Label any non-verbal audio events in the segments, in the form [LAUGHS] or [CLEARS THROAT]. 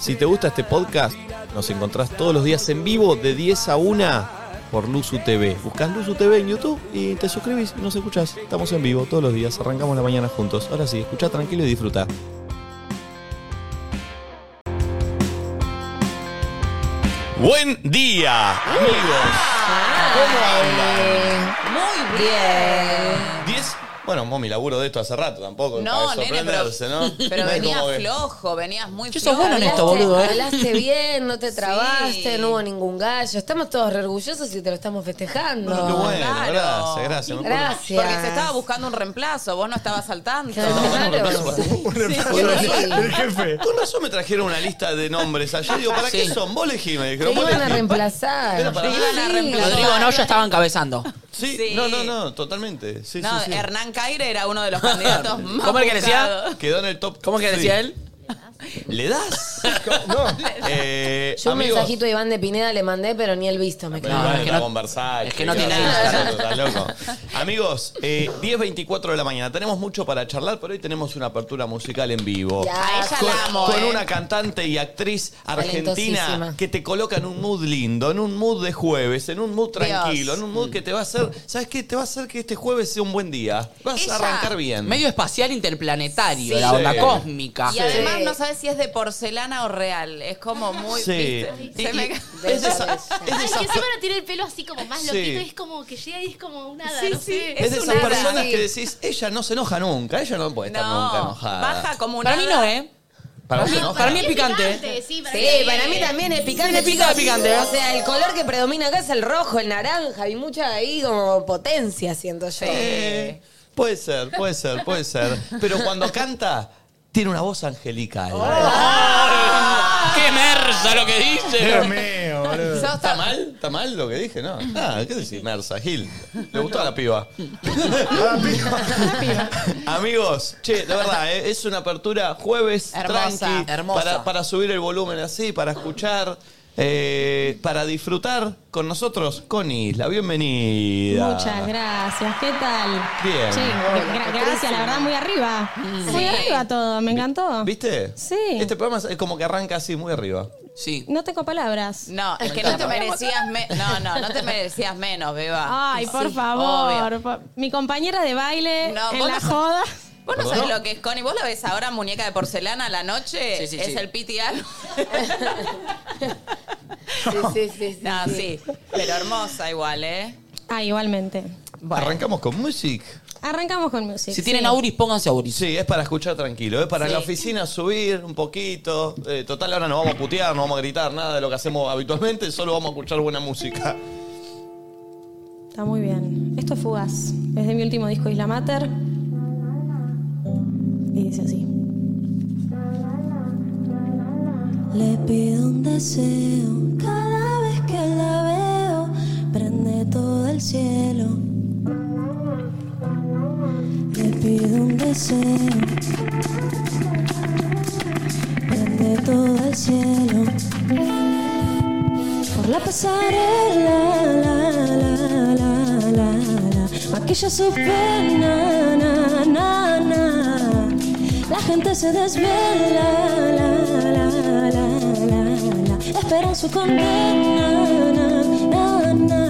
Si te gusta este podcast, nos encontrás todos los días en vivo de 10 a 1 por Luzu TV. Buscás Luzu TV en YouTube y te suscribís y nos escuchás. Estamos en vivo todos los días, arrancamos la mañana juntos. Ahora sí, escucha tranquilo y disfruta. Buen día, amigos. Muy bien. 10. Bueno, Momi, laburo de esto hace rato tampoco. No, para nene, sorprenderse, ¿no? [LAUGHS] Pero No es venías como que- flojo, venías muy Che, flojo. sos bueno en esto, boludo, ¿eh? Hablaste bien, [LAUGHS] no te trabaste, Sí. no hubo ningún gallo. Estamos todos re orgullosos y te lo estamos festejando. Qué bueno, claro. gracias, gracias. me acuerdo. Gracias. Porque se estaba buscando un reemplazo, vos no estabas al tanto. Claro. El jefe. Con razón me trajeron una lista de nombres Ah, ayer. Digo, ¿para qué son? Vos elegí, me Te dijeron. vos iban a elegí. Era reemplazar. para Te iban a mí. reemplazar. Rodrigo Noya estaba encabezando. Sí, Sí. no, no, no, totalmente. Sí, No, sí, sí. Hernán Caire era uno de los [LAUGHS] candidatos más ¿Cómo es que decía? buscados. Quedó en el top. ¿Cómo es que decía three. él? [LAUGHS] ¿Le das? No, [LAUGHS] Eh, Yo un amigos, mensajito a Iván de Pineda le mandé, pero ni el visto me Pero quedó. igual es que está no- con Versace, es que no ¿qué tiene vas a hacer? Instagram. Estás loco. Amigos, eh, 10.24 de la mañana. Tenemos mucho para charlar, pero hoy tenemos una apertura musical en vivo. Ya. A ella Con, la amo, con ¿eh? una cantante y actriz argentina Talentosísima. que te coloca en un mood lindo, en un mood de jueves, en un mood tranquilo, en un mood que te va a hacer, ¿sabes qué? Te va a hacer que este jueves sea un buen día. Vas Ella- a arrancar bien. Medio espacial interplanetario, Sí. la onda Sí. cósmica. Y además no sabes si es de porcelana o real. Es como muy. Sí. ¿viste? Y- Se me- y- [LAUGHS] [LAUGHS] es esa- es Ay, esa- que encima no tiene el pelo así como más Sí. loquito y es como que llega y es como un hada, Sí, no sí. sé. es de es esas una- personas sí. que decís, ella no se enoja nunca, ella no puede estar nunca No, enojada. baja como una. Para mí no, ¿eh? Para vos mí- se enoja. para mí es Es picante. ¿eh? sí, para Sí, mí para mí también es picante. Sí, le pica, chicos. picante, ¿eh? O sea, el color que predomina acá es el rojo, el naranja, y mucha ahí como potencia, siento yo. Eh, puede ser, puede ser, puede ser. Pero cuando canta, tiene una voz angelical. ¡Qué merda lo que Dios dice! mío, boludo. Sos ¿Está mal? ¿Está mal lo que dije? No. Ah, ¿qué decís, Merza, Gil? Le gustó a la piba. Ah, Amigos, che, de verdad, eh, es una apertura jueves Hermosa, tranqui, hermosa. Para, para subir el volumen así, para escuchar, eh, para disfrutar con nosotros. Connie, la bienvenida. Muchas gracias, ¿qué tal? Bien. Che, gra- gracias, la verdad, muy arriba. Muy arriba todo, me encantó. ¿Viste? Sí. Este programa es como que arranca así, muy arriba. Sí. No tengo palabras. No, es que no te merecías menos. No, no, no te merecías menos, beba. Ay, por Sí, favor. obvio. por- Mi compañera de baile No, vos en la no- joda. Vos no ¿Perdón? sabés lo que es Connie. Vos la ves ahora muñeca de porcelana a la noche. Sí, sí, es sí. el Piti Alba. Sí, sí, sí. sí, no, sí. sí. Pero hermosa igual, ¿eh? Ah, igualmente. Arrancamos con music. Arrancamos con música. Si tienen auris, pónganse auris. Sí, es para escuchar tranquilo, es para Sí. en la oficina subir un poquito. Eh, total, ahora no vamos a putear, no vamos a gritar nada de lo que hacemos habitualmente, solo vamos a escuchar buena música. Está muy bien. Esto es Fugaz. Es de mi último disco Isla Mater. Y dice así. Le pido un deseo cada vez que la veo. Prende todo el cielo. Le pido un deseo. Prende todo el cielo por la pasarela, la, la, la, la, la. maquilla su pena, na, na, na. la gente se desvela, la, la, la, la, la. esperan su condena, na, na, na.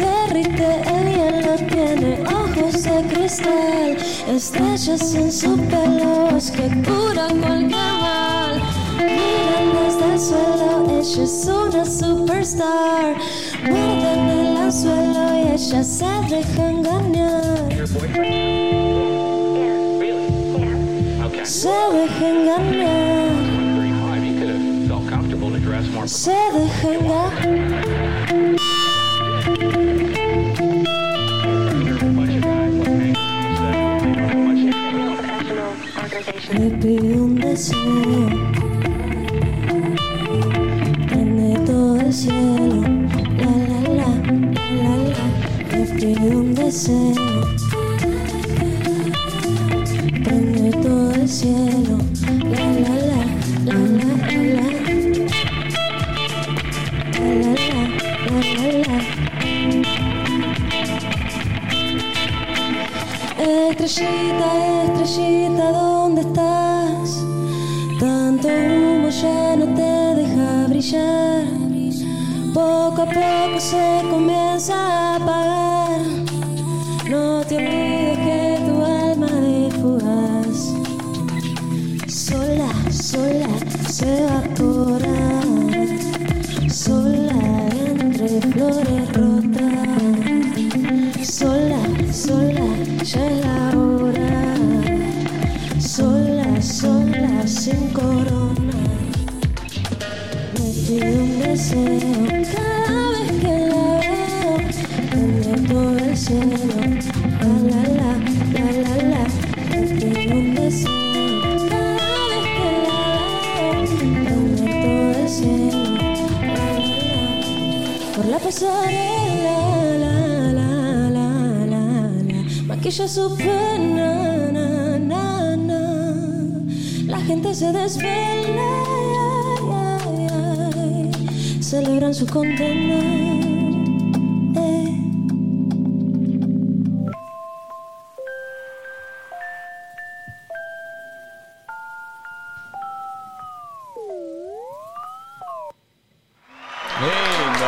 Derrite el hielo, tiene ojos de cristal, estrellas en su pelo que curan cualquier mal. Miran desde el suelo, ella es una superstar. Muerden el anzuelo y ella se deja engañar. Se deja engañar, se deja engañar. Le pido un deseo, prende todo el cielo, la la la, la la. Le pido un deseo, prende todo el cielo, la la la, la la la la, la la la la la. Estrellita, estrellita, ¿dónde estás? Tan ya no te deja brillar. Poco a poco se comienza a apagar. No te olvides que tu alma de fugaz sola, sola se evaporará. Sola entre flores rotas. Sola, sola ya es la hora. Sola, sola sin corona. Me pido un deseo cada vez que la veo. Prende todo el cielo. La la la, la la la. Me pido un deseo cada vez que la veo. Prende todo el cielo. La la la. Por la pasarela, la la la la la. Maquilla su pena, na na na. La gente se desvela. ay, ay, ay. Celebran su condena. eh.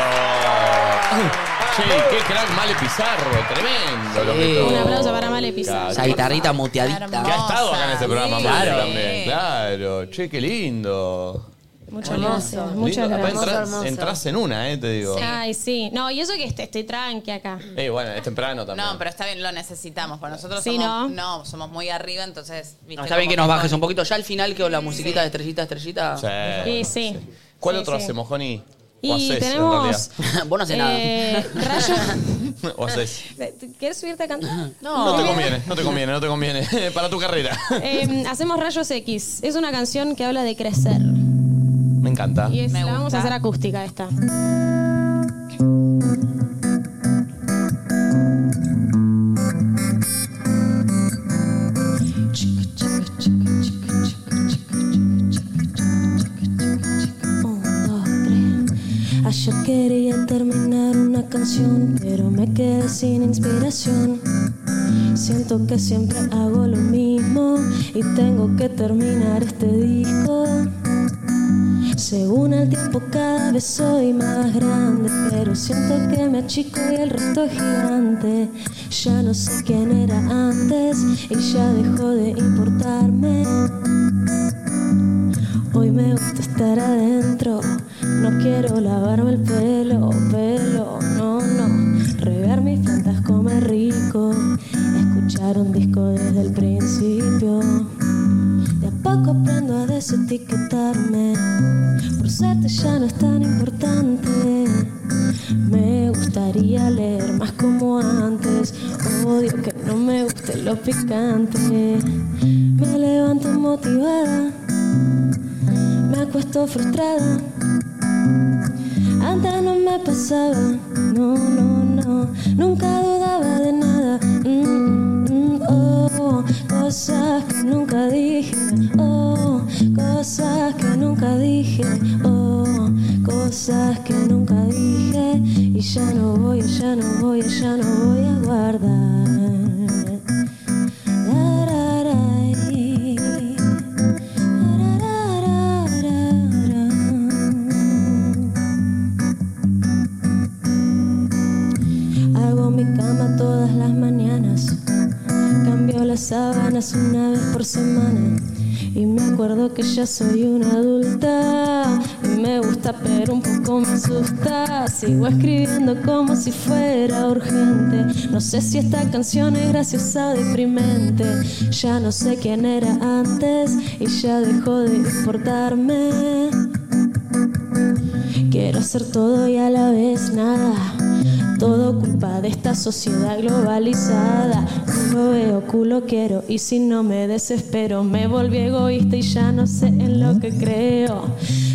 Lindo. Che, qué crack Male Pizarro, tremendo lo que Sí. tocó. Un aplauso para Male Pizarro. Claro, Esa guitarrita muteadita. Que ha estado acá en este programa Sí. Male Claro. también. Claro, che, qué lindo. Muchas gracias. Lindo. Muchas Aparte gracias. entras, entras en una, eh, te digo. Ay, sí. No, y eso que est- estoy tranqui acá. Eh, bueno, es temprano también. No, pero está bien, lo necesitamos. Porque nosotros Sí, somos, ¿no? somos muy arriba, entonces. ¿viste No, está bien cómo que nos son? bajes un poquito. Ya al final quedó la musiquita de estrellita, estrellita. Sí. Y sí. ¿Cuál Sí, otro [LAUGHS] sí. hacemos, Joni? Y ¿O haces, tenemos- en Vos no haces Eh, Raya, realidad? ¿O haces? ¿quieres subirte a cantar? No te conviene, no te conviene, no [LAUGHS] te conviene. Para tu carrera. Eh, hacemos Rayos X. Es una canción que habla de crecer. Me encanta. Y es- Me la vamos gusta. a hacer acústica esta. Un, dos, tres. Ayer Ah, quería terminar una canción, pero me quedé sin inspiración. Siento que siempre hago lo mismo y tengo que terminar este disco. Según el tiempo cada vez soy más grande, pero siento que me achico y el resto es gigante. Ya no sé quién era antes y ya dejó de importarme. Hoy me gusta estar adentro, no quiero lavarme el pelo, pelo, no, no. Regar mis plantas, comer rico, escuchar un disco desde el principio. De a poco aprendo a desetiquetarme, por suerte ya no es tan importante. Me gustaría leer más como antes, odio que no me guste lo picante. Me levanto motivada. Me acuesto frustrada. Antes no me pasaba, no, no, no. Nunca dudaba de nada. Mm, mm, oh, cosas que nunca dije. Oh, cosas que nunca dije. Oh, cosas que nunca dije. Y ya no voy, ya no voy, ya no voy a guardar. Dararai. Hago mi cama todas las mañanas, cambio las sábanas una vez por semana y me acuerdo que ya soy una adulta y me gusta pero un poco me asusta. Sigo escribiendo como si fuera urgente, no sé si esta canción es graciosa o deprimente, ya no sé quién era antes y ya dejó de importarme. Quiero hacer todo y a la vez nada. Todo culpa de esta sociedad globalizada. No lo veo culo quiero y si no me desespero me volví egoísta y ya no sé en lo que creo.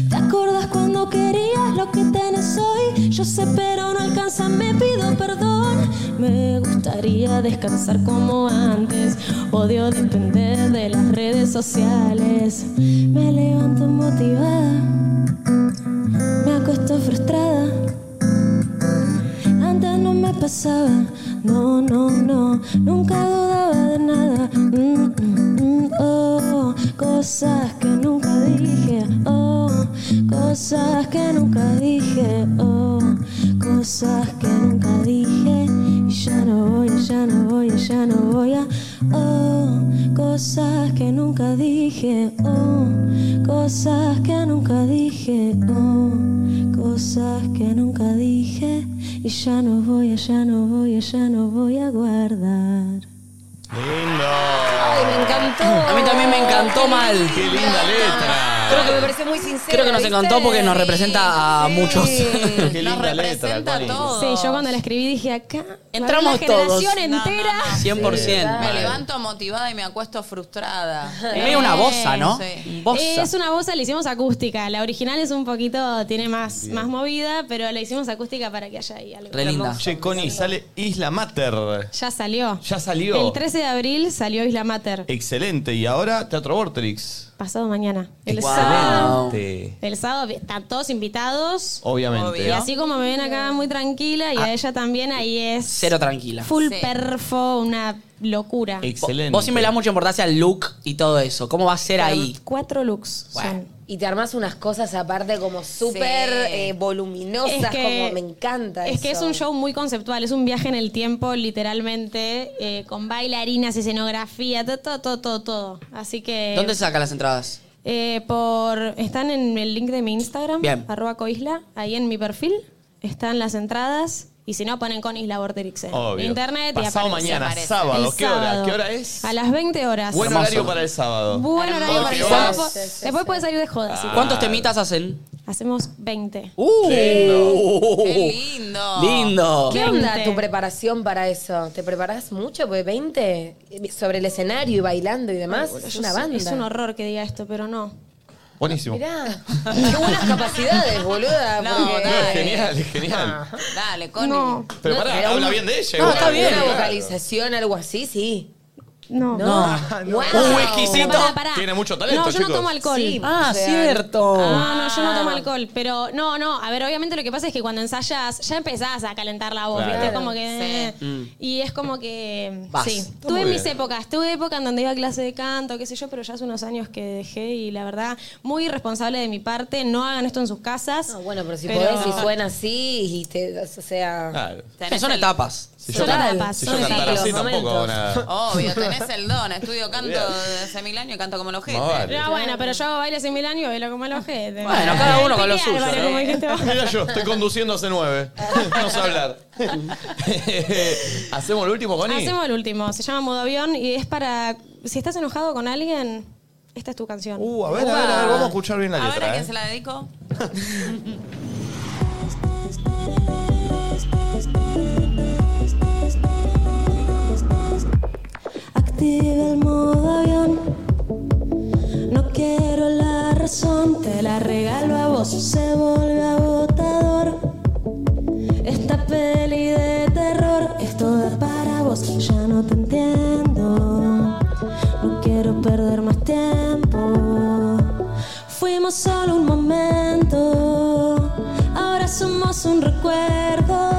¿Te acuerdas cuando querías lo que tenés hoy? Yo sé pero no alcanza, me pido perdón. Me gustaría descansar como antes. Odio depender de las redes sociales. Me levanto motivada. Me acuesto frustrada. Antes no me pasaba, no, no, no. Nunca dudaba de nada. Mm, mm, mm, oh, cosas que nunca dije. Oh, Cosas que nunca dije, oh, cosas que nunca dije. Y ya no voy, ya no voy, ya no voy a, oh, cosas que nunca dije, oh, cosas que nunca dije, oh, cosas que nunca dije. Y ya no voy, ya no voy, ya no voy a guardar. Ay, me encantó. A mí también me encantó mal. Qué linda letra. Creo que me parece muy sincero. Creo que nos ¿viste? encantó porque nos representa a muchos. Qué Nos linda letra, representa a Connie. todos. Sí, yo cuando la escribí dije acá. Entramos la generación todos. entera. No, no, no. 100%. Me levanto motivada y me acuesto frustrada. Es medio una bossa, ¿no? Sí. Un bossa. Eh, Es una voz, la hicimos acústica. La original es un poquito, tiene más, más movida, pero la hicimos acústica para que haya ahí algo. Re linda. Che, Connie, sale Isla Mater. Ya salió. Ya salió. El 13 de abril salió Isla Mater. Excelente. Y ahora Teatro Vorterix. Pasado mañana. El Guau. sábado. Wow. Te- El sábado están todos invitados. Obviamente. Y así como me ven acá muy tranquila y a ella también, ahí es Cero tranquila. full Sí. perfo, una locura. Excelente. Vos siempre le das mucha importancia al look y todo eso. ¿Cómo va a ser ahí? Cuatro looks Bueno. son. Y te armás unas cosas aparte como súper Sí. eh, voluminosas, como me encanta es que es eso. un show muy conceptual, es un viaje en el tiempo, literalmente, eh, con bailarinas, escenografía, todo, todo, todo, todo, todo. Así eh, que. ¿Dónde se sacan las entradas? eh, por Están en el link de mi Instagram, Bien. arroba coisla, ahí en mi perfil, están las entradas. Y si no, ponen con Isla Vorterix en Obvio. internet y Pasado aparece. mañana, aparece. sábado. El ¿Qué hora? sábado. ¿Qué hora es? A las 20 horas. Buen Hermoso. horario para el sábado. Buen horario para el Porque Ah. sábado. vos- Después- Después puedes salir de jodas. ¿Cuántos temitas hacen? Hacemos 20. ¡Uh! Qué lindo. Lindo. ¿Qué onda Veinte. tu preparación para eso? ¿Te preparás mucho? Porque 20 eh, sobre el escenario y bailando y demás. es una banda. Es un horror que diga esto, pero no. Buenísimo. Mirá, qué buenas capacidades, boluda. No, porque- no, es Genial, genial. Dale, Connie. No. Pero No, pará, pero habla un- bien de ella. No, igual. está bien. Una Claro. vocalización, algo así, sí. No. No. Guau. [LAUGHS] Un exquisito. Pará, pará. Tiene mucho talento, No, yo chicos. no tomo alcohol. Sí. Ah. Ah, O sea, cierto. No, no, yo no tomo alcohol, pero no, no, a ver, obviamente lo que pasa es que cuando ensayas ya empezás a calentar la voz, Claro. ¿viste? Es como que... eh, Y es como que... Vas. Sí, Está tuve muy mis bien. épocas, tuve época en donde iba a clase de canto, qué sé yo, pero ya hace unos años que dejé y la verdad, muy irresponsable de mi parte, no hagan esto en sus casas. No, bueno, pero si Pero- podés y suena así, y te, o sea. Claro. Tenés son el- etapas. Si yo, Son can- etapas, si son yo cantara etapas. así tampoco hago nada. [LAUGHS] Obvio, tenés el don. Estudio canto desde hace mil años y canto como los jefes. Más vale. No, bueno, pero yo hago baile hace mil años y bailo como el ojete. Bueno, cada uno con lo Piqui suyo, Álvarez, ¿no? como dijiste vos. Mira yo, estoy conduciendo hace nueve. No sé hablar. ¿Hacemos el último, Connie? Hacemos el último, se llama Modo Avión y es para... Si estás enojado con alguien, esta es tu canción. Uh, a ver, a ver, a ver, vamos a escuchar bien la A ver letra. a eh. quién se la dedico. Activa el modo avión. No quiero la razón, te la regalo a vos. Se vuelve agotador. Esta peli de terror es toda para vos. Ya no te entiendo. No quiero perder más tiempo. Fuimos solo un momento. Ahora somos un recuerdo.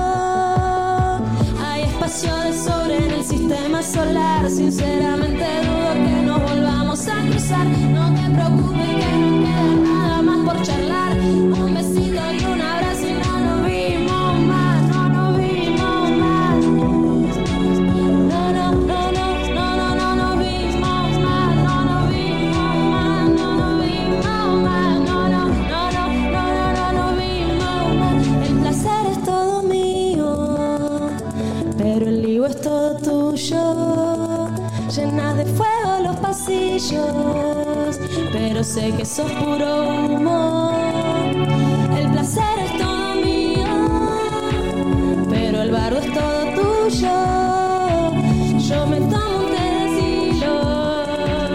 Hay espacio de sobre en el sistema solar. Sinceramente dudo que nos volvamos a cruzar. No te preocupes que no queda nada más por charlar. Un besito y un abrazo y no nos vimos más. No nos vimos más. No, no, no, no, no, no, no nos vimos más. No nos vimos más. No nos vimos más. No, no, no, no, no, no, no nos vimos más. El placer es todo mío pero el lío es todo tuyo. Llenas de fuego los pasillos, pero sé que sos puro humo. El placer es todo mío, pero el barro es todo tuyo. Yo me tomo un té de silo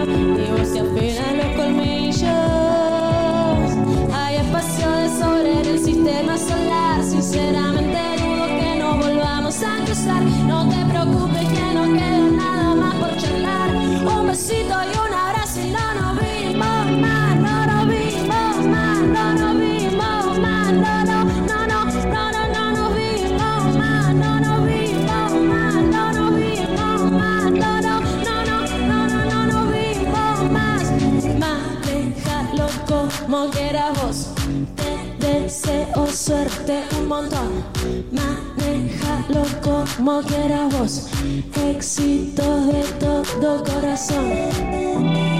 y vos te afilas los colmillos. Hay espacio de sobre en el sistema solar, sinceramente dudo que nos volvamos a cruzar. No te preocupes que no queda nada más por charlar. Un besito y un abrazo y no nos vimos más, no nos vimos más, no nos vimos más, no, no, no, no, no, no, no nos vimos más, no nos vimos más, como quieras vos. Te deseo suerte un montón. Manejalo como quieras vos. Éxitos de todo corazón.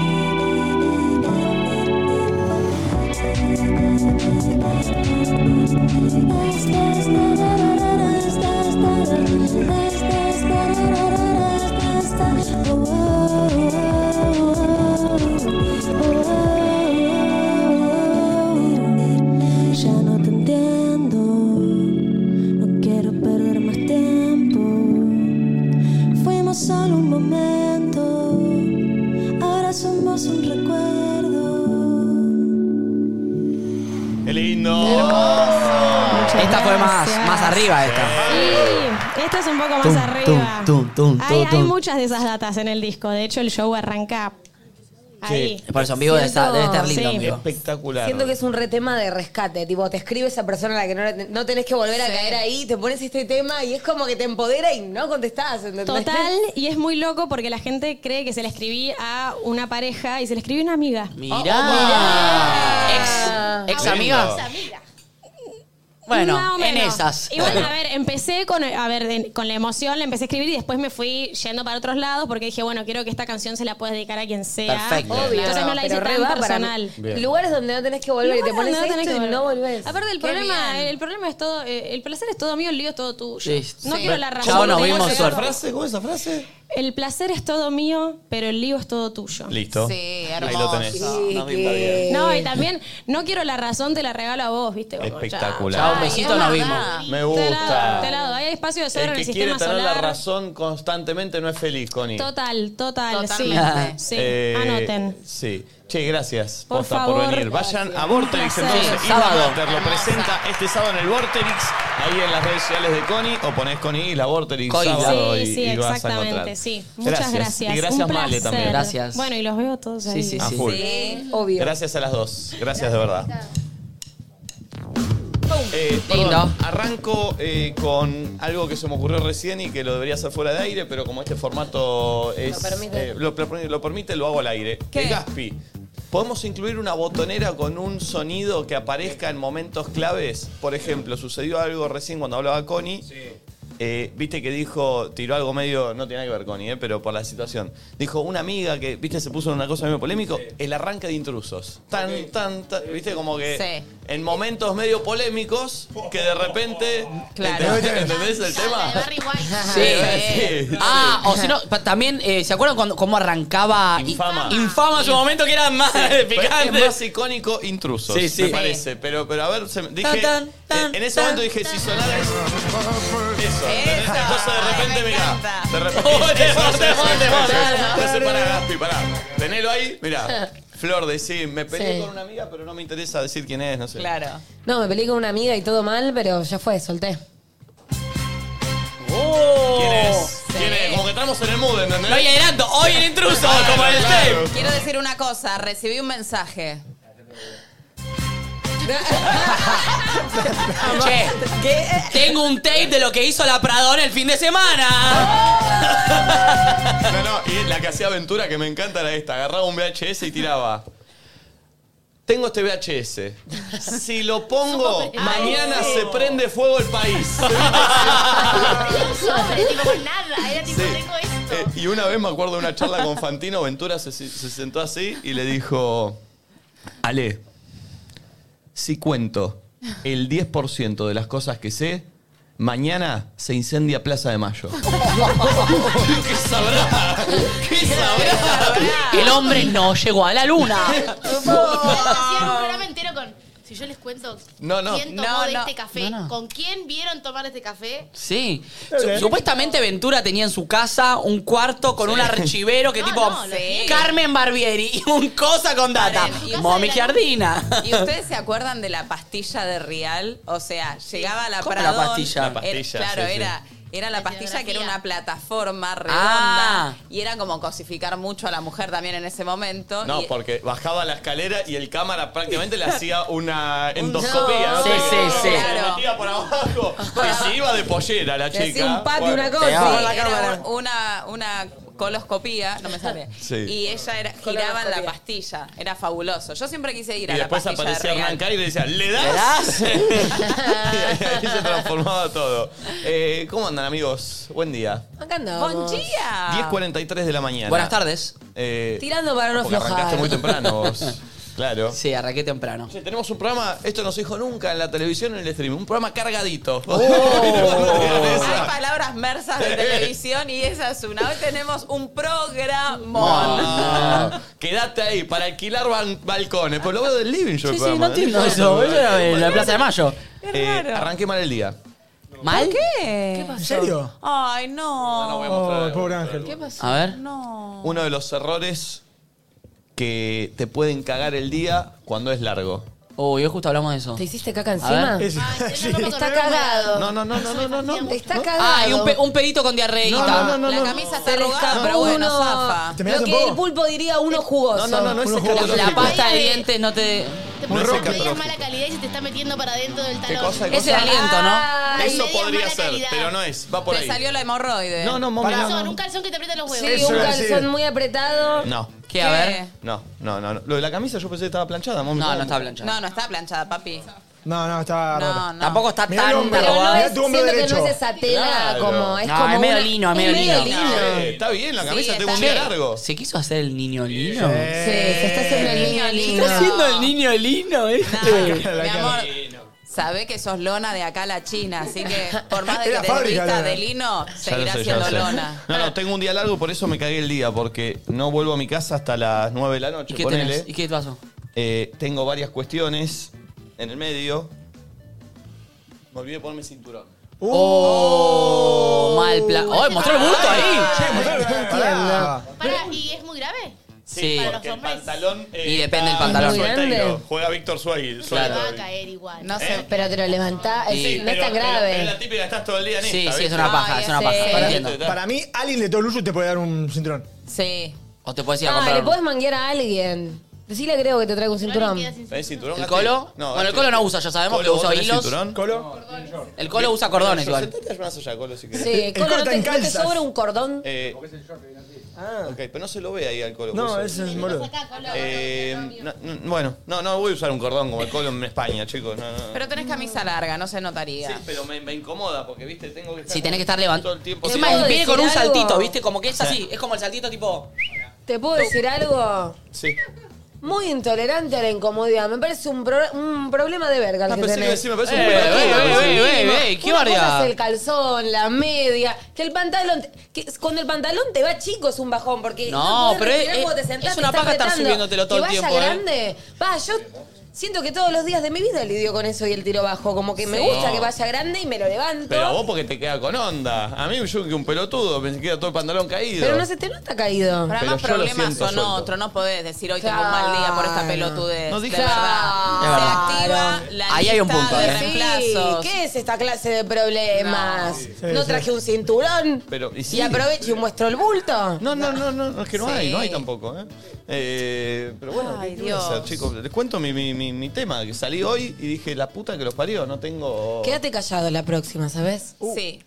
Ya no te entiendo, no quiero perder más tiempo. Fuimos solo un momento, ahora somos un recuerdo. ¡Qué lindo! Esta fue más, más arriba eh. esta. Sí, esto es un poco más Tum, arriba. tum, tum, tum, hay, hay tum. muchas de esas datas en el disco. De hecho, el show arranca ahí. Por eso en vivo debe estar, debe estar lindo Sí. en vivo. Espectacular. Siento que es un retema de rescate, tipo, te escribe esa persona a la que no, le- no tenés que volver a caer ahí, te pones este tema y es como que te empodera y no contestás, ¿entendés? [LAUGHS] Total, y es muy loco porque la gente cree que se le escribí a una pareja y se le escribí a una amiga. Mirá. Ex, ex Ex amiga. amiga. Ah. Más Bueno, o en menos. esas. Igual, a ver, empecé con, a ver, en- con la emoción, la empecé a escribir y después me fui yendo para otros lados porque dije, bueno, quiero que esta canción se la puedas dedicar a quien sea. Perfecto. Obvio, Entonces no la hice pero re tan va para- personal. Bien. Lugares donde no tenés que volver y te pones Igual no tenés esto que y no volver. volvés. Aparte el Qué problema, bien. el problema es todo, eh, el placer es todo mío, el lío es todo tuyo. Sí. No Sí. quiero la razón. Chao, nos no vimos, ¿Cómo quiero- es esa suerte. frase? ¿Cómo es esa frase? El placer es todo mío, pero el lío es todo tuyo. Listo. Sí, Ahí lo tenés. hermoso. Sí, No me que- invadieron. No, y también no quiero la razón, te la regalo a vos, ¿viste? Como, Espectacular. Chao, un Ay, besito, es nos vimos. verdad. Me ya, Te la gusta. doy, te la doy. Hay espacio de sobra El en el que quiere sistema tener la solar. razón constantemente no es feliz, Connie. Total, total, sí. Totalmente. Sí, Eh, anoten. Sí. Che, gracias Por posta, favor. por venir. Vayan a Gracias. Vorterix Un placer. entonces. Sí, Isla sábado. Mater lo Hermosa. presenta este sábado en el Vorterix, ahí en las redes sociales de Connie, o ponés Connie y la Vorterix Coila. sábado Sí, y, sí, y vas a exactamente, encontrar. sí. Muchas gracias. Y gracias Un Male también. placer. Gracias. Bueno, y los veo todos ahí. Sí, sí, A sí. full. Obvio. Gracias a las dos. Gracias de verdad. Eh, Lindo. perdón, arranco eh, con algo que se me ocurrió recién y que lo debería hacer fuera de aire, pero como este formato es, permite. eh, lo, lo- lo permite, lo hago al aire. ¿Qué? El Gaspi. ¿Podemos incluir una botonera con un sonido que aparezca en momentos claves? Por ejemplo, sucedió algo recién cuando hablaba Connie. Eh, viste que dijo, tiró algo medio, no tiene nada que ver Connie, eh, pero por la situación. Dijo, una amiga que, viste, se puso en una cosa medio polémico, el arranque de intrusos. Tan, tan, tan, viste, como que Sí. en momentos medio polémicos, que de repente... Claro. ¿Entendés, entendés el La de tema? [LAUGHS] Barry White. Sí. Sí, sí. Ah, o si no, pa- también, eh, ¿se acuerdan cuando, cómo arrancaba I- Infama. Infama en su momento que era más Pero Es picante? más icónico intrusos, Sí, sí. me Sí. parece. Pero, pero a ver, se- dije, Eh, tan, tan, en- en ese tan. momento dije, si sonara eso. Eso. Eso. ¿entendés? Entonces de Ay, repente, me mirá. encanta. De repente. Bote, bote, Eso, eso, bote, eso, bote, eso, bote. eso. Entonces, pará, Gaspi, pará. Tenelo ahí, [LAUGHS] mirá. Flor de sí, me peleé Sí. con una amiga, pero no me interesa decir quién es, no sé. Claro. No, me peleé con una amiga y todo mal, pero ya fue, solté. Oh. ¿Quién es? ¿Quién es? Como que entramos en el mood, ¿entendés? No hay adelanto, hoy el intruso, como en el claro. tape. Quiero decir una cosa, recibí un mensaje. [LAUGHS] Che, tengo un tape de lo que hizo la Pradón el fin de semana. No, no, y la que hacía aventura que me encanta era esta. Agarraba un VHS y tiraba. Tengo este VHS. Si lo pongo, mañana se prende fuego el país. Tenía un sobre, tipo con nada. Era tipo, Sí. tengo Eh, esto. y una vez me acuerdo de una charla con Fantino, Ventura se, se sentó así y le dijo, Ale, si cuento el 10% de las cosas que sé, mañana se incendia Plaza de Mayo. ¿Qué sabrá? ¿Qué sabrá? El hombre no llegó a la luna. Hacían un programa entero con. Si yo les cuento No, no. quién tomó No, de no. este café, No, no. con quién vieron tomar este café. Sí. Su- Supuestamente Ventura tenía en su casa un cuarto con un archivero que No, tipo no, lo vi. Carmen Barbieri y un cosa con data. Paren, en su casa Momi era- Giardina. ¿Y ustedes se acuerdan de la pastilla de Rial? O sea, llegaba a la ¿Cómo la Pradón. pastilla? La pastilla, era- claro, sí, sí. era. Era la La pastilla que era escenografía. una plataforma Ah. redonda y era como cosificar mucho a la mujer también en ese momento. No, y- porque bajaba la escalera y el cámara prácticamente le hacía una endoscopía. Sí, sí, sí. Se metía por abajo. Y se iba de pollera la Te hacía chica. un pat y Bueno. una Te amo. cosa. era una, una coloscopía, no me [LAUGHS] sale. Sí. Y ella era, giraba en la pastilla. Era fabuloso. Yo siempre quise ir a Y la después pastilla. de aparecía Real. Hernán Cari y le decía, ¿le das? [LAUGHS] y ahí se transformaba todo. Eh, ¿Cómo andan, amigos? Buen día. Acá andamos. ¡Buen día! 10.43 de la mañana. Eh, Buenas tardes. Tirando Ah. para no Porque arrancaste aflojar. muy temprano vos. Claro. Sí, arranqué temprano. Che, tenemos un programa, esto no se dijo nunca en la televisión en el stream, un programa cargadito. [LAUGHS] Hay palabras mersas de televisión y esa es una. Hoy tenemos un programón. Ah, [LAUGHS] quédate ahí para alquilar ban- balcones. Pues lo veo del living yo. Sí, el sí, programa. no entiendo eso. Eso era en la Plaza de Mayo. Eh, arranqué mal el día. ¿Mal? ¿Qué? pasó? ¿En serio? Ay, no. voy a mostrar Oh, algo. pobre Ángel. ¿Qué pasó? A ver. No. Oh. Uno de los errores que te pueden cagar el día cuando es largo. Uy, Oh, hoy justo hablamos de eso. ¿Te hiciste caca A encima? ver. Es- Ay, sí. no me Está acordaba. cagado. No, no, no, no, no, no, no. Te está cagado. Ah, y un, pe- un pedito con diarreíta. No, no, no, La no. camisa Se está le arrugada, escapó pero bueno, uno- zafa. ¿Te mirás Lo un que poco? el pulpo diría uno jugoso. No, no, no, no es Unos juegos. La escatológico. pasta de dientes no te. Muy No es Una roca. medida escatológico. mala calidad y se te está metiendo para dentro del talón. cosa, qué Es el aliento, ¿no? Ay, Eso medias podría mala ser, calidad. pero no es. Va por Te ahí. salió la hemorroide. No, no, mami, Calzón, no, no. un calzón que te aprieta los huevos. sí, Eso un iba a decir. calzón muy apretado. No. ¿Qué? A ver. No, no, no, no. Lo de la camisa yo pensé que estaba planchada. mami. No, no está planchado. No, no está planchada, papi. No, no, está No, rota. no. Tampoco está Mirá el tan hombro. Pero no robado. es, Mirá tu siento hombro que no derecho. es esa tela Claro. como... Es No, como es medio una- lino, es medio lino. Eh, Está bien la camisa, Sí, tengo un está día bien. largo. ¿Se quiso hacer el niño lino? Sí, Eh, se está haciendo el niño lino. ¿Está haciendo el niño lino este? cara, la Mi cara. amor, sabe que sos lona de acá a la China, así [LAUGHS] que por más de Es que la te fábrica, vistas Lona. de lino, Ya lo seguirás sé, ya lo siendo sé. lona. No, no, tengo un día largo, por eso me cagué el día, porque no vuelvo a mi casa hasta las 9 de la noche. ¿Y qué ponele. tenés? ¿Y qué pasó? Eh, tengo varias cuestiones en el medio. Me olvidé de ponerme cinturón. Oh, mal plan. ¡Oh, mostró el bulto ahí! Para, ¿y es muy grave? Sí. Para los porque el hombres. pantalón. eh, Y depende del está pantalón. muy Grande. sueltero. Juega Víctor Suárez. Claro. va a caer igual. No sé. Eh, Pero te lo levantás, es- Sí, no es tan grave. eh, Es la típica, estás todo el día en Sí, esta, sí, es ¿viste? una paja, Ay, es una sí. paja. Para- Entiendo. Para mí, alguien de todo Lucho te puede dar un cinturón. Sí. O te puedes ir a Ah, comprar le podés uno. manguear a alguien. Decile creo que te traiga un No le cinturón. queda sin- ¿Tenés cinturón? ¿El Gasti? colo? Bueno, el colo no usa, ya sabemos Colo, que usa ¿vos tenés hilos. cinturón? Colo. El colo usa cordones Yo, igual. sentate más allá, colo, si querés. Sí, El Colo, colo ¿no está te, en no te calzas. sobra un cordón? Eh, Ah. ok, pero no se lo ve ahí al colo. No, por eso. ese es boludo. Acá, con la- Eh, no, no, bueno, no, no voy a usar un cordón como el colo en España, chicos. No, no. Pero tenés camisa larga, no se notaría. Sí, pero me, me incomoda porque, viste, tengo que estar. Si tenés que estar Todo levantado. el tiempo. Sí, Encima ¿Puedo viene con un decir algo? saltito, ¿viste? Como que es así. Es como el saltito tipo. ¿Te puedo decir algo? Sí. Muy intolerante a la incomodidad. Me parece un, pro- un problema de verga el Ah, que pensé que iba a tenés. decir, me parece Eh, un pelotudo. eh, eh, pensé. eh, eh, eh, qué Una cosa bardeada. es el calzón, la media, que el pantalón... te- que es- cuando el pantalón te va chico es un bajón, porque No, podés pero respirar es- como es- sentás, es te una está paja estar apretando. subiéndolo todo que el vaya tiempo, ¿eh? grande. Va, yo siento que todos los días de mi vida lidio con eso y el tiro bajo. Como que me gusta que vaya grande y me lo levanto. Pero a vos porque te queda con onda. A mí yo que un pelotudo, me queda todo el pantalón caído. Pero no se te nota Pero caído. Pero además yo lo problemas siento, son suelto. otros, no podés decir hoy tengo un mal día por esta Claro. pelotudez. No de dije- Ah, verdad. Es verdad. Se activa la Ahí hay un lista punto, de ¿eh? reemplazos. ¿Qué es esta clase de problemas? No, sí. traje un cinturón. Pero, y y, sí. aprovecho y muestro el bulto. No, no, no, no, no, es que no Sí. hay, no hay tampoco. ¿eh? Eh, pero bueno, Ay, ¿qué voy a hacer, Dios. chicos? Les cuento mi, mi, mi, mi tema, que salí hoy y dije, la puta que los parió, no tengo... Quédate callado la próxima, ¿sabes? Sí.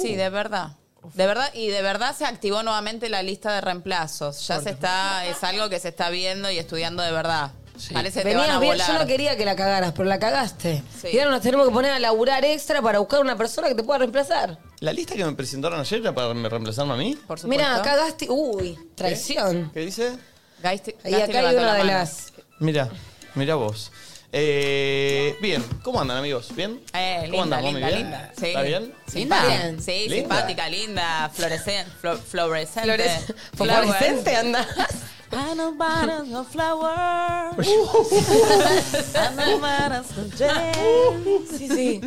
Sí, Uh. de verdad. De verdad, y de verdad se activó nuevamente la lista de reemplazos. Ya se está, es algo que se está viendo y estudiando de verdad. Parece que te van a Venías bien, volar. yo no quería que la cagaras, pero la cagaste. Sí. Y ahora nos tenemos que poner a laburar extra para buscar una persona que te pueda reemplazar. ¿La lista que me presentaron ayer era para me reemplazarme a mí? Por supuesto. Mira, cagaste. Uy, traición. ¿Qué dice? Gaisti- Y Gasti acá hay levantó una la de mano. las. Mira, mira vos. Eh, bien, ¿cómo andan amigos? ¿Bien? Eh, ¿Cómo linda, mami? linda, ¿Bien? linda. Sí. ¿Está bien? Simpática. Bien. Sí, Linda. simpática, linda, fluorescente. flo- fluorescente. Flores- Fluorescente andás. I know bottles of flowers. I know bottles of gems. Sí, sí.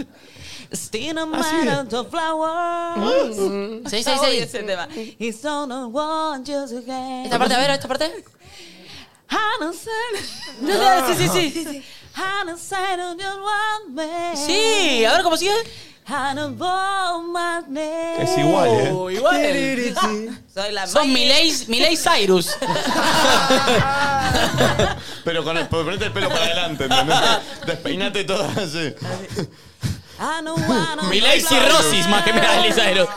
Still a bottles of flowers. Sí, sí, Está Mm. Ah, obvio sí. ese tema. Y solo want you to get- Esta parte, a ver, esta parte. I don't say- No, no, sí, sí, sí. I don't say I don't want me. Sí, a ver cómo sigue. I don't want my name. Es igual, ¿eh? Uy, igual. Oh, Soy la Son Miley. Miley, Miley Cyrus. Pero con el, ponete el pelo para adelante, ¿entendés? [LAUGHS] Despeinate todo así. I don't wanna- [LAUGHS] Miley Cirrosis, más que Miley Cyrus.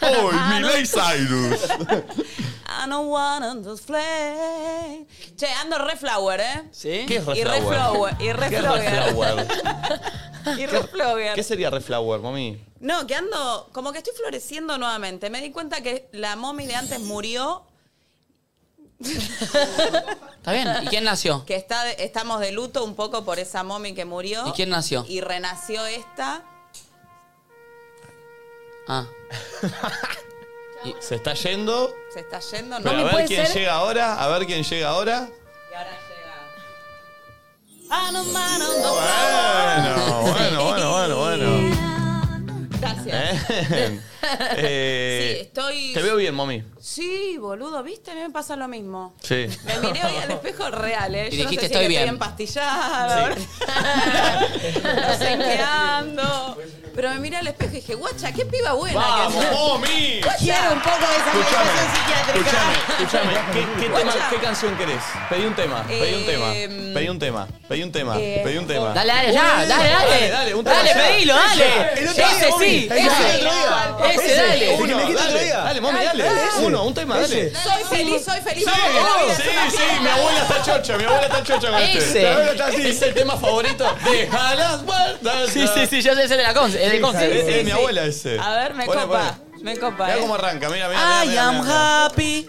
¡Hoy, Miley Cyrus! I don't wanna just play. Che, ando re flower, ¿eh? ¿Sí? ¿Qué es Y re Reflower? flower, y re ¿Qué es flower, Reflower? [LAUGHS] y re flower. ¿Qué sería Reflower, mami? No, que ando, como que estoy floreciendo nuevamente. Me di cuenta que la mommy de antes murió, ¿Está bien? ¿Y quién [LAUGHS] nació? [LAUGHS] que está de- estamos de luto un poco por esa mommy que murió. ¿Y quién nació? Y renació esta. Ah. Se está yendo. Se está yendo, ¿no? Pero Mami, a ver ¿puede quién ser? llega ahora. A ver quién llega ahora. Y ahora llega. I don't mind, I don't [LAUGHS] Bueno, bueno, bueno, bueno, bueno. mind. Gracias. [LAUGHS] Bien. Eh, Sí, estoy- Te veo bien, mami. Sí, boludo, ¿viste? A mí me pasa lo mismo. Sí. Me miré hoy al espejo real, ¿eh? Y Yo dijiste, no sé estoy si es que bien. estoy empastillada, [LAUGHS] no sé en qué ando. Pero me miré al espejo y dije, guacha, qué piba buena que ¡Vamos, soy". mami! Quiero un poco de esa Escuchame, medicación psiquiátrica. escuchame, escuchame. ¿Qué, qué tema, Guacha. ¿Qué canción querés? Pedí un tema, pedí un tema, Eh, pedí un tema, pedí un tema, eh, pedí un tema. Dale, dale, ya, dale, dale. Dale, dale, un tema dale, ya. pedilo, dale. El otro día, Ese mami, sí, el otro ese. día. Ese, dale. El que Uno, me dijiste el otro dale, día. dale, mami, dale. ese. Uno, un tema, dale. Ese. Soy feliz, soy feliz. Sí, vamos, que la vida es sí, una sí, fiesta. mi abuela está chocha, mi abuela está chocha con este. Ese. La verdad está así. Es el tema favorito de Jalas Muertas. Sí, sí, sí, yo sé ese de la conce. Es de Es, conce. Ah, es mi abuela ese. A ver, me Bueno, copa, me copa. Mira ¿eh? cómo arranca, mira, mira, I mira. am happy.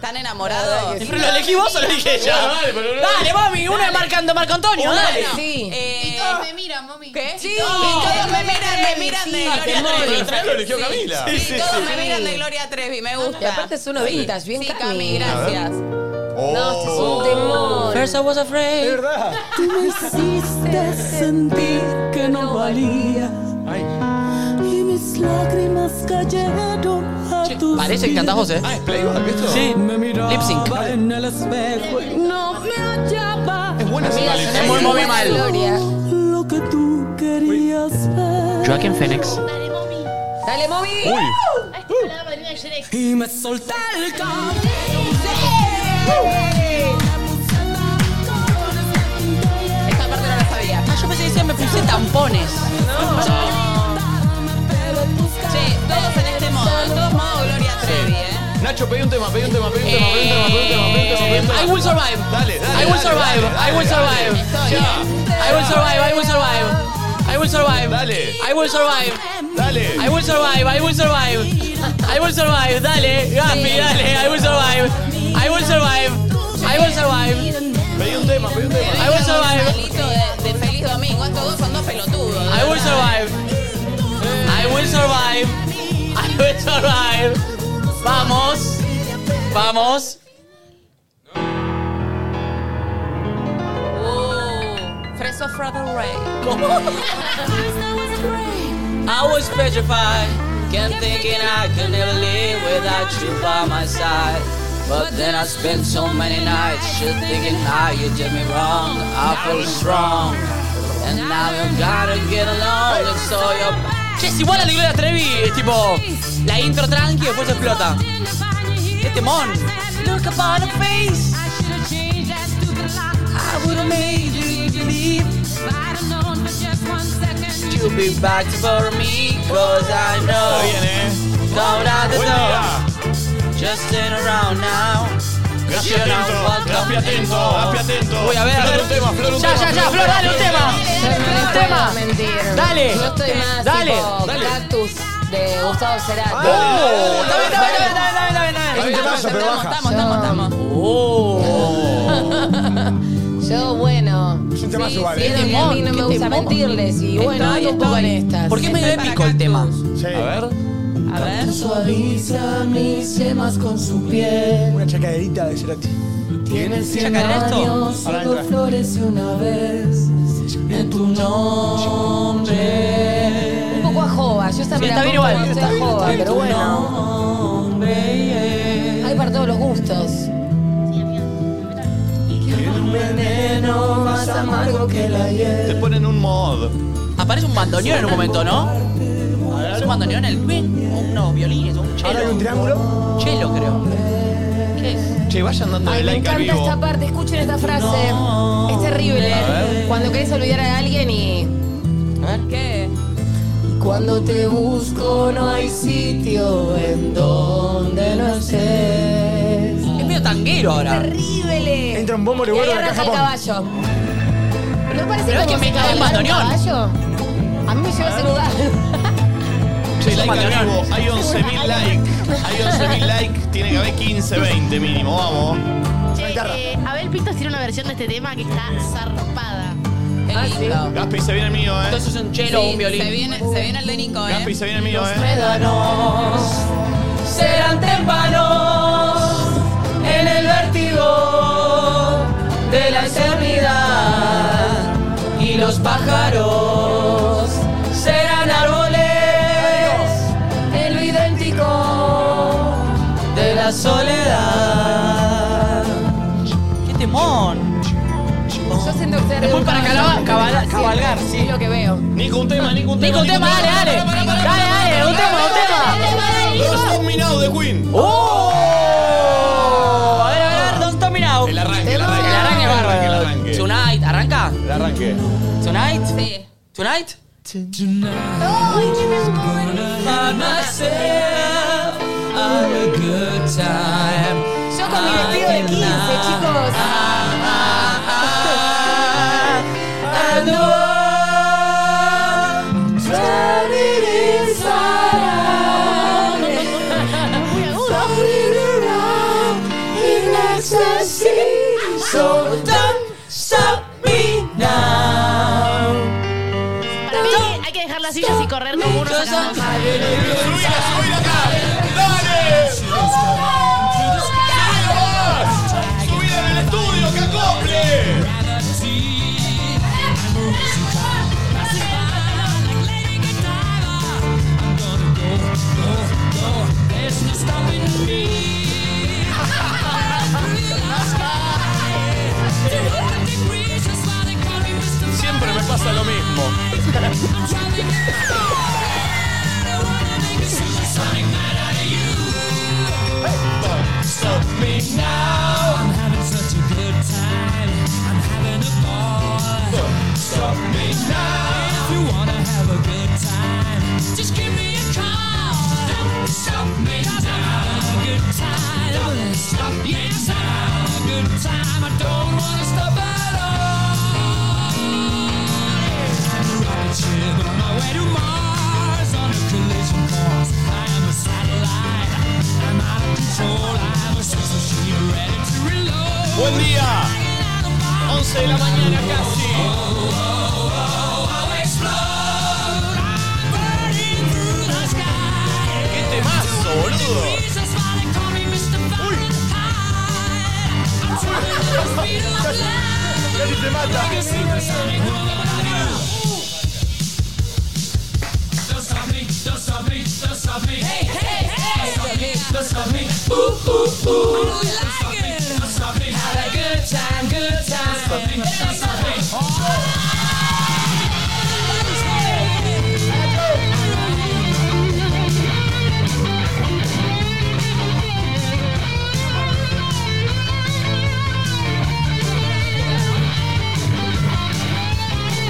¿Están enamorados? Pero ¿Lo elegí vos o lo elegí Ya, ella? vale, pero no. Dale, mami, uno es marcando Marco Antonio, dale. Sí. Y Eh, todos me miran, mami. ¿Qué? Sí. Y todos me miran, me miran de Sí, Gloria temor. Pero Trevi. al final lo eligió Camila. Sí, todos me sí. miran de Gloria Trevi, me gusta. Y aparte es uno vintage, bien Sí, Cami. Cami, gracias. No, este es Oh. un temor. First I was Es afraid. verdad. me hiciste sentir que no valía Ay. y mis lágrimas cayeron a tus Parece que cantás vos, eh. Ah, es playback esto. Sí, lip sync. en el espejo y no me hallaba Es buena esa Mira, maldición. sonó muy, muy igual mal. a Gloria. lo que tú querías ver. Joaquín Phoenix. Dale, mami. Dale, Moby. Ahí está la madrina de Shrek. Y me solté el cabello. Esta parte no la sabía. Ah, yo pensé que decía, me puse tampones. Che, todos en este modo, en todos modos Gloria Trevi, ¿eh? Nacho, pedí un tema, pedí un tema, pedí un tema, pedí un tema, pedí un tema, pedí un tema, pedí un tema. Eh, I will survive. Dale, dale. I will dale, survive. dale, I will survive. I will survive. I will survive. I will survive. Dale. I will survive. Dale. I will survive. I will survive. I will survive. Dale, Gafi, dale. I will survive. I will survive. I will survive. Pedí un tema, pedí un tema. I will survive. Salito de, de Feliz Domingo, estos dos son dos pelotudos. I will survive. I will survive. I will survive. Vamos. Vamos. Uh, Fresh off from the rain. I was petrified. Can't thinking I could never live without you by my side. But then I spent so many nights just thinking how you did me wrong. I feel strong. And now you gotta get along. It's so your. Che, es igual a la Gloria Trevi, es tipo la intro tranqui e y después explota. ¡Qué temón! Look upon her face. I would've made you believe you'll be back for me, cause I know. Está bien, eh. Going out the Buen door, día. just turn around now. Gaspi atento, Gaspi atento, Gaspi atento. Voy a ver, a Flor, ver. un tema, Flor, un ya, tema, ya, ya, Flor, Flor, dale un tema. Un tema. Mentir. Dale. Yo estoy más Dale, tipo dale. Cactus de Gustavo Cerati. Oh, está bien, está bien, está bien, está bien, está bien, está Es un bien. temazo, pero baja. Estamos, estamos, estamos. Oh. [LAUGHS] Yo, bueno. Es un temazo sí, igual, sí, ¿eh? es lo que a mí no me gusta mentirles. Y bueno, Estoy, ando un poco en estoy. estas. ¿Por qué me dio épico el tema? Sí. A ver. A ver. Suaviza mis yemas con su piel. Una chacaderita de Cerati. Tiene cien ¿Chacarera esto? años, Ahora solo entra. florece una vez en tu nombre. Un poco a Jova. Yo esta me Sí, la está bien compro igual. cuando Está estoy a Jova, pero bueno. Nombre. Hay para todos los gustos. Sí, amiga. veneno más amargo que la hiel. Te ponen un mod. Aparece un bandoneón en un momento, ¿no? Es un bandoneón en el o unos violines, o un chelo. ¿Ahora hay un triángulo? Chelo, creo. Che, vayan dando Ay, me like al encanta vivo. esta parte. Escuchen esta frase. es terrible. A ver. Cuando querés olvidar a alguien y. ¿Qué? Cuando te busco no hay sitio en donde no estés. Es medio tanguero ahora. Terrible. Entra un bombo Y ahí revuelve la arranca caja. el caballo. ¿No parece Pero es como que me si cae el cabalgara un bandoneón. caballo? A mí me lleva ese lugar. Che, like al vivo. Hay 11.000 likes. Hay 11.000 likes. Tiene que haber 15, 20 mínimo. Vamos. Che, eh, Abel Pintos tiene una versión de este tema que está zarpada. Qué Ah, lindo. Gaspi, se viene el mío, eh. Entonces es un chelo o un Sí, violín. Se viene, se viene el de Nico, ¿eh? Gaspi, se viene el mío, eh. Médanos serán témpanos en el vértigo de la eternidad y los pájaros serán árboles en lo idéntico de la soledad. ¡Qué temón! Yo siento que ustedes. Es muy para calaba- cabala- cabalgar, sí. Es lo que veo. Nico, un tema, Nico, un tema. Nico, un tema, dale, dale. Dale, dale, un tema, un tema. Los dominados de Queen. ¡Oh! A ver, a ver, ¿dónde está mirado? El El arranque, el arranque. arranque es Ah, El bárbaro. arranque. El arranque. Tonight, ¿arranca? El arranque. ¿Tonight? Sí. ¿Tonight? eh. Find myself on a good time. Yo con mi vestido de 15, chicos. [LAUGHS] I know turn it inside [LAUGHS] out turn it around in ecstasy. So don't stop me now. Para mí que hay que dejar las sillas y correr como unos a la otra. ¡Subida en el estudio, que acople! Siempre me pasa lo mismo. [LAUGHS] Buen día. 11 de la mañana casi. ¡Qué temazo, boludo! Casi te mata.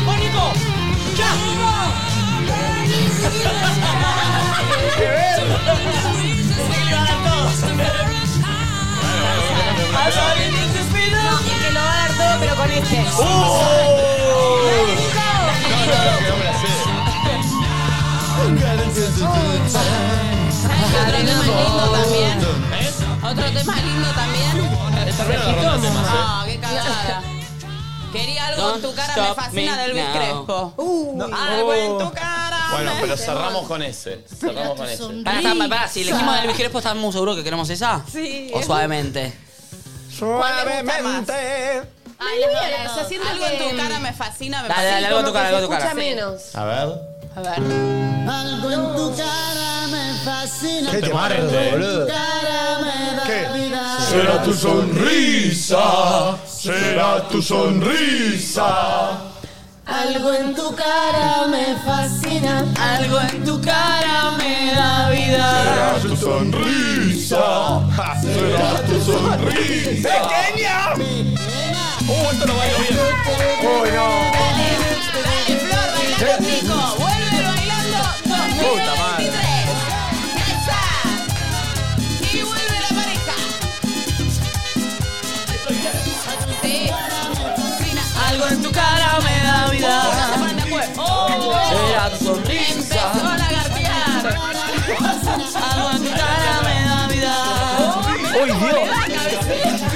¡Mónico! ¡Ya! Y que lo va a dar todo, pero con este. ¿Sabes qué otro tema lindo también? ¿Otro tema lindo también? No, qué cagada. Quería algo en tu cara, me Don't fascina stop del Luis me Crespo. Algo en tu cara. Bueno, [LAUGHS] me pero cerramos con ese. Cerramos con ese. Para, para, para, si elegimos a Luis Crespo, ¿estamos muy seguros que queremos esa? Sí. O suavemente. Suavemente. Ay, las Mira, dos. se siente Algo en tu cara me fascina, me Dale, dale, fascina. algo en tu cara, algo en tu Escucha cara. menos. A ver. A ver. Algo en tu cara me fascina. Qué tu temazo, boludo. cara me da ¿Qué? vida. Será tu sonrisa. será tu sonrisa. Algo en tu cara me fascina, algo en tu cara me da vida. Será tu sonrisa. Será tu sonrisa. ¡Pequeña! ¡Uh, esto no baila bien! ¡Uy, no! Dale, Flor, baila conmigo. Vuelve bailando 2023. ¡Esa! Y vuelve la pareja. Sí. Algo en tu cara me da vida. Será tu sonrisa. Empezó a lagartear. Algo en tu cara me da vida. ¡Uy, Dios!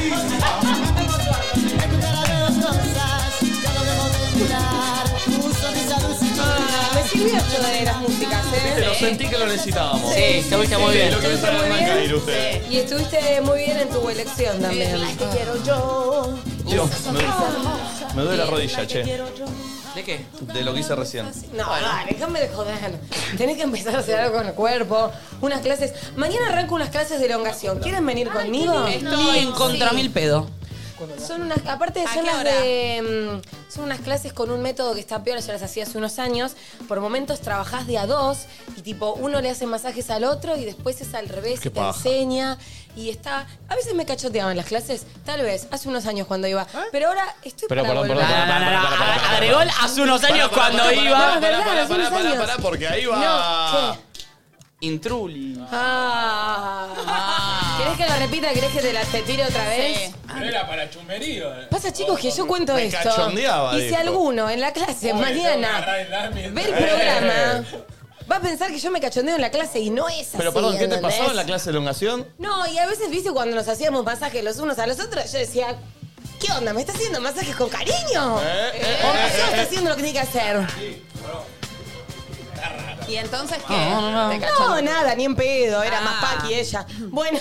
Me sirvió esto de las músicas, ¿eh? Pero sentí que lo necesitábamos. Sí, te fuiste muy bien. Lo que Estuviste pensaron muy en bien. Cairo ustedes. Y estuviste muy bien en tu elección también. la que quiero yo. Dios, me duele, me duele la rodilla, che. ¿De qué? De lo que hice recién. No, no, déjame de joder. Tenés que empezar a hacer algo con el cuerpo. Unas clases. Mañana arranco unas clases de elongación. ¿Quieren venir conmigo? Estoy en contra mil pedo. Son unas, aparte son las de, mm, son unas clases con un método que está peor, yo las hacía hace unos años. Por momentos trabajás de a dos y tipo uno le hace masajes al otro y después es al revés Qué y te paja. enseña. Y está, a veces me cachoteaban las clases, tal vez, hace unos años cuando iba. Pero ahora estoy Pero para perdón, volver. perdón, perdón, No, no, no, perdón, perdón, perdón, ¿Eh? Agregó el hace unos años Pará, pará, cuando pará, iba. Pará, No, es pará, verdad, pará, hace unos pará, años. pará, porque ahí No, va. ¿qué? Intruli. Ah. ¿Querés que lo repita? ¿Querés que te la te tire otra vez? Pero era para chumerío. Pasa, chicos, que yo cuento Me esto. cachondeaba, Y si dijo. alguno en la clase Uy, mañana tengo que agarrar el Dami. ve el programa, va a pensar que yo me cachondeo en la clase y no es así. Eh, Pero perdón, ¿qué te ¿entendés? pasó en la clase de elongación? No, y a veces, viste, cuando nos hacíamos masajes los unos a los otros, yo decía, ¿qué onda? ¿Me está haciendo masajes con cariño? Eh, ¿O yo está haciendo lo que tiene que hacer? ¿Y entonces qué? No, ¿Te cachó? nada, ni en pedo, era Ah. más Paqui ella. Bueno,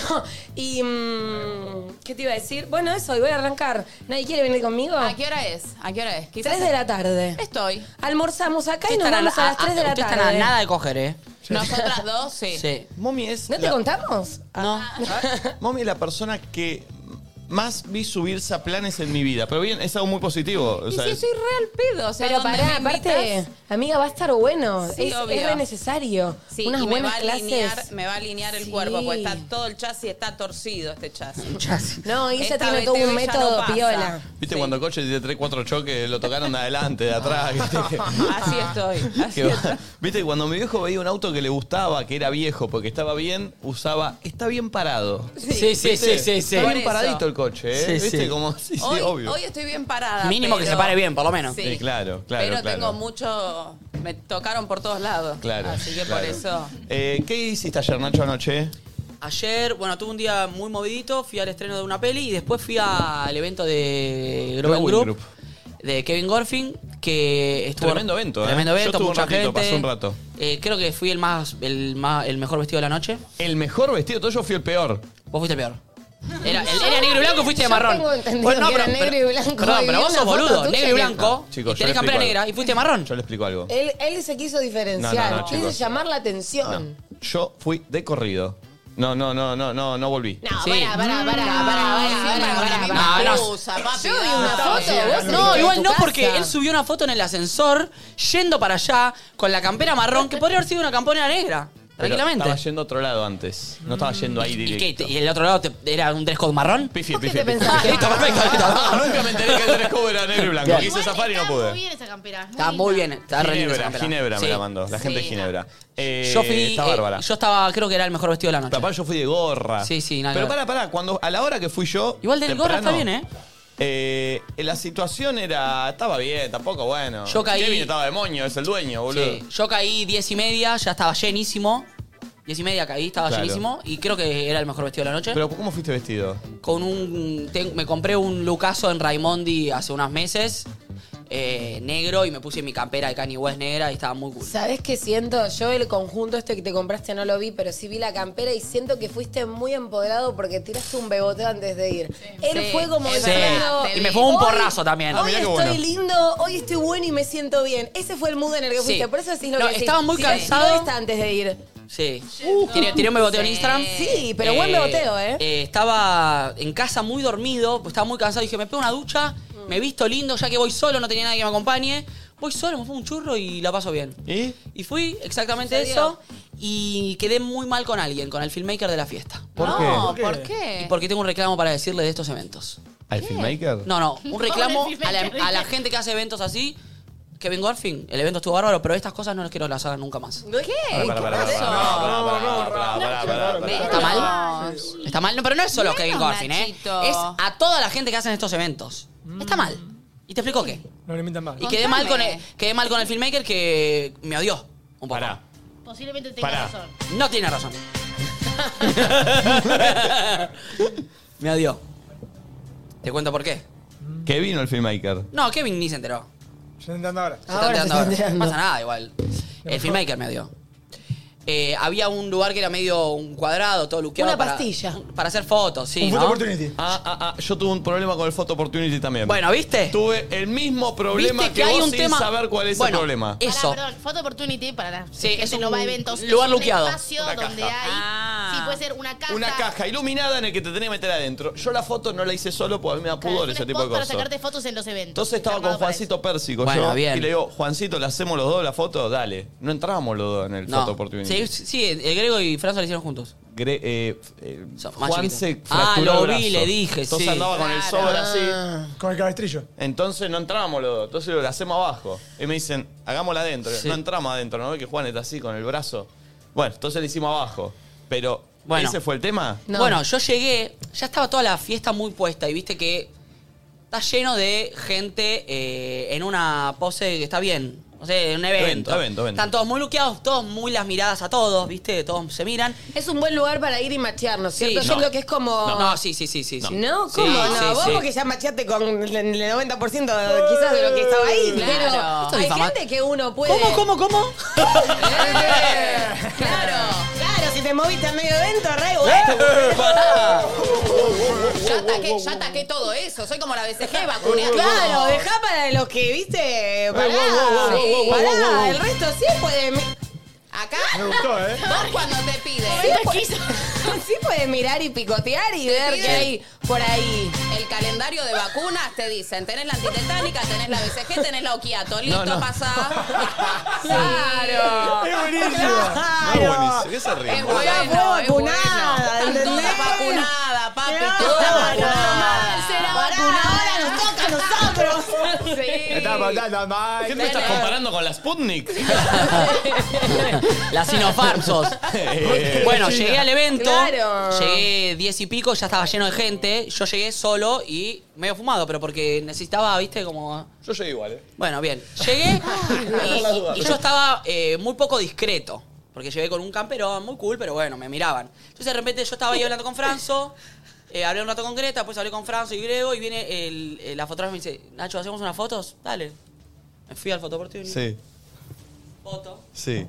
y. mm, ¿Qué te iba a decir? Bueno, eso, y voy a arrancar. ¿Nadie quiere venir conmigo? ¿A qué hora es? ¿A qué hora es? Quizás- 3 de la tarde. Estoy. Almorzamos acá y nos Están a la- vamos a las 3 de la ustedes están a tarde. nada de coger, ¿eh? Nosotras dos, sí. Sí. Mommy es. ¿No te la- contamos? Ah, No. Mommy es la persona que más vi subirse a planes en mi vida. Pero bien, es algo muy positivo. o Y sea, sí, es- soy real pedo. O sea, Pero donde pará, me aparte, invitas, amiga, va a estar bueno. Sí, es, obvio. es re necesario. Sí, Unas y me buenas va, a clases. alinear, me va a alinear el Sí. cuerpo, porque está todo el chasis está torcido este chasis. No, y ella Esta tiene vez todo te un ve, ya método no pasa. piola. ¿Viste cuando el coche tiene 3, 4 choques, lo tocaron de adelante, de atrás? ¿viste? Así estoy. [LAUGHS] Así Que va- Viste, cuando mi viejo veía un auto que le gustaba, que era viejo, porque estaba bien, usaba, está bien parado. Sí, sí, ¿Viste? sí, sí, sí. Está Por bien eso. paradito el coche, ¿eh? Sí, ¿Viste? sí. Como, sí, sí, hoy, obvio. hoy estoy bien parada. Mínimo que pero- se pare bien, por lo menos. Sí. Sí, claro, claro, pero claro. tengo mucho. Me tocaron por todos lados. Claro, Así que claro. por eso. Eh, ¿Qué hiciste ayer, Nacho, anoche? Ayer, bueno, tuve un día muy movidito, fui al estreno de una peli y después fui al evento de Global Global Group, Group. de Kevin Gorfin, que estuvo... Tremendo evento, ¿eh? Tremendo Yo evento, estuve un mucha ratito, gente. pasé un rato. Eh, creo que fui el más, el más, el mejor vestido de la noche. El mejor vestido todo yo fui el peor. Vos fuiste el peor. Era, el- era negro y blanco, fuiste de Yo marrón. tengo entendido Bueno, que era negro y blanco, Perdón, y pero vi vos una sos foto boludo, tuya negro y que- blanco. Chicos, Oh, y yo le tenés campera explico negra y fuiste de marrón. Yo le explico algo. Eh, Él, él se quiso diferenciar, No, no, no, quiso chicos. llamar la atención. Yo fui de corrido. No, no, no, no, no, no volví. No, Sí. pará, pará, pará, Ah, pará, pará, pará, pará, pará. Ah, no. Yo vi una foto, vos No, en igual tu no, casa. porque él subió una foto en el ascensor yendo para allá con la campera marrón, que podría haber sido una campera negra, Pero Estaba tranquilamente. yendo a otro lado antes. No estaba yendo ahí ¿Y, qué? directo. ¿Y el otro lado te- era un dress code marrón? Pifi, ¿Vos qué pifi, te pifi. [LAUGHS] pensás? Listo, perfecto, [LAUGHS] Ah, listo. nunca me enteré que el dress code era negro y blanco. Bien. Quise Igual zafar y no está muy pude. bien esa campera. es muy Está muy linda. bien, está re linda esa Ginebra, campera. Ginebra me Sí. la mandó. La gente de Ginebra. Eh, Yo fui. Está eh, bárbara. yo estaba, creo que era el mejor vestido de la noche. Papá, yo fui de gorra. Sí, sí, nada Pero que ver. pará, pará, cuando, a la hora que fui yo. Igual del gorra está bien, ¿eh? eh, la situación era. Estaba bien, tampoco bueno. Yo caí- Kevin estaba demonio, es el dueño, boludo. Sí. Yo caí 10 y media, ya estaba llenísimo. 10 y media caí, estaba Claro. llenísimo. Y creo que era el mejor vestido de la noche. Pero, ¿cómo fuiste vestido? con un ten- me compré un Lucaso en Raimondi hace unos meses eh, negro y me puse mi campera de Kanye West negra y estaba muy cool. ¿Sabés qué siento? Yo el conjunto este que te compraste no lo vi, pero sí vi la campera y siento que fuiste muy empoderado porque tiraste un beboteo antes de ir. Él Sí. fue como Sí. diciendo, Sí. Y me fue un hoy- porrazo también. Ah, Hoy estoy lindo, hoy estoy bueno y me siento bien. Ese fue el mood en el que Sí. fuiste, por eso decís lo No, que decís. estaba muy Si cansado. No está antes de ir. Sí. Tiré, tiré un beboteo en Instagram. Uh, Sí, pero buen beboteo, ¿eh? Estaba en casa muy dormido, pues estaba muy cansado. Dije, me pego una ducha, Mm. me visto lindo, ya que voy solo, no tenía nadie que me acompañe. Voy solo, me fue un churro y la paso bien. ¿Y? fui exactamente eso y quedé muy mal con alguien, con el filmmaker de la fiesta. ¿Por No, qué? ¿por qué? Y porque tengo un reclamo para decirle de estos eventos. ¿Al filmmaker? No, no, un reclamo Pobre a la, filmmaker. a la gente que hace eventos así. Kevin Gorfin, el evento estuvo bárbaro, pero estas cosas no las quiero que las hagan nunca más. ¿Qué? Pará, pará, pará, ¿Qué pasó? pará, pará, pará, pará, pará, pará, pará, pará. ¿Está mal? Está mal, no, pero no es solo Kevin Gorfin, ¿eh? Nachito. Es a toda la gente que hacen estos eventos. Está mal. ¿Y te explico qué? No le mientan más. Y quedé mal, con el, quedé mal con el filmmaker que me odió un poco. Posiblemente tenga Pará. razón. No tiene razón. me odió. ¿Te cuento por qué? ¿Qué vino el filmmaker? No, Kevin ni se enteró. Se está enterando ahora. Se está enterando ahora. No pasa nada igual. El filmmaker me dio. Eh, había un lugar que era medio un cuadrado, todo luqueado. Una para- pastilla. Para, hacer fotos, sí. ¿no? Ah, ah, ah, yo tuve un problema con el Photo Opportunity también. Bueno, ¿viste? Tuve el mismo problema ¿Viste que, vos sin saber cuál es Bueno, el problema. Eso. Pará, perdón, Photo Opportunity para la Sí, gente es que un no va a eventos. lugar es luqueado. Un espacio Una donde caja. hay. Sí, puede ser una caja. Una caja iluminada en el que te tenés que meter adentro. Yo la foto no la hice solo porque a mí me da pudor ese tipo de Vos para cosas. sacarte fotos en los eventos. Entonces estaba con Juancito Pérsico Bueno, yo, bien. y le digo, Juancito, ¿la hacemos los dos la foto? Dale. No entramos los dos en el No. Photo Opportunity. Sí, sí, el Grego y Franzo lo hicieron juntos. Gre- eh, eh, más Juan chiquito. se Ah, fracturó lo el vi, brazo. le dije, Entonces sí. andaba con el Claro. sobre así. Con el cabestrillo. Entonces no entrábamos los dos. Entonces lo hacemos abajo. Y me dicen, hagámosla adentro. Sí. No entramos adentro, ¿no ve que Juan está así con el brazo? Bueno, entonces lo hicimos abajo. Pero, Bueno. ¿ese fue el tema? Bueno, yo llegué, ya estaba toda la fiesta muy puesta y viste que está lleno de gente eh, en una pose que está bien. O sea, en un evento. Evento, evento, evento. Están todos muy luqueados, todos muy las miradas a todos, ¿viste? Todos se miran. Es un buen lugar para ir y machear, ¿no es cierto? Yo no. creo que es como... No, no, sí, sí, sí, sí. sí. No, ¿cómo? Sí, no, sí, vos sí. porque ya macheaste con el el 90% quizás de lo que estaba ahí. Claro. Esto Pero es hay difama- gente que uno puede... ¿Cómo, cómo, [LAUGHS] cómo? Claro, si te moviste al medio evento, re bueno. Ya ataqué, ya ataqué todo eso. Soy como la BCG, vacuné a Claro, todos. dejá para los que, viste, pará. wow, wow, wow, wow, wow, Pará, wow, wow. el resto sí puede... mi- Acá. Me gustó, [LAUGHS] ¿eh? Vos cuando te piden. Sí, puede, [LAUGHS] sí puede mirar y picotear y Te ver piden qué hay por ahí. El calendario de vacunas te dicen, tenés la antitetánica, tenés la BCG, tenés la Oquiato, listo, No, no. pasá. Claro. Es No, buenísimo. ¿Qué se ríe? Es bueno, es bueno. Están todas vacunadas, papi, todas vacunadas. Será nos toca a nosotros. Me estaba contando, Mike. ¿Qué te me estás comparando con la Sputnik? [LAUGHS] La Sinopharm sos. [LAUGHS] bueno, llegué al evento. Claro. Llegué 10 y pico, ya estaba lleno de gente. Yo llegué solo y medio fumado, pero porque necesitaba, viste, como. Yo llegué igual, ¿eh? Bueno, bien. [LAUGHS] Llegué y, y yo estaba eh, muy poco discreto. Porque llegué con un camperón, muy cool, pero bueno, me miraban. Entonces de repente yo estaba ahí hablando con Franzo, eh, hablé un rato con Greta, después hablé con Franzo y Grego, y viene el- eh, la fotógrafa y me dice, Nacho, ¿hacemos unas fotos? Dale. Me fui al fotoportunity. Sí, Foto. sí.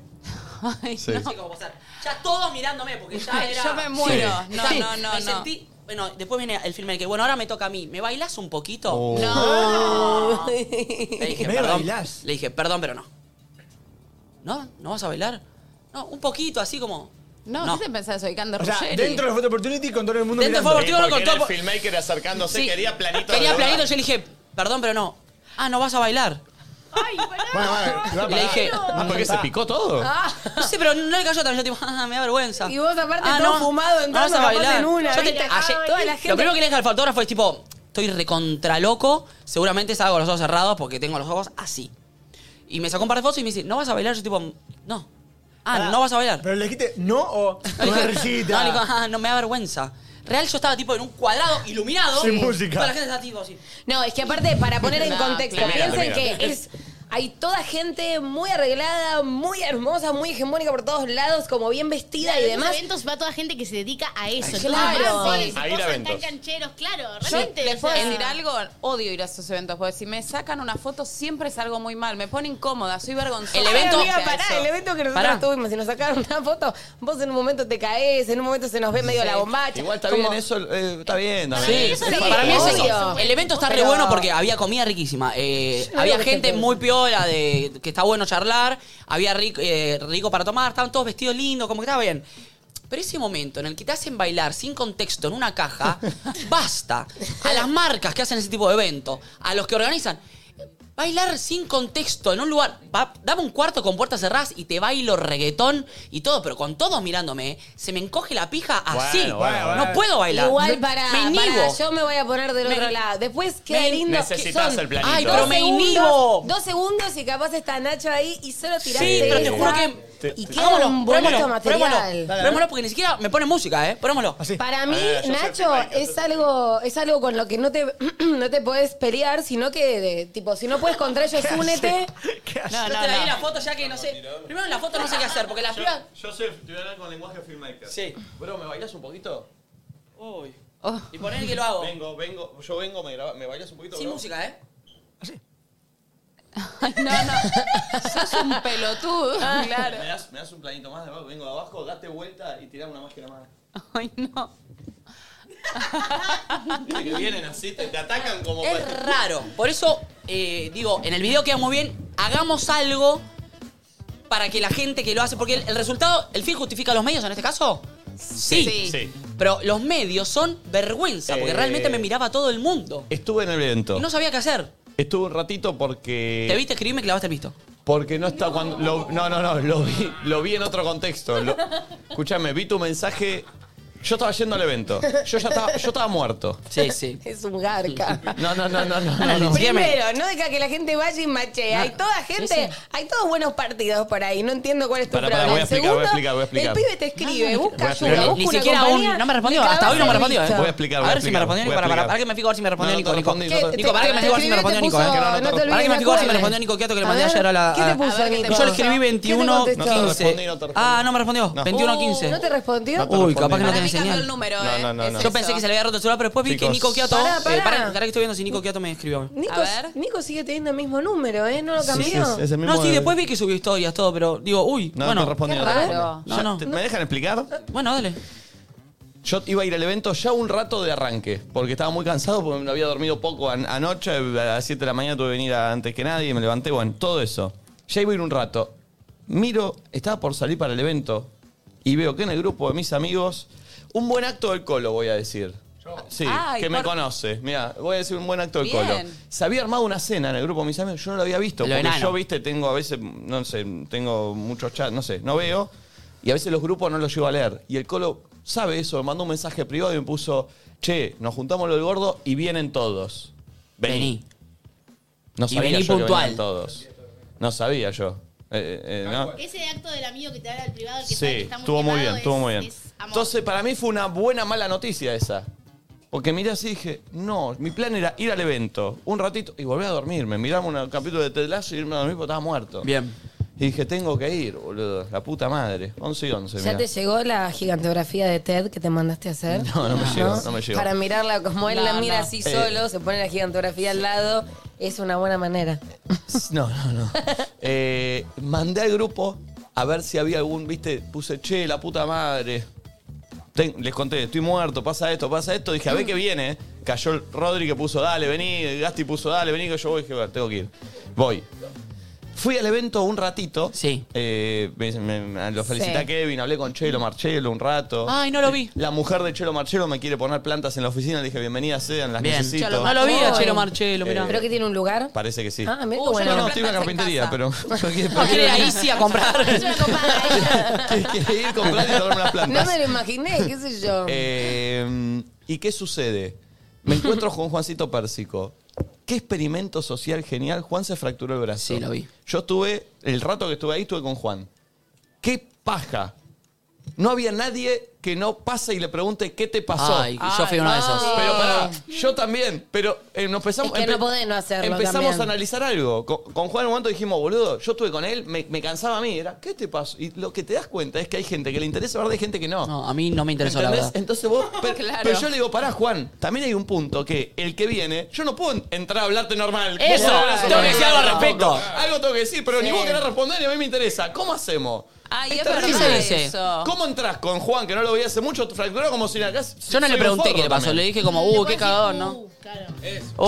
Ay, Sí. no sé cómo pasar. Ya todos mirándome porque [LAUGHS] [LAUGHS] ya era... Yo me muero. Sí. No, Sí. no, no, Me no. sentí... Bueno, después viene el filme que, bueno, ahora me toca a mí. ¿Me bailás un poquito? Oh. No. Le dije, ¿Me perdón. bailás? Le dije, perdón, pero no. ¿No? ¿No vas a bailar? No, un poquito, así como... No, No. ¿qué te pensás? Soy Cande O sea, Ruggeri. dentro del Photo Opportunity con todo el mundo Dentro del mirando. Photo Opportunity con todo- El filmmaker acercándose Sí. quería planito. Quería de verdad. planito, yo le dije, perdón, pero no. Ah, ¿no vas a bailar? Bueno, bueno, Y le dije... Ah, ¿por qué se picó todo? Ah. No sé, pero no le cayó también. Yo tipo, ah, me da vergüenza. Y vos aparte todo fumado no entrando vas a capaz bailar. en una, Yo te- ¿viste? ayer- Ay, toda la Lo gente- primero que le dije al fotógrafo es tipo, estoy recontra loco, seguramente salgo con los ojos cerrados porque tengo los ojos así. Y me sacó un par de fotos y me dice, ¿no vas a bailar? Yo tipo, no. Ah, Ah, no vas a bailar. Pero le dijiste no o [LAUGHS] No, dije, una no, le digo, risita. ah, no me da vergüenza. Real, yo estaba tipo en un cuadrado iluminado. Sin y música. Toda la gente estaba tipo así. No, es que aparte, para poner [LAUGHS] en No, contexto, claro. piensen Te miran, te que es. Hay toda gente muy arreglada, muy hermosa, muy hegemónica por todos lados, como bien vestida Claro, y en esos demás. eventos va toda gente que se dedica a eso. claro. A ir a Están tan eventos. cancheros, claro. Yo Realmente. les o puedo sea, decir algo, odio ir a esos eventos, porque si me sacan una foto siempre salgo muy mal, me pone incómoda, soy vergonzosa. El evento- Ay, amiga, ah, Pará, pará, el evento que nosotros Pará. tuvimos y nos sacaron una foto, vos en un momento te caes, en un momento se nos ve medio Sí. la bombacha. Igual está Como- bien eso, eh, está bien. Sí, también. para mí es eso. obvio. El evento está re Pero- bueno porque había comida riquísima. eh, no había digo que gente esté muy piola, de que está bueno charlar, había rico, eh, rico para tomar, estaban todos vestidos lindos, como que estaba bien. Pero ese momento en el que te hacen bailar sin contexto en una [LAUGHS] caja, basta. A las marcas que hacen ese tipo de evento, a los que organizan, bailar sin contexto en un lugar, pa- dame un cuarto con puertas cerradas y te bailo reggaetón y todo, pero con todos mirándome, se me encoge la pija así. Bueno, bueno, No bueno. puedo bailar. Igual Me- para, me para, inhibo. yo me voy a poner del Me- otro lado. Después qué me- lindo. que Necesitas son. el planito. Ay, pero Dos me segundos, inhibo. Dos segundos y capaz está Nacho ahí y solo tiraste. Sí, pero te juro esa. que. Y queda Hagámoslo, un bonito pruébalo, material. pruébalo, Dale, pruébalo dale. Ah, porque ni siquiera me pone música, ¿eh? Pruébalo. Ah, Para mí, Nacho, es algo, es algo con lo que no te, [CLEARS THROAT] no te puedes pelear, sino que, de- tipo, si no puedes contra ellos, [LAUGHS] ¿Qué hace? únete. No, no, te la di la foto ya que no sé. Primero en la foto no sé qué hacer, porque las pibas. Yo sé, te voy a hablar con lenguaje filmmaker. Sí. Bro, ¿me bailas un poquito? Uy. Y poner que lo hago. Vengo, vengo, yo vengo, me, graba, me bailas un poquito. Sin bro? música, [LAUGHS] ¿eh? [LAUGHS] Sos un pelotudo. Ah, Ah, Claro. ¿Me das, me das un planito más de abajo, vengo de abajo, date vuelta y tirame una máscara más. Ay, no. Que vienen así, te, te atacan como. Es raro. Por eso, eh, digo, en el video queda muy bien, hagamos algo para que la gente que lo hace. Porque el, el resultado, el fin justifica los medios en este caso. Sí. Pero los medios son vergüenza, porque Eh. realmente me miraba todo el mundo. Estuve en el evento. Y no sabía qué hacer. Estuve un ratito porque. Te viste escribirme y clavaste el visto. Porque no está cuando. lo- no, no, no. Lo vi, lo vi en otro contexto. Lo- escúchame, vi tu mensaje. Yo estaba yendo al evento. Yo ya estaba, yo estaba muerto. Sí, sí. Es un [LAUGHS] garca. No, no, no, no, no. no, no. Primero, no deja que la gente vaya y machee. Hay toda gente, hay todos buenos partidos por ahí. No entiendo cuál es tu Pará, pará, problema. voy a explicar, voy a Segundo, explicar, voy a explicar. El pibe te escribe, busca voy ayuda, a explicar. busca Ni una siquiera compañía, aún. No me respondió. le Hasta hoy no me clavas el respondió, ¿eh? visto. Voy a explicar, A voy a ver si me explicar, respondió voy Nico. a Para, para, explicar. para que me fijo a ver si me respondió No, no Nico. te Nico, respondí, no te- Nico, para que me fijo a ver si me respondió Nico. eh. Que no, no te Para que me olvides, fijo a ver si me acuérdate. respondió Nico Quieto, que le A mandé ver, ayer a la. ¿qué te a- puso, a ver, Nico? Yo le escribí ¿Qué te 21, contestó? No te 15. respondí, no te respondí. Ah, no me respondió. No. 21, 15. ¿No te respondió? No te Uy, respondí. capaz que no Para te mí enseñé. cambió el número, No, eh. no, no, Es no. Yo eso. pensé que se le había roto el celular, pero después vi que Chicos. Nico Quieto. Pará, eh, pará. pará, pará que estoy viendo si Nico Quieto me escribió. Nico, Nico sigue teniendo el mismo número, ¿eh? ¿No lo Sí, cambió? es- es el mismo No, sí, de- después vi que subió historias, todo, pero digo, uy, No, bueno. no te respondí, Qué no te respondí. raro. Ya, No, no. te- ¿Me dejan explicar? Bueno, dale. Yo iba a ir al evento ya un rato de arranque, porque estaba muy cansado, porque me había dormido poco an- anoche, a las 7 de la mañana tuve que venir a- antes que nadie, me levanté, bueno, todo eso. Ya iba a ir un rato. Miro, estaba por salir para el evento y veo que en el grupo de mis amigos, un buen acto del colo, voy a decir. Sí, Ay, que me por- conoce. Mira, voy a decir un buen acto del Bien. colo. Se había armado una cena en el grupo de mis amigos, yo no lo había visto, Lo porque enano. yo, viste, tengo a veces, no sé, tengo muchos chats, no sé, no veo. Y a veces los grupos no los llevo a leer. Y el Colo sabe eso, me mandó un mensaje privado y me puso, che, nos juntamos lo del gordo y vienen todos. Vení. No Y sabía vení yo que puntual. venían todos. No sabía yo. Eh, eh, eh, no. Ese acto del amigo que te habla al privado, el que sabe que Sí, está muy estuvo muy quemado, bien, es- estuvo muy bien. es amor. Entonces, para mí fue una buena mala noticia esa. Porque miré así y dije, no, mi plan era ir al evento un ratito y volver a dormirme. Miramos un capítulo de Ted Lasso y irme a dormir porque estaba muerto. Bien. Y dije, tengo que ir, boludo. La puta madre. 11 y 11. ¿Ya mirá. te llegó la gigantografía de Ted que te mandaste a hacer? Ah, No, no me llegó, no me llegó. Para mirarla, como él No, la mira no. así Eh. solo, se pone la gigantografía al lado, es una buena manera. No, no, no. Eh, mandé al grupo a ver si había algún, viste, puse, che, la puta madre. Ten- les conté, estoy muerto, pasa esto, pasa esto. Dije, a Mm. ver qué viene. Cayó el Rodri que puso, dale, vení. Gasti puso, dale, vení, que yo voy. Dije, bueno, tengo que ir. Voy. Fui al evento un ratito. Sí. me, me- lo felicité Sí. a Kevin, hablé con Chelo Marchelo un rato. Ay, no lo vi. La mujer de Chelo Marchelo me quiere poner plantas en la oficina. Le dije, bienvenida sean, las Bien. necesito. Eh, Chelo No lo vi a Marchelo Marchelo, mirá. ¿Pero que tiene un lugar? Parece que sí. Ah, mira no, qué bueno. no, estoy en la carpintería, pero. No, quiere ir ahí sí [LAUGHS] a [LAUGHS] comprar. Quiere ir a comprar y tomarme unas No plantas. me lo imaginé, qué sé yo. Eh, ¿Y qué sucede? Me encuentro con Juancito Pérsico. Qué experimento social genial. Juan se fracturó el brazo. Sí, lo vi. Yo estuve, el rato que estuve ahí, estuve con Juan. ¡Qué paja! No había nadie que no pase y le pregunte qué te pasó. Ah, Ay, yo fui uno de esos. Pero pará, yo también. Pero eh, nos Es empezamos. que empe- no podés no hacerlo Empezamos también. a analizar algo. Con, con Juan en un momento dijimos, boludo, yo estuve con él, me, me cansaba a mí. Era, ¿qué te pasó? Y lo que te das cuenta es que hay gente que le interesa hablar de gente que no. No, a mí no me interesó la ¿Entendés? verdad. [LAUGHS] Entonces vos. Pero, Claro. pero yo le digo, pará, Juan, también hay un punto que el que viene, yo no puedo entrar a hablarte normal. Eso, Vos hablas tengo que decir algo al respecto. Algo tengo que decir, pero ni Sí. vos querés responder ni a mí me interesa. ¿Cómo hacemos? Ay, Es es terrible. verdad ¿Qué se dice? eso. ¿Cómo entras con Juan, que no lo veía hace mucho, fracturado como si acá Yo no le pregunté qué le pasó, le dije como, uh, qué cagón, ¿no? Oh,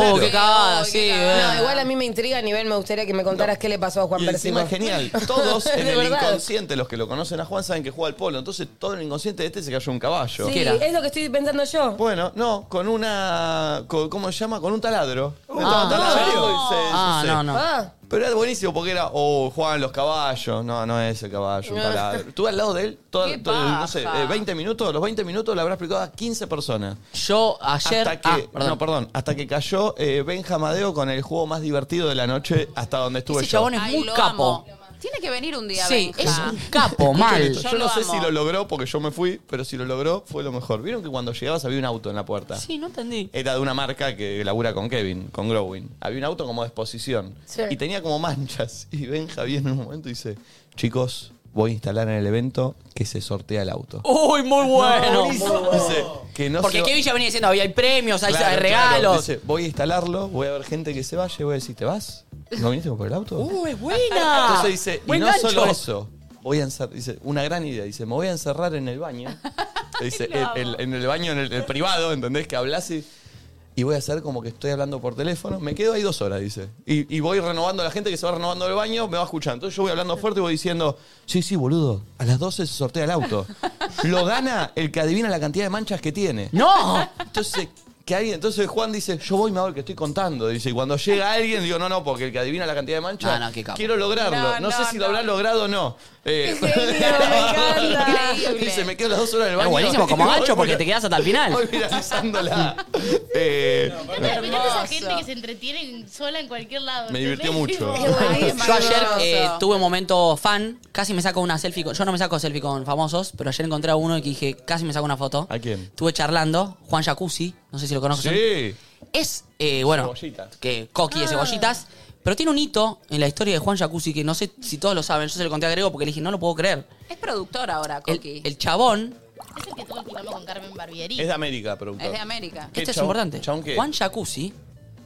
Claro. qué cagada, sí. eh. No, igual a mí me intriga a nivel, me gustaría que me contaras qué le pasó a Juan Y encima es Persico. [LAUGHS] genial. Todos en De el verdad. inconsciente, los que lo conocen a Juan, saben que juega al polo. Entonces, todo en el inconsciente de este se cayó un caballo. Sí, es lo que estoy pensando yo. Bueno, no, con una. con- ¿Cómo se llama? Con un taladro. Un Ah. taladro. No. y se- Ah, se- no, no. Ah. Pero era buenísimo porque era, oh, Juan, los caballos. No, no es el caballo, un No. taladro. Estuve al lado de él, toda- ¿Qué todo- no sé, pasa? eh, 20 minutos. Los 20 minutos le habrá explicado a 15 personas. Yo ayer. Hasta que, ah, perdón. No, perdón. Hasta que cayó eh, Benjamadeo con el juego más divertido de la noche hasta donde estuve Ese yo. chabón es Ay, muy lo capo. amo. Tiene que venir un día, Sí, Benja. es un capo, mal. Yo, no sé si lo logró porque yo me fui, pero si lo logró fue lo mejor. ¿Vieron que cuando llegabas había un auto en la puerta? Sí, no entendí. Era de una marca que labura con Kevin, con Growing. Había un auto como de exposición. Sí. Y tenía como manchas. [LAUGHS] Y Benja viene en un momento y dice, chicos, voy a instalar en el evento que se sortea el auto. Uy, muy bueno. Dice que no Porque se va- Kevin ya venía diciendo, había hay premios, hay Claro, claro. regalos. Dice, voy a instalarlo, voy a ver gente que se vaya, y voy a decir, ¿te vas? ¿No viniste por el auto? ¡Uh, es buena! Entonces dice, y Buen no gancho. solo eso, voy a encer- dice, una gran idea, dice, me voy a encerrar en [LAUGHS] el baño. dice, Lo amo. el- el- en el baño, en el, el privado, ¿entendés? Que hablas y, y voy a hacer como que estoy hablando por teléfono. Me quedo ahí dos horas, dice. Y, y voy renovando a la gente que se va renovando el baño, me va escuchando. Entonces yo voy hablando fuerte y voy diciendo, sí, sí, boludo, a las 12 se sortea el auto. Lo gana el que adivina la cantidad de manchas que tiene. ¡No! Entonces... Que alguien, entonces Juan dice, yo voy y me hago el que estoy contando. Dice, y cuando llega alguien, digo, no, no, porque el que adivina la cantidad de manchas, No, no, qué capo. quiero lograrlo. No, No, sé no, si lo habrá logrado o no. Eh, [LAUGHS] Dice, me quedo las dos horas en el baño. Es buenísimo como gancho [LAUGHS] Voy porque te quedás hasta el final. [LAUGHS] Voy viralizándola. [LAUGHS] Eh, ¿Te imaginas esa gente que se entretiene sola en cualquier lado? Me divirtió ¿entendés? [LAUGHS] mucho. Tipo, [LAUGHS] Yo ayer eh, tuve un momento fan, casi me saco una selfie. Con, yo no me saco selfie con famosos, pero ayer encontré a uno que dije, casi me saco una foto. ¿A quién? Estuve charlando, Juan Jacuzzi, no sé si lo conoces. Sí. Es, eh, bueno, que Coqui Ah. de cebollitas, pero tiene un hito en la historia de Juan Jacuzzi que no sé si todos lo saben. Yo se lo conté a Grego porque le dije, no lo puedo creer. Es productor ahora, El, Coqui. el chabón, Es el que tuvo el quilombo con Carmen Barbieri. es de América, productor. Es de América. esto es chabón- importante, chabón qué? Juan Jacuzzi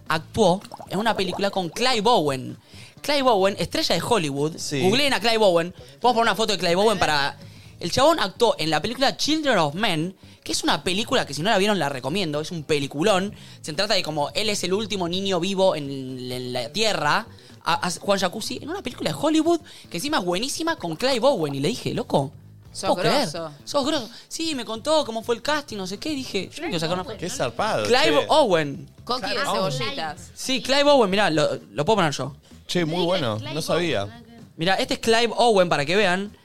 actuó en una película con Clive Owen. Clive Owen, estrella de Hollywood. Googleen a Clive Owen. Vamos poner una foto de Clive Owen para... El chabón actuó en la película Children of Men, que es una película que si no la vieron la recomiendo, es un peliculón. Se trata de como él es el último niño vivo en, en la Tierra, a- a Juan Jacuzzi, en una película de Hollywood que encima es buenísima con Clive Owen. Y le dije, loco, Sos ¿puedo creer? grosso. Sos grosso. Sí, me contó cómo fue el casting, no sé qué. y Dije, yo no quiero sacar una... Qué zarpado. Clive che. Owen. Coqui de cebollitas. Sí, Clive Owen, mirá, lo, lo puedo poner yo. Che, muy bueno, no sabía. Mirá, este es Clive Owen para que vean.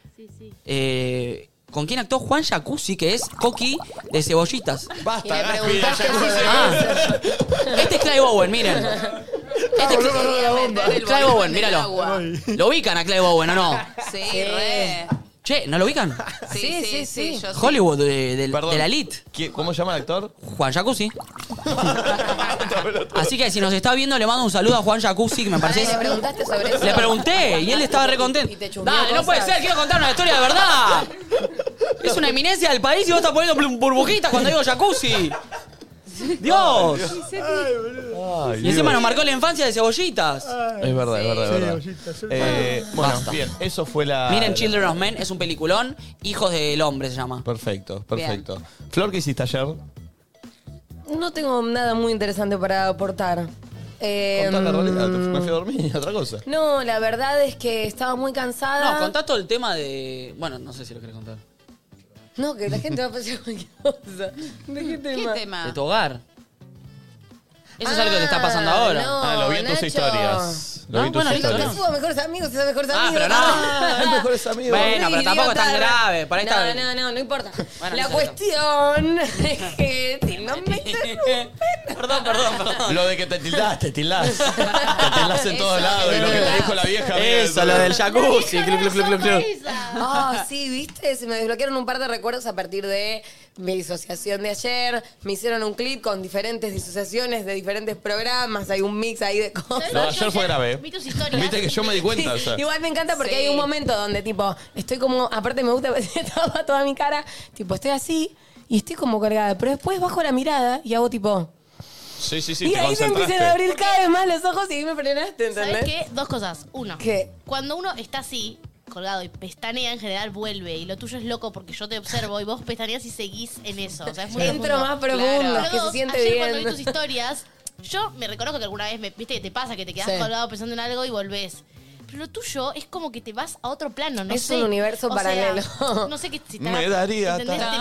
Eh, ¿Con quién actuó Juan Jacuzzi, que es Coqui de Cebollitas? Basta, Y le Gaspi, preguntás ya que conocí. Ah, este es Clive Owen, miren. Este es Clive Owen, míralo. ¿Lo ubican a Clive Owen o no? Sí, re. Che, ¿no lo ubican? Sí, sí, sí, yo sí. Hollywood, de, de- Perdón. de la elite. ¿Qué- ¿Cómo se llama el actor? Juan [LAUGHS] Jacuzzi. Así que si nos está viendo, le mando un saludo a Juan Jacuzzi, que me parece. ¿Le preguntaste sobre eso? Le pregunté y él estaba re contento. Dale, no puede ser, quiero contar una historia de verdad. Es una eminencia del país y vos estás poniendo blum- burbujitas cuando digo jacuzzi. Dios. Ay, Y encima Dios. nos marcó la infancia de cebollitas. Es verdad, es verdad, es verdad. Eh, bueno, Basta. bien, eso fue la. Miren Children of Men, es un peliculón. Hijos del hombre se llama. Perfecto, perfecto. Flor, ¿qué hiciste ayer? No tengo nada muy interesante para aportar. Eh, Contá Ah, la realidad. Me fui a dormir, [LAUGHS] otra cosa. no, la verdad es que estaba muy cansada. No, contá todo el tema de. Bueno, no sé si lo querés contar. No, que la gente va a pensar cualquier cosa. ¿De qué tema? De tu hogar. Eso es algo que te está pasando ahora. no, Ah, lo vi en tus Nacho. historias. Lo vi en tus Pero historias. que suba mejores amigos, se mejores Ah, amigos. pero no. [LAUGHS] Ah, Hay mejores amigos. Bueno, pero tampoco es tan idiota. grave, por ahí no, está- no, no, no importa. Bueno, la no sé. cuestión es que si no [LAUGHS] me interrumpen. Perdón, perdón, perdón. [LAUGHS] Lo de que te tildás, te [LAUGHS] tildás. Te tildás en todos lados. Y lo que te dijo la vieja. Eso, lo del [LAUGHS] jacuzzi. Clu, clu, clu, clu, clu. Ah, sí, viste, se me desbloquearon un par de recuerdos a partir de mi disociación de ayer. Me hicieron un clip con diferentes disociaciones de diferentes programas. Hay un mix ahí de cosas. Lo de ayer fue grave. Viste que yo me di [LAUGHS] cuenta. o sea. Igual me encanta porque Sí. hay un momento donde, tipo, estoy como. Aparte, me gusta [LAUGHS] toda, toda mi cara. Tipo, estoy así y estoy como cargada. Pero después bajo la mirada y hago tipo. Sí, sí, sí, y te ahí me concentraste. empiezan a abrir cada vez más los ojos y ahí me frenaste, ¿entendés? ¿Sabes qué? Dos cosas. Uno, ¿Qué? cuando uno está así, colgado y pestañea, en general vuelve. Y lo tuyo es loco porque yo te observo y vos pestañeas y seguís en eso. O sea, es muy Entro profundo. más profundo, Pero que se dos, siente ayer bien. cuando vi tus historias, Yo me reconozco que alguna vez, me, viste, que te pasa que te quedas Sí. colgado pensando en algo y volvés. Pero lo tuyo es como que te vas a otro plano, no Es sé. un universo O sea, paralelo. no sé qué si te Me vas- daría ¿entendés? tal Te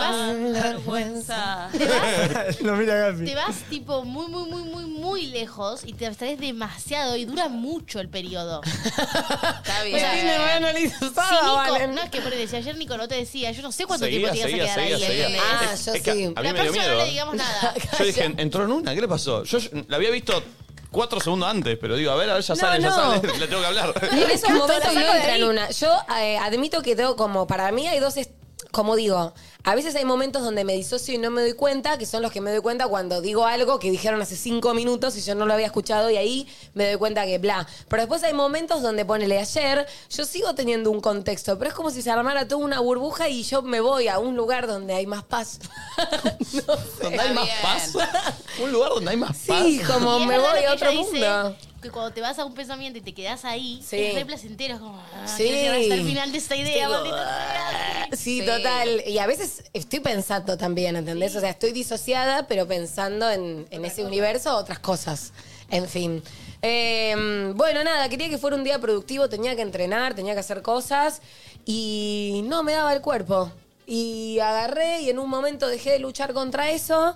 vas, vergüenza. Te vas, [LAUGHS] Lo mira Gaspi. te vas, tipo muy, muy, muy, muy, muy lejos y te abstraes demasiado y dura mucho el [LAUGHS] periodo. Está bien. Tiene re analizada, Valen. No, es que por decía ayer Nico no te decía, yo no sé cuánto Seguía, tiempo te ibas a seguía, quedar seguía, ahí. seguía. ¿entendés? Ah, Es- yo es que sí. a mí la me dio próxima no miedo. le digamos nada. [LAUGHS] Yo dije, entró en una, ¿qué le pasó? Yo la había visto cuatro segundos antes, pero digo, a ver, a ver, ya No, sale, ya no. sale, [LAUGHS] le tengo que hablar. En esos la momentos no saco de entra ahí. en una. Yo eh, admito que tengo como, para mí hay dos, est- como digo, a veces hay momentos donde me disocio y no me doy cuenta, que son los que me doy cuenta cuando digo algo que dijeron hace cinco minutos y yo no lo había escuchado y ahí me doy cuenta que bla. Pero después hay momentos donde ponele ayer, yo sigo teniendo un contexto, pero es como si se armara toda una burbuja y yo me voy a un lugar donde hay más paz. ¿Donde hay más [LAUGHS] paz? ¿Un lugar donde hay más paz? Sí, como Y es me verdad voy lo a que otro ella dice, mundo. Que cuando te vas a un pensamiento y te quedas ahí, Sí. es re placentero, es como, ah, Sí. quiero llegar hasta el final de esta idea, Digo, ah. maldita sea. Sí, total. Y a veces estoy pensando también, ¿entendés? O sea, estoy disociada, pero pensando en, en ese universo, otras cosas. En fin. Eh, bueno, nada, quería que fuera un día productivo, tenía que entrenar, tenía que hacer cosas y no me daba el cuerpo. Y agarré y en un momento dejé de luchar contra eso.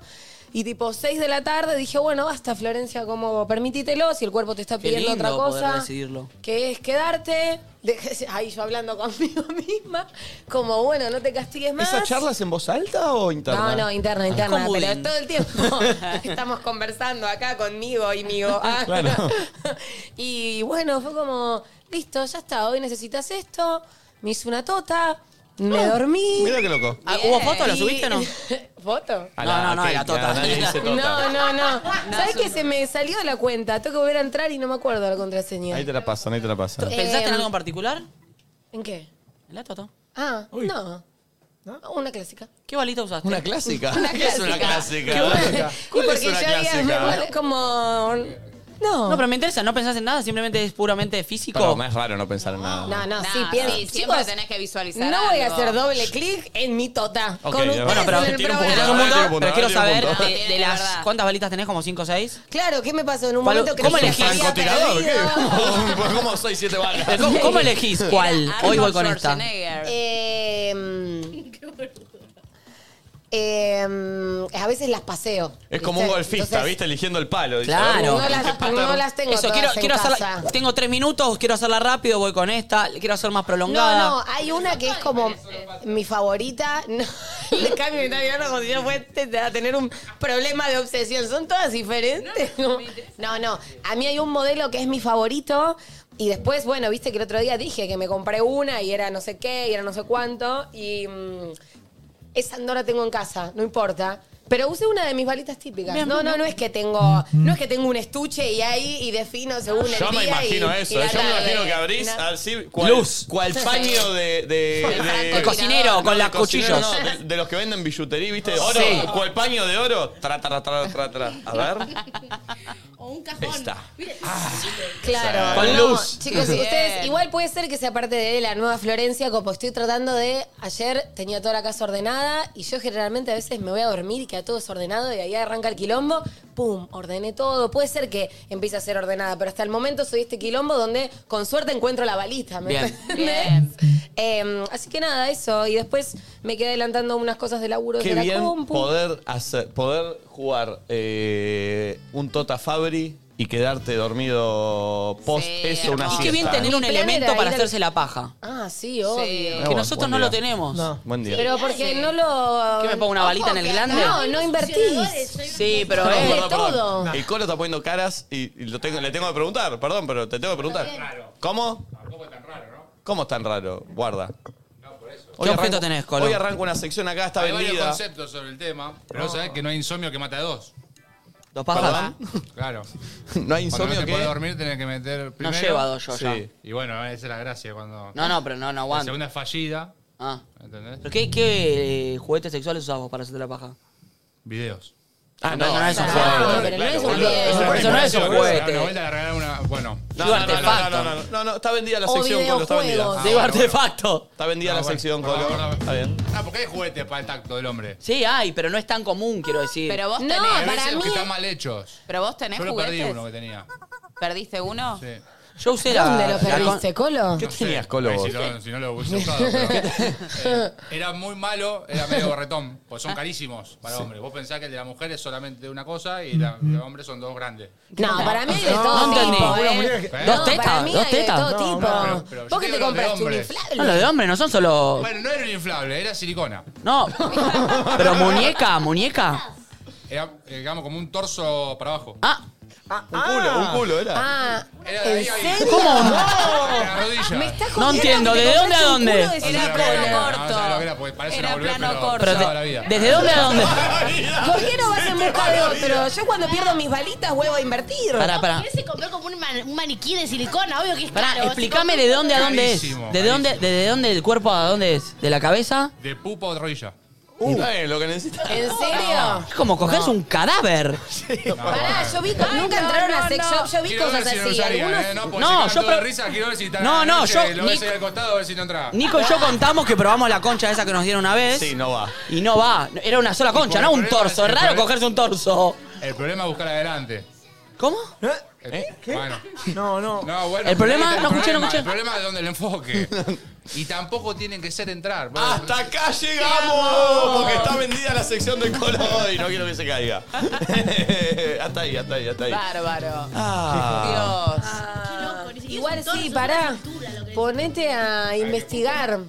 Y tipo 6 de la tarde dije, bueno, basta Florencia, como permitítelo, si el cuerpo te está Qué pidiendo lindo otra poder cosa decidirlo. que es quedarte. de- ahí yo hablando [LAUGHS] conmigo misma, como bueno, no te castigues más. ¿Esa charla es en voz alta o interna? No, no, interna, Ah, interna, con pero bullying. todo el tiempo [LAUGHS] estamos conversando acá conmigo y migo. Ah. Claro. Y bueno, fue como, listo, ya está, hoy necesitas esto, me hice una tota, me dormí. Mira qué loco. Ah, ¿Hubo foto? ¿La Y- [LAUGHS] subiste o no? ¿Foto? A No, no, no, que- la tota. a [LAUGHS] nadie dice tota. No, no, no. ¿Sabes su- que se me salió de la cuenta? Tengo que volver a entrar y no me acuerdo la contraseña. Ahí te la pasan, ahí te la pasan. ¿Pensaste en Eh, algo en particular? ¿En qué? En la tota. Ah, no. Una clásica. ¿Qué balita usaste? Una clásica. Una ¿Qué es una clásica. clásica? Qué buena. ¿Cuál Y es una clásica? como... No. No, pero me interesa, no pensás en nada, simplemente es puramente físico. Pero me es raro no pensar en nada. [LAUGHS] No, no, sí, Nah, pienso. Ah, sí, siempre Chicos, tenés que visualizar No voy a algo. hacer doble clic en mi tota. Ok, con de ustedes verdad. Bueno, pero en el tiene un programa. Tenés un Tiene un montón, punto, pero quiero tiene un saber punto. de, de las cuántas balitas tenés como 5 o 6? Claro, ¿qué me pasó? En un ¿Cuál- momento cómo creí elegís? que había ¿Francotirador? ¿Qué? perdido. [LAUGHS] ¿Cómo- pues, ¿Cómo soy siete balas? ¿Cómo, cómo [LAUGHS] elegís cuál? Era Hoy voy Arnold con esta. Schwarzenegger. Eh, mm, eh, mm, a veces las paseo. Es como un ¿viste? golfista, Entonces, ¿viste? Eligiendo el palo. dice, Claro. "Uh, No qué las, patada". no las tengo Eso, todas quiero, en quiero hacerla. casa. Tengo tres minutos, quiero hacerla rápido, voy con esta, quiero hacer más prolongada. No, no, hay una que es como mi favorita. [LAUGHS] No, le cambio me está mirando como si yo fuese a tener un problema de obsesión. Son todas diferentes. No, no, no. A mí hay un modelo que es mi favorito. Y después, bueno, viste que el otro día dije que me compré una y era no sé qué, y era no sé cuánto. Y mm, esa no la tengo en casa, no importa. Pero usé una de mis balitas típicas. Bien, no, bien, no, no es que tengo, no es que tengo un estuche y ahí y defino según el Yo me día y- imagino y eso. la Yo me tarde. imagino que abrís No. así. Cual, Luz. Cual paño de. De, de- De cocinero, con de las cocinero, cuchillos. no, de, de los que venden billutería, ¿viste? Oro. Sí. Cual paño de oro. Tra, tra, tra, tra, tra. [LAUGHS] A ver. O un cajón. Esta. Claro. Con No, luz. Chicos, Bien. ustedes, igual puede ser que sea parte de la nueva Florencia, como estoy tratando de. Ayer tenía toda la casa ordenada y yo generalmente a veces me voy a dormir y queda todo desordenado y ahí arranca el quilombo. ¡Pum! Ordené todo. Puede ser que empiece a ser ordenada, pero hasta el momento soy este quilombo donde con suerte encuentro la balita. ¿me Bien. entendés? Eh, así que nada, eso. Y después me quedé adelantando unas cosas de laburo Qué de la bien compu. poder, hacer, poder jugar eh, un Tota Fabri y quedarte dormido post eso, una Y siesta. ¿eh? Ah, qué bien tener un Mi plan elemento era para ir al- hacerse la paja. Ah, sí, obvio. Que buen- nosotros buen no lo día. tenemos. Buen día. Pero porque no lo. ¿Qué me pongo una balita en el glande? No, no invertís. Sí, pero No, eh, perdón, perdón. todo. El colo está poniendo caras y, y lo tengo- le tengo que preguntar, perdón, pero te tengo que preguntar. ¿Cómo? ¿Cómo es tan raro? Guarda. ¿Qué objeto tenés, Colo? Hoy arranco una sección acá, está Hay varios vendida. conceptos sobre el tema, pero vos sabés que no hay insomnio que mata a dos. ¿Dos Ah. pajas? Claro. [LAUGHS] No hay Cuando insomnio no te podés que. dormir tenés que meter primero. lleva dos yo ya. Sí. Y bueno, esa es la gracia cuando... No, no, pero no, no La aguanto. segunda es fallida, Ah. ¿entendés? ¿Pero qué, qué eh, juguetes sexuales usás vos para hacerte la paja? Videos. Ah, no, no, no es un Ah, juego. pero no es un Eso- juego. Eso no es un Una juguete. vuelta Bueno. Digo No, no, no, no, artefacto. no, no, no, no, no, está vendida la O sección, Colo, está vendida. videojuegos. Digo artefacto. Está vendida la sección, Colo. Está bien. Ah, porque hay juguetes para el tacto del hombre. Sí, hay, pero no es tan común, quiero decir. Pero vos No, tenés. para Pero esos mí que están es- mal hechos. Pero vos tenés Yo lo juguetes. perdí uno que tenía. ¿Perdiste uno? Sí. Yo usé la- ¿Dónde lo la perdiste, Colo? ¿Qué tenías, Colo? Ay, vos? si, no, si no lo hubiese usado. pero, eh, era muy malo, era medio retón. Porque son carísimos para Sí. hombres. Vos pensás que el de la mujer es solamente una cosa y la- los hombres son dos grandes. No, para mí hay de No, todo no entendí. tipo. Una ¿eh? muñeca que- No, Dos para tetas, mí dos hay de tetas. todo No, tipo. no, pero- pero yo ¿Vos qué digo los te de compraste? ¿Un hombres. inflable? No, lo de hombre no son solo. Bueno, no era un inflable, era silicona. No. Pero muñeca, muñeca. Era, eh, digamos, como un torso para abajo. Ah. Un culo, un culo era. Ah, Era de ahí, ¿en ahí. serio? ¿Cómo? No. La rodilla. Me estás No jodiendo entiendo, que te ¿de dónde a compraste un dónde? culo de Era silicona? plano corto. No, no, no, era, porque parece una boludez, pero Pero salva te- la vida. ¿Desde dónde a dónde? ¿Por qué no vas en busca de otro? Yo cuando pierdo mis balitas vuelvo a invertir. Pará, pará. Él se compró como un, man- un maniquí de silicona, obvio que es Pará, caro. explícame Se compró de dónde a un- dónde es. Carísimo, ¿De dónde, desde dónde el cuerpo a dónde es? ¿De la cabeza? De pupa o de rodilla. Uh. Está bien, lo que necesitas. ¿En serio? Es como cogerse un cadáver. Pará, yo vi. nunca entraron a sex shop, yo vi Quiero cosas ver si lo así. usaría, algunos- eh, No, porque se No, cagan yo todos de pro- risa, quiero ver si está No, en la no, noche, yo- Lo ves Nico- ahí al costado a ver si no entra. Nico y yo contamos que probamos la concha esa que nos dieron una vez. Sí, no va. Y no va. Era una sola concha, Y no por el problema un torso. es Es el raro problema- cogerse un torso. El problema es buscar adelante. ¿Eh? ¿Cómo? ¿Qué? Bueno. No, no. bueno, El problema- ahí está no escuché, no problema. escuché. El problema es donde el [LAUGHS] enfoque. Y tampoco tienen que ser entrar. Bueno, Hasta acá llegamos, porque está vendida la sección del Colo y no quiero que se caiga. [LAUGHS] hasta ahí, hasta ahí, hasta ahí. Bárbaro. Ah. Dios. Igual sí, pará. Ponete a investigar.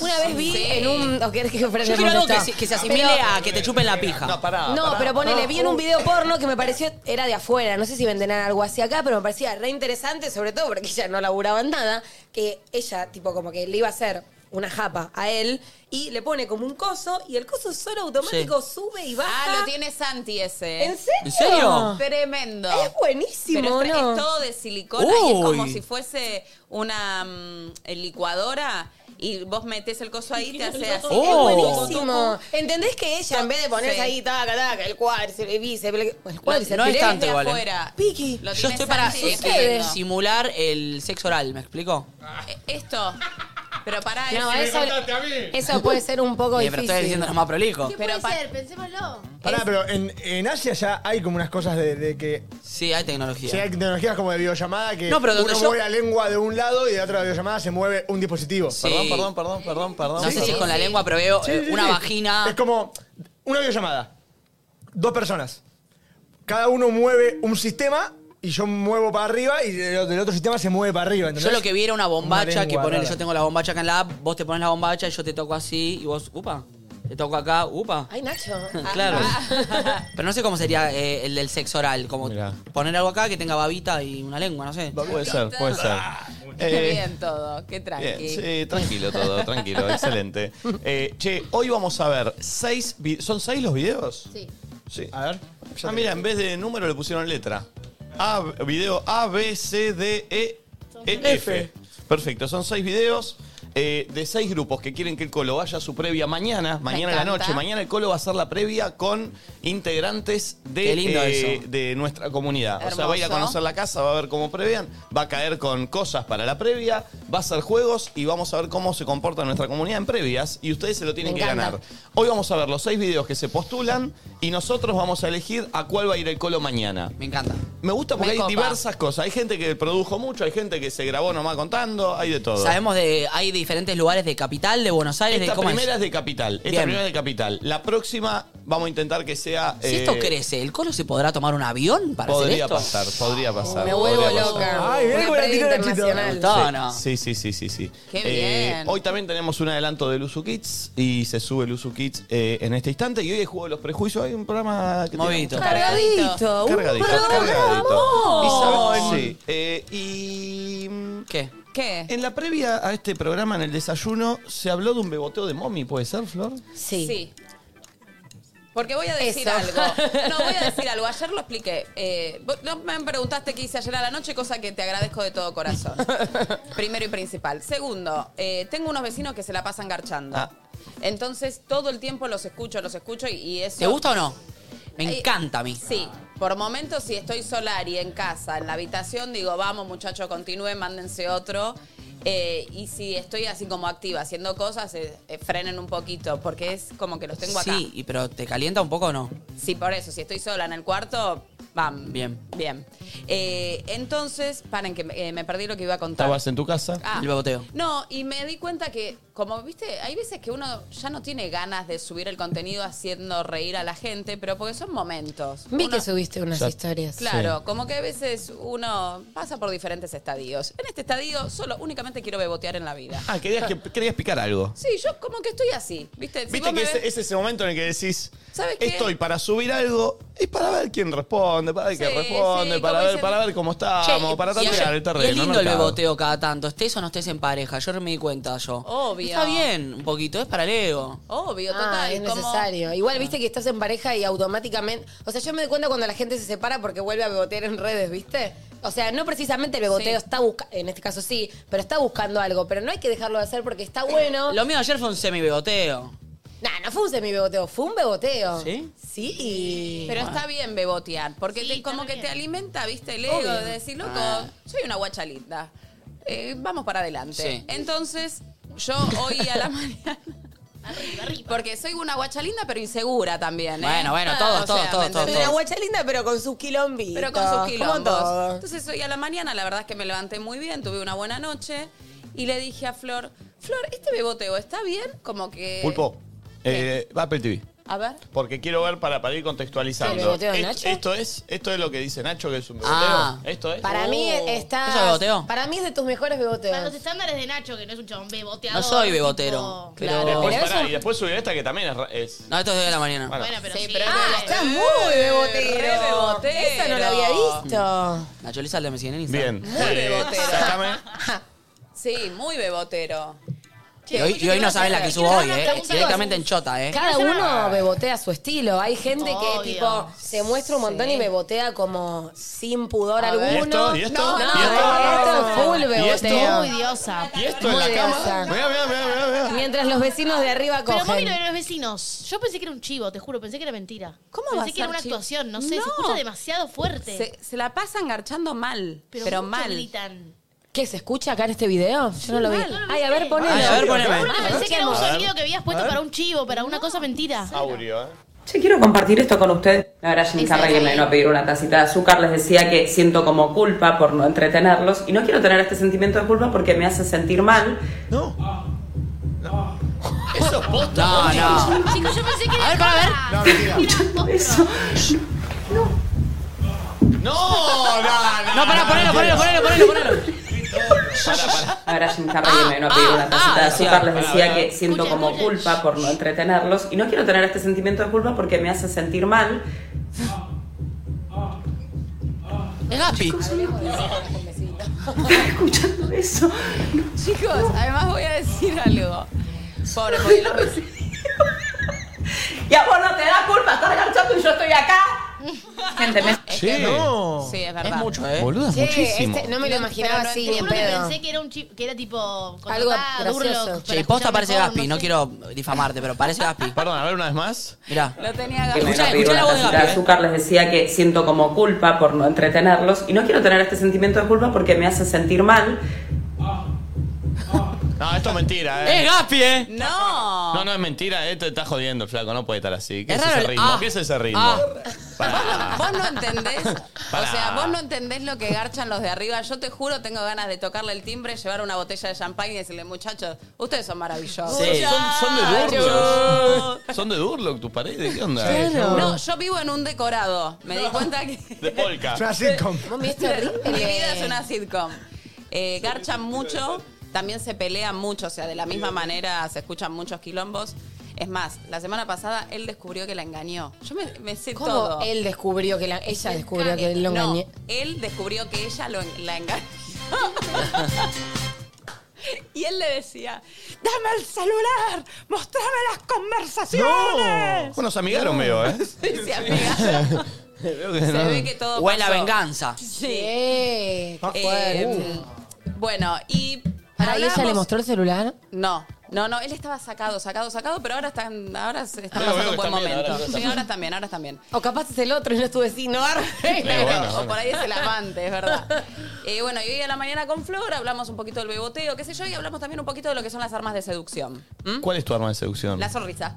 Una vez vi en un. ¿O querés que Yo quiero algo que se, que se asimile a que te chupen la pija. No, pará. No, pero ponele, vi en un video porno que me pareció, era de afuera, no sé si venderán algo así acá, pero me parecía re interesante, sobre todo porque [LAUGHS] ella no laburaba en nada, que ella, tipo, como que le iba a hacer una japa a él y le pone como un coso y el coso solo automático sube y baja. Ah, lo tiene Santi ese. ¿En serio? ¿En serio? Tremendo. Es buenísimo, Pero es, es ¿no? todo de silicona y es como Uy. si fuese una mm, licuadora y vos metés el coso ahí y te hace así. Oh. Es buenísimo. ¿Entendés que ella, en vez de ponerse Sí. ahí, taca, taca, el cuádriceps, el bíceps, el- el cuádriceps, no es el- tanto igual. eh. afuera. Piqui. Lo Yo tiene estoy para eh, Santi, es Ustedes. tremendo. simular el sexo oral, ¿me explico? Eh, Esto. Pero para No, eso. eso, contaste a mí. eso puede ser [LAUGHS] un poco Eh, pero estoy difícil. diciendo lo más prolijo. ¿Qué Pero pa- puede ser? Pensémoslo. Pará, pero en, en Asia ya hay como unas cosas de, de que. Sí, hay o tecnología. sea, hay tecnologías como de videollamada que No, pero donde uno yo- mueve la lengua de un lado y de otra videollamada se mueve un dispositivo. Sí. Perdón, perdón, perdón, perdón, perdón. No sé si es perdón. con la lengua, pero veo Sí, eh, sí, una sí. vagina. Es como una videollamada. Dos personas. Cada uno mueve un sistema y yo muevo para arriba y el otro, el otro sistema se mueve para arriba. ¿entendés? Yo lo que vi era una bombacha Una que lengua ponele, rara. yo tengo la bombacha acá en la app, vos te pones la bombacha y yo te toco así y vos, upa, te toco acá, upa. Ay, Nacho. [LAUGHS] Ah, Claro. [LAUGHS] Pero no sé cómo sería eh, el del sexo oral, como Mirá. poner algo acá que tenga babita y una lengua, no sé. Puede ser, puede ser. Qué Eh, bien todo, qué tranqui. Bien, sí, tranquilo todo, [LAUGHS] tranquilo, excelente. Eh, che, hoy vamos a ver seis vi- ¿Son seis los videos? Sí. Sí. A ver. Ah, mira, en vez de número le pusieron letra. A, video A, B, C, D, E, E, F. Perfecto, son seis videos eh, de seis grupos que quieren que el Colo vaya a su previa mañana, mañana a la encanta. noche. Mañana el Colo va a hacer la previa con integrantes de, eh, Qué lindo eso. de nuestra comunidad. O sea, va a ir a Hermoso. conocer la casa, va a ver cómo prevean, va a caer con cosas para la previa, va a hacer juegos y vamos a ver cómo se comporta nuestra comunidad en previas y ustedes se lo tienen Me que encanta. ganar. Hoy vamos a ver los seis videos que se postulan y nosotros vamos a elegir a cuál va a ir el colo mañana. Me encanta. Me gusta porque Me hay copa. diversas cosas. Hay gente que produjo mucho, hay gente que se grabó nomás contando, hay de todo. Sabemos de, hay diferentes lugares de capital, de Buenos Aires, Esta de cómo primera es. es de Capital. Esta Bien. primera es de Capital. La próxima vamos a intentar que sea. Si eh, esto crece, ¿el colo se podrá tomar un avión para Podría hacer esto? pasar, podría pasar. Me vuelvo podría pasar. loca. Ay, bien, Una buena previa tirada, Chito. internacional. No, no. Sí, sí, sí, sí, sí. Qué bien. hoy también tenemos un adelanto de Luzu Kids y se sube Luzu Kids eh, en este instante. Y hoy es Juego de los Prejuicios. Hay un programa que Movito. Uh, Cargadito. un Cargadito, programa. cargadito. Y sabes- amor. sí, eh, y mm, ¿Qué? ah. ¿Qué? en la previa a este programa, en el desayuno, se habló de un beboteo de mommy, ¿puede ser, Flor? Sí. Sí. Porque voy a decir Eso. algo. No, voy a decir algo. Ayer lo expliqué. Eh, vos no me preguntaste qué hice ayer a la noche, cosa que te agradezco de todo corazón. Primero y principal. Segundo, eh, tengo unos vecinos que se la pasan garchando. Ah. Entonces todo el tiempo los escucho, los escucho y, y eso. ¿Te gusta o no? Me encanta a mí. Eh, Sí, por momentos si estoy solar y en casa, en la habitación, digo, vamos muchachos, continúen, mándense otro. Eh, y si estoy así como activa, haciendo cosas, eh, eh, frenen un poquito, porque es como que los tengo acá. Sí, y pero ¿te calienta un poco o no? Sí, por eso, si estoy sola en el cuarto, bam. Bien. Bien. Eh, entonces, paren, que me, eh, me perdí lo que iba a contar. Estabas en tu casa. Ah. El baboteo. No, y me di cuenta que, como viste, hay veces que uno ya no tiene ganas de subir el contenido haciendo reír a la gente, pero porque son momentos. Vi que subiste unas historias. Claro, como que a veces uno pasa por diferentes estadios. En este estadio solo únicamente quiero bebotear en la vida. Ah, querías, que, querías picar algo. Sí, yo como que estoy así, ¿viste? Si Viste vos que me ese- ves- es ese momento en el que decís, ¿Sabes qué? estoy para subir algo y para ver quién responde, para ver qué Sí, responde, sí, para como ver, dicen- para ver cómo estamos, Che, para y- y tantear es- el terreno. y Es lindo no el cago. beboteo cada tanto. Estés o no estés en pareja. Yo me di cuenta yo. Obvio. Está bien, un poquito. Es para el ego. Obvio, Ah, total. es como- necesario. Igual viste que estás en pareja y automáticamente. O sea, yo me doy cuenta cuando la gente se separa porque vuelve a bebotear en redes, ¿viste? O sea, no precisamente el beboteo está buscando. En este caso sí, pero está buscando algo. Pero no hay que dejarlo de hacer porque está bueno. Lo mío ayer fue un semi-beboteo. Nah, no fue un semi-beboteo, fue un beboteo. ¿Sí? Sí. Pero está bien bebotear, porque te- como que te alimenta, viste, el ego, Obvio. de decir, loco, Ah. soy una guacha linda. Eh, vamos para adelante. Sí. Entonces, yo hoy [LAUGHS] a la mañana. Porque soy una guacha linda, pero insegura también. ¿eh? Bueno, bueno, todos, O sea, todos, ¿me todos, entendés? todos, todos. guacha linda, pero con sus quilombitos. Pero con sus como quilombos. todo. Entonces hoy a la mañana la verdad es que me levanté muy bien, tuve una buena noche y le dije a Flor, Flor, ¿este beboteo está bien? Como que... Pulpo, eh, Apple TV. A ver. Porque quiero ver para, para ir contextualizando. ¿El beboteo de Es- Nacho? Esto es, esto es lo que dice Nacho, que es un Eh, beboteo. Ah. Esto es. Para mí Oh. está. ¿Eso es beboteo? Para mí es de tus mejores beboteos. Para los estándares de Nacho, que no es un chabón beboteador. No soy tipo- bebotero. Pero... Y después, pará, y después subió esta que también es. ra- es- No, esto es de la mañana. Bueno, pero sí. Ah, está muy bebotero. re bebotero. Esa no la había visto. Nacho Elizalde me siguen en Instagram. Bien. Muy bebotero. Sácame. Sí, muy bebotero. Y hoy, y hoy no sabes la que subo hoy, ¿eh? Chicos, Directamente en chota, ¿eh? Cada uno bebotea a su estilo. Hay gente Obvio. que tipo se muestra un montón y bebotea como sin pudor A ver. ¿Y esto? alguno. ¿Y esto? No, ¿Y no, esto? esto es full ¿Y esto? Muy beboteo. diosa. ¿Y esto en Muy la cama? diosa. Mirá, mirá, mirá, mirá, mirá. [LAUGHS] Mientras los vecinos de arriba Pero vos vino de cogen. los vecinos. Yo pensé que era un chivo, te juro, pensé que era mentira. ¿Cómo Pensé va a que ser era una chivo? actuación, no sé, No. se escucha demasiado fuerte. Se, se la pasan garchando mal, pero, pero mucho mal. gritan. ¿Qué se escucha acá en este video? Yo no lo vi. mal. No ¿Eh? lo Ay, a ver, viste. ponelo. Ay, a ver, poneme. Yo pensé que era un A ver. sonido que habías puesto A ver. para un chivo, para una cosa mentira. Audio, ¿eh? Che, quiero compartir esto con ustedes. La verdad, Jim Esa Carrey es me ahí. vino a pedir una tacita de azúcar. Les decía que siento como culpa por no entretenerlos. Y no quiero tener este sentimiento de culpa porque me hace sentir mal. Eso es posta. No, no. Chicos, yo pensé que era. A ver, para ver. No, mentira. Eso. No, no, no. No, pará, ponelo, ponelo, ponelo, ponelo, ponelo. La verdad, Jim Carrey me vino a pedir una tacita de azúcar. Les decía que siento Escucha, como escucha. culpa por no entretenerlos. Y no quiero tener este sentimiento de culpa porque me hace sentir mal. Es Gaspi. Escuchando eso. Chicos, además voy a decir algo. Pobre, porque los vecinos- Y a vos no te da culpa. Estás garchando y yo estoy acá. Gente, me... Es Che, que- no. Sí, es Es verdad. mucho, ¿eh? Boluda, es Che, muchísimo. este- no me lo No, imaginaba pero no así, es- ni en Juro que pedo. pensé que era un chivo, que era tipo. Algo contratado, Durlock, Che, gracioso. para posta escuchar parece mejor, Gaspi, no no sé. quiero difamarte, pero parece Gaspi. Perdón, a ver una vez más. Mirá. Lo tenía que me ganas. vino Escuchá, a pedir escuchá la una voz de tacita de Gaby, ¿eh? azúcar, les decía que siento como culpa por no entretenerlos y no quiero tener este sentimiento de culpa porque me hace sentir mal. No, esto es mentira, ¡Es eh. Gaspi, eh! No. No, no es mentira, eh, te está jodiendo el flaco, no puede estar así. ¿Qué Es es, raro ese el- ritmo? ah. ¿Qué es ese ritmo? Ah. Pará. Vos no entendés, o Pará. sea, vos no entendés lo que garchan los de arriba. Yo te juro, tengo ganas de tocarle el timbre, llevar una botella de champán y decirle, muchachos, ustedes son maravillosos. Sí. Son, son de Muchachos. Durlock. Son de Durlock tus paredes, ¿qué onda? No, yo vivo en un decorado. Me di cuenta que De polka. Es una sitcom. Mami, esto es horrible. [LAUGHS] mi vida es una sitcom. Eh, garchan mucho, también se pelean mucho, o sea, de la misma manera se escuchan muchos quilombos. Es más, la semana pasada él descubrió que la engañó. Yo me, me sé ¿Cómo todo. él descubrió que la, ella descubrió que él lo no, engañé? él descubrió que ella lo, en- la [LAUGHS] engañó. y él le decía, dame el celular, mostrame las conversaciones. Bueno, nos amigaron, veo, eh. Y se amigaron. [LAUGHS] Veo que Se no. ve que todo O es la pasó. venganza. Sí. Eh, qué Eh, fuerte. Bueno, y... Pará, ¿y ella le hablamos- mostró el celular? No, No, no, él estaba sacado, sacado, sacado, pero ahora está, ahora se está Veo, pasando un veo buen que está bien, momento. ahora está sí, bien. ahora también, ahora también. O capaz es el otro y no es tu vecino. arre. Eh, Claro, bueno, O bueno. por ahí es el amante, es verdad. Eh, bueno, y hoy a la mañana con Flor hablamos un poquito del beboteo, qué sé yo, y hablamos también un poquito de lo que son las armas de seducción. ¿Mm? ¿Cuál es tu arma de seducción? La sonrisa.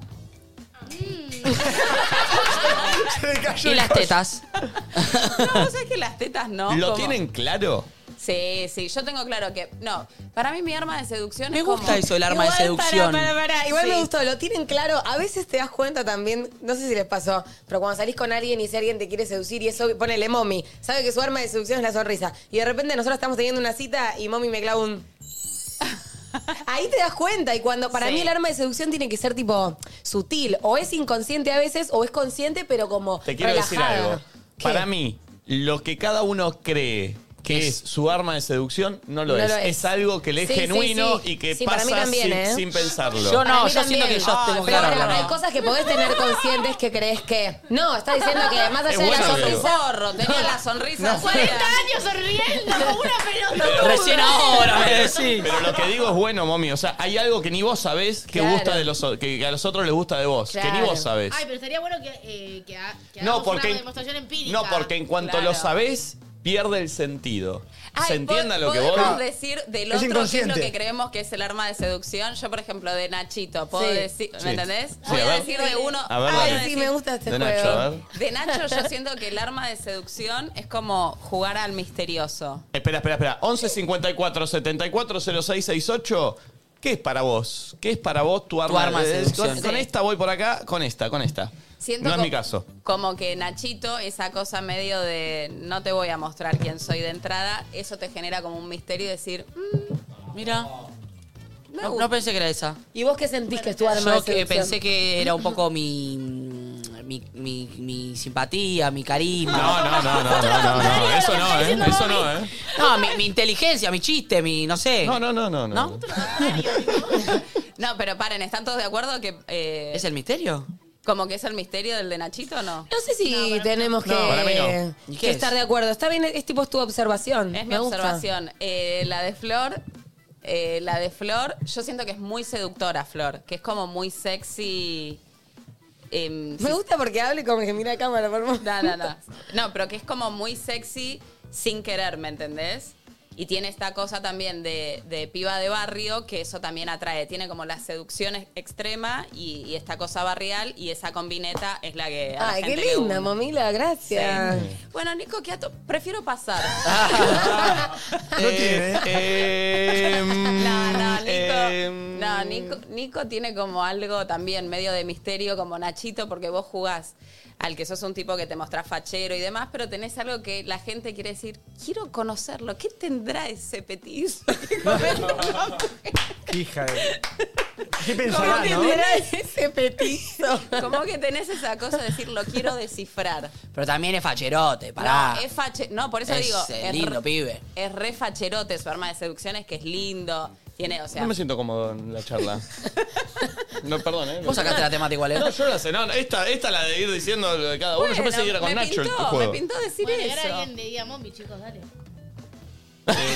el y las coso. tetas. no, vos sabés que las tetas no. ¿Lo como- tienen claro? Sí, sí, yo tengo claro que. No, para mí mi arma de seducción Me es. gusta como- eso, el arma de Igual, pará, seducción. pará, pará. Igual me Sí. gustó, lo tienen claro. A veces te das cuenta también, no sé si les pasó, pero cuando salís con alguien y si alguien te quiere seducir y eso, ponele mommy, sabe que su arma de seducción es la sonrisa. Y de repente nosotros estamos teniendo una cita y mommy me clava un. Ahí te das cuenta y cuando para Sí. mí el arma de seducción tiene que ser tipo sutil, o es inconsciente a veces o es consciente pero como Te quiero relajada. decir algo. Para mí, lo que cada uno cree que es su arma de seducción, no lo, No es. lo es. es. algo que le es Sí, sí, genuino sí. y que Sí, para mí pasa también, sin, ¿eh? sin pensarlo. Yo no, [LAUGHS] Para yo mí siento también. que yo tengo Pero claro. pará, no. hay cosas que podés tener conscientes que crees que. No, está diciendo que más allá Es de la bueno, sonrisa. Zorro, tenía la [LAUGHS] sonrisa. No. [LAUGHS] 40 años sonriendo, [LAUGHS] una pelotuda. Recién ahora me decís. Pero lo que digo es bueno, mami. O sea, hay algo que ni vos sabés que Claro. gusta de los o- que que a los otros les gusta de vos. Que ni vos sabés. Ay, pero estaría bueno que, eh, que, ha- que No, hagamos porque- una demostración empírica. No, porque en cuanto lo sabés, pierde el sentido. Ay, ¿Se entienda lo que vos? ¿Podemos decir del otro qué Es es lo inconsciente. que creemos que es el arma de seducción? Yo, por ejemplo, de Nachito, puedo Sí. decir, ¿me Sí. entendés? Sí, Voy a a, ver. decir de uno. A ver, voy dale. Sí, me gusta este De juego. Nacho, a ver. De Nacho, yo siento que el arma de seducción es como jugar al misterioso. Espera, espera, espera. 11 54 74 06 68. ¿Qué es para vos? ¿Qué es para vos tu arma, arma de seducción. Con, con Sí. esta voy por acá, con esta, con esta. Siento no es co- mi caso. Como que Nachito, esa cosa medio de no te voy a mostrar quién soy de entrada, eso te genera como un misterio y decir, "Mm, Mira. Me No, gusta. no pensé que era esa. ¿Y vos qué sentís que es tu arma de Yo que seducción? pensé que era un poco mi. mi, mi, mi simpatía, mi carisma. No, no, no, no, no, no, no. Eso no, ¿eh? Eso no, ¿eh? No, mi, mi inteligencia, mi chiste, mi. no sé. No, no, no, no. ¿No? no, pero paren, ¿están todos de acuerdo que eh, ¿Es el misterio? como que es el misterio del de Nachito o no? No sé si tenemos que, No, para mí no. ¿Y qué que es? estar de acuerdo. Está bien, es tipo tu observación. Es mi observación. Eh, la de Flor, eh, la de Flor, yo siento que es muy seductora, Flor, que es como muy sexy. em, Me sí, gusta porque hable como que mira a cámara, por favor. No, no, no. No, pero que es como muy sexy sin querer, ¿me entendés? Y tiene esta cosa también de, de piba de barrio, que eso también atrae. Tiene como la seducción ex- extrema y, y esta cosa barrial, y esa combineta es la que. a la [LAUGHS] Ay, qué gente le linda, mamila, gracias. gusta. Bueno, Nico Quiato, [LAUGHS] prefiero pasar. Ah, Eh, eh, em, [LAUGHS] mm, No, no, Nico. eh, No, Nico, Nico tiene como algo también medio de misterio, como Nachito, porque vos jugás al que sos un tipo que te mostrás fachero y demás, pero tenés algo que la gente quiere decir, quiero conocerlo, ¿qué tendrá ese petis? Hija de. ¿Qué ¿Cómo pensarás, que no? tenés [LAUGHS] ese petizo? Como que tenés esa cosa de decir, lo quiero descifrar. Pero también es facherote, pará. No, es fache- no, por eso Es, digo, eh, es lindo, re- pibe. es re facherote su arma de seducciones, que es lindo, tiene, o sea... No me siento cómodo en [LAUGHS] la charla. No, perdón, ¿eh? Vos sacaste la temática igual, ¿eh? No, yo la sé. No, esta, esta la de ir diciendo lo de cada uno. yo pensé que era con me Nacho el pintó, juego. Me pintó decir Bueno, y ahora eso. alguien le diga mommy, chicos, dale.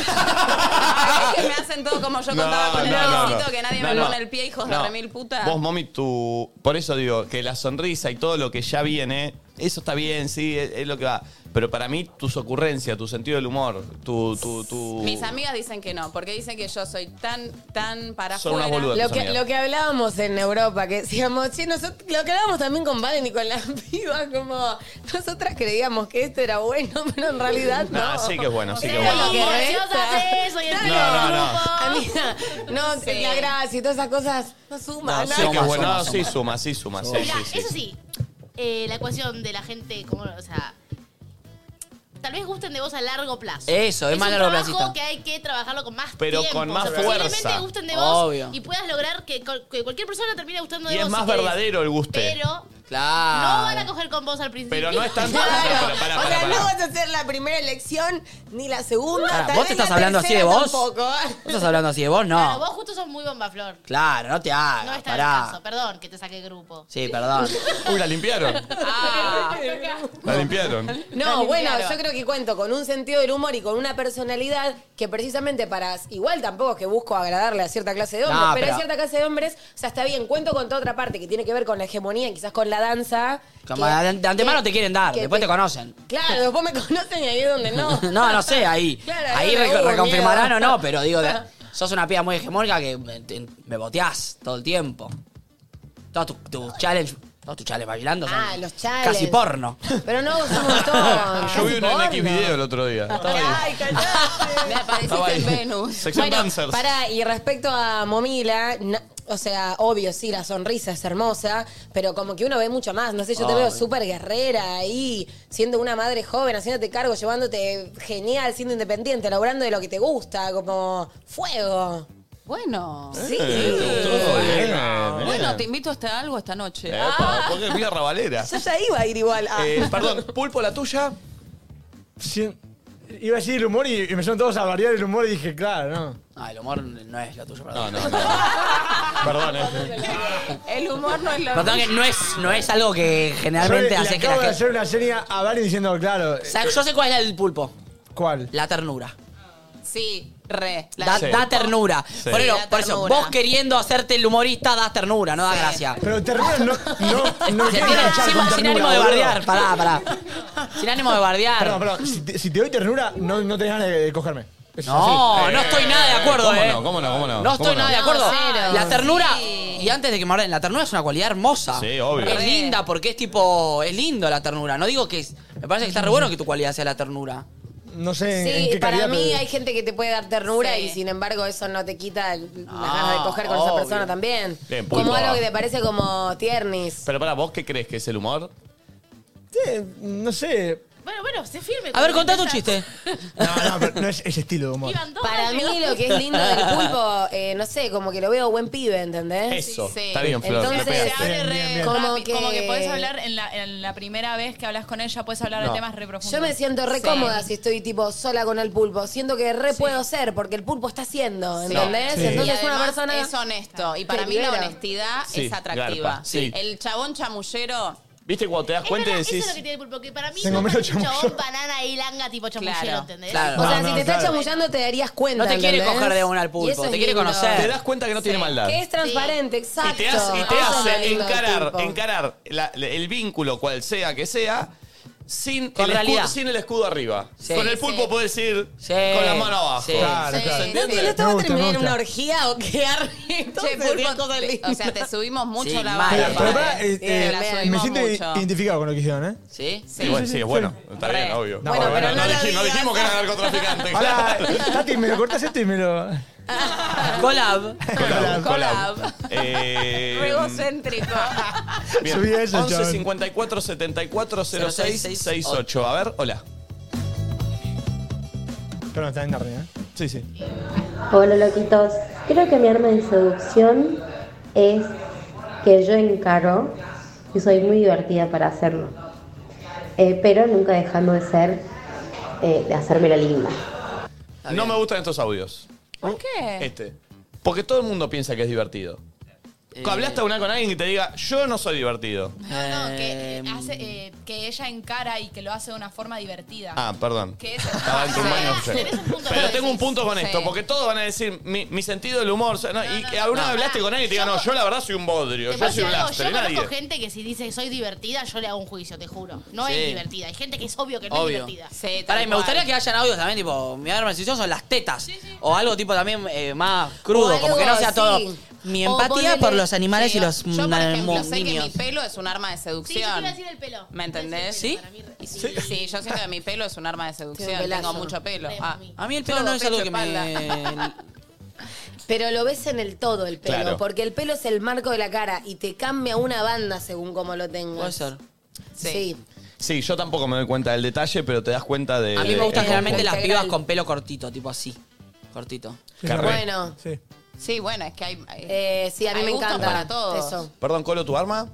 Ay, es que me hacen todo como yo No, contaba con el no, no, besito, no. que nadie No, me no. pone el pie, hijos No. de remil puta. Vos, mami, tú. Por eso digo que la sonrisa y todo lo que ya viene, eso está bien, sí, es, es lo que va. Pero para mí, tus ocurrencias, tu sentido del humor, tu. tu, tu- Mis amigas dicen que no, porque dicen que yo soy tan, tan para Son unas afuera. boludas. Lo tus que, amigas. lo que hablábamos en Europa, que decíamos, che, nosotros, lo que hablábamos también con Valen y con [LAUGHS] las pibas, como nosotras creíamos que esto era bueno, pero en realidad no. Nah, sí que es bueno, sí que es Mira bueno. lo que Vos, resta. si vos haces eso y [LAUGHS] Claro. entras No, no, no. Amiga, no, la gracia y todas esas cosas no suman. sí, nada. que es bueno. suma, No, sí, suma. suma, sí, suma. Sí, Mira, sí, eso sí. sí, eh, la ecuación de la gente, como, o sea, tal vez gusten de vos a largo plazo. Eso, es más un largo trabajo placito. que hay que trabajarlo con más Pero tiempo. con más fuerza. Posiblemente gusten de vos Obvio. y puedas lograr que, co- que cualquier persona termine gustando de Y vos. es si más querés. verdadero el guste. Pero Claro. No van a coger con vos al principio. Pero no es tan Claro. fácil, pero pará, o pará, sea, pará. no vas a hacer la primera elección ni la segunda. Pará, tal ¿vos vez estás la hablando así de tercera vos? tampoco. ¿Vos estás hablando así de vos? Claro, No. vos justo sos muy bombaflor. Claro, no te hagas. No está en el pará. caso. Perdón que te saqué el grupo. Sí, perdón. Uy, la limpiaron. Ah, [LAUGHS] La limpiaron. Ah. No, Dale, bueno, claro. yo creo que cuento con un sentido del humor y con una personalidad que precisamente para... Igual tampoco es que busco agradarle a cierta clase de hombres, No, pero, pero- hay cierta clase de hombres, o sea, está bien, cuento con toda otra parte que tiene que ver con la hegemonía, quizás con la danza. Como que- de, de antemano que- te quieren dar, que después te, conocen. Claro, después me conocen y ahí es donde no. [LAUGHS] no, no sé, ahí. [LAUGHS] Claro, ahí no, re- hubo reconfirmarán o miedo. no, pero digo, de- sos una piba muy hegemónica que me, te- me boteás todo el tiempo. Todos tus tus challenge, todos tus challenge bailando son Ah, los chales. casi [LAUGHS] porno. Pero no, es un [LAUGHS] montón. Yo vi uno en X video el otro día. Estaba ahí. Me Estaba apareciste ahí. en Venus. Sex and Dancers. Para, y respecto a Momila, na- o sea, obvio, sí, la sonrisa es hermosa, pero como que uno ve mucho más. No sé, yo te Obvio. veo súper guerrera ahí, siendo una madre joven, haciéndote cargo, llevándote genial, siendo independiente, laburando de lo que te gusta, como fuego. Bueno. Sí. Eh, Bien, Bueno, bien. te invito hasta algo esta noche. Ah, Epa, porque es vida rabalera. Yo ya iba a ir igual a... Eh, perdón, Pulpo, la tuya. Sí, iba a decir el humor y, y me son todos a variar el humor y dije, claro, no. Ah, el humor no es lo tuyo, perdón. [LAUGHS] No, no, no. Perdón, eh. El humor no es lo Perdón que no es, no es algo que generalmente Yo le- le hace que la acabo de gente... hacer una serie a Valen diciendo, claro. eh, ¿Sabes? Yo sé cuál es el pulpo. ¿Cuál? La ternura. Sí, re. La- Da, Sí. da ternura. Sí. Por, eso, Sí, da por eso, ternura. vos queriendo hacerte el humorista, das ternura, no da gracia. Pero ternura no. No, [LAUGHS] Se no quiero tiene enganchar encima, con sin ternura, ánimo de boludo. bardear, pará, pará. [LAUGHS] Sin ánimo de bardear. Perdón, perdón. Si te, si te doy ternura, no, no tenés ganas de, de cogerme. Eso No, es así. no estoy nada de acuerdo, ¿Cómo eh. no? ¿Cómo no? ¿Cómo no? No estoy ¿Cómo nada de no? acuerdo. cero. La ternura, y antes de que me ordenen, la ternura es una cualidad hermosa. Sí, obvio. Es Re. linda porque es tipo, es lindo la ternura. No digo que es, me parece que está re bueno que tu cualidad sea la ternura. No sé en- en Sí, qué para calidad, mí pero- hay gente que te puede dar ternura Sí. y sin embargo eso no te quita el- No, las ganas de coger con obvio. esa persona también. Bien, pulpo. como algo que te parece como tiernis. Pero para vos, ¿qué crees que es el humor? Sí, eh, no sé. Bueno, bueno, sé firme. A ver, contate un chiste. No, no, pero no es ese estilo de humor. Iban dos Para mí años. lo que es [LAUGHS] lindo del pulpo, eh, no sé, como que lo veo buen pibe, ¿entendés? Eso. Sí. Está bien, Flor. le Entonces, pegaste. Bien, bien, bien. Como Como que... que- como que podés hablar en la, en la primera vez que hablas con ella, podés hablar No. de temas re profundos. Yo me siento re Sí. cómoda si estoy tipo sola con el pulpo. Siento que re puedo ser, porque el pulpo está siendo, Sí. ¿entendés? Sí. Y Entonces una además persona. es honesto. Y Te para mí la libera. honestidad Sí, es atractiva. garpa, sí. El chabón chamullero. ¿Viste cuando te das Es cuenta y verdad, decís. Eso es lo que tiene el pulpo, que para mí Tengo no medio parece un chamullero. chabón banana y langa tipo chamullero, Claro. ¿entendés? Claro. O sea, No, si no, te está claro. chamullando te darías cuenta. No te quiere ¿entendés? coger de una al Y pulpo, eso te es quiere lindo. conocer. Te das cuenta que no tiene maldad. Que es transparente, exacto. Y te hace, y te Eso hace es lo lindo del encarar, pulpo. encarar la- la- el vínculo, cual sea que sea, sin, Con el, escudo, realidad. sin el escudo arriba. Sí. con el pulpo Sí. puedes ir Sí. con la mano abajo. Sí. Claro, claro. No, que esto va Me a gusta, terminar me en una gusta. orgía o qué arre. [LAUGHS] Che, Entonces, sería pulpo, cosa te- o linda. sea, te subimos mucho Sí, la mal. vara. Pero, pero pará, eh. eh, Te eh, la me subimos siento mucho. identificado con lo que hicieron, ¿eh? ¿Sí? Y bueno, sí, es bueno. Está Re. bien, obvio. Bueno, pero no, no dijimos, lo no digas. dijimos que era [LAUGHS] narcotraficante. Ahora, claro. Tati, me lo cortas esto y me lo. Collab. Collab. Collab, collab. Eh, Egocéntrico. bien. Subí eso, 11 chabón. 54 74 06 68. A ver, hola. Pero no, está en carne, ¿eh? Sí, sí. Hola loquitos, creo que mi arma de seducción es que yo encaro y soy muy divertida para hacerlo, Eh, pero nunca dejando de ser, eh, de hacerme la linda. No me gustan estos audios. ¿Por qué? Este. Porque todo el mundo piensa que es divertido. Eh. Hablaste una con alguien que te diga, yo no soy divertido. No, no, que, eh, hace, eh, que ella encara y que lo hace de una forma divertida. Ah, perdón. Que es- Estaba en tu Sí. mano. Tenés un punto Pero con tengo un eso. punto con Sí. esto, porque todos van a decir mi, mi sentido del humor. o sea, no, y que alguna no, vez hablaste pará. con alguien y te diga, Yo no, co- yo la verdad soy un bodrio, Te yo puedo soy decir un algo, lastre, yo nadie. conozco gente que si dice que soy divertida, yo le hago un juicio, te juro. No Sí. es divertida. Hay gente que es obvio que no Obvio. es divertida. Sí, tal Pará, y me cual. gustaría que hayan audios también, tipo, mi arma de decisión son las tetas. O algo tipo también eh, más crudo, algo como que no sea así. todo. Mi O empatía ponele- por los animales Sí, y los Yo, por ejemplo, mo- sé que niños. mi pelo es un arma de Sí, yo te seducción. iba a decir el pelo. ¿Me entendés? Sí. Y Sí, sí, yo siento que mi pelo es un arma de seducción. Tengo un Tengo pelazo. mucho pelo. Tengo Ah, mí. A mí el pelo Todo, no es algo que pecho, [LAUGHS] me. Pero lo ves en el todo el pelo, Claro. porque el pelo es el marco de la cara y te cambia una banda según como lo tengas. Puede ser. Sí. [LAUGHS] Sí, yo tampoco me doy cuenta del detalle, pero te das cuenta de. A mí me gustan de- generalmente las integral. pibas con pelo cortito, tipo así. Cortito. Carré. Bueno, Sí. Sí, bueno, es que hay. hay- eh, sí, a mí Hay me gustos encanta. para todos. Eso. Perdón, Colo, ¿tu arma?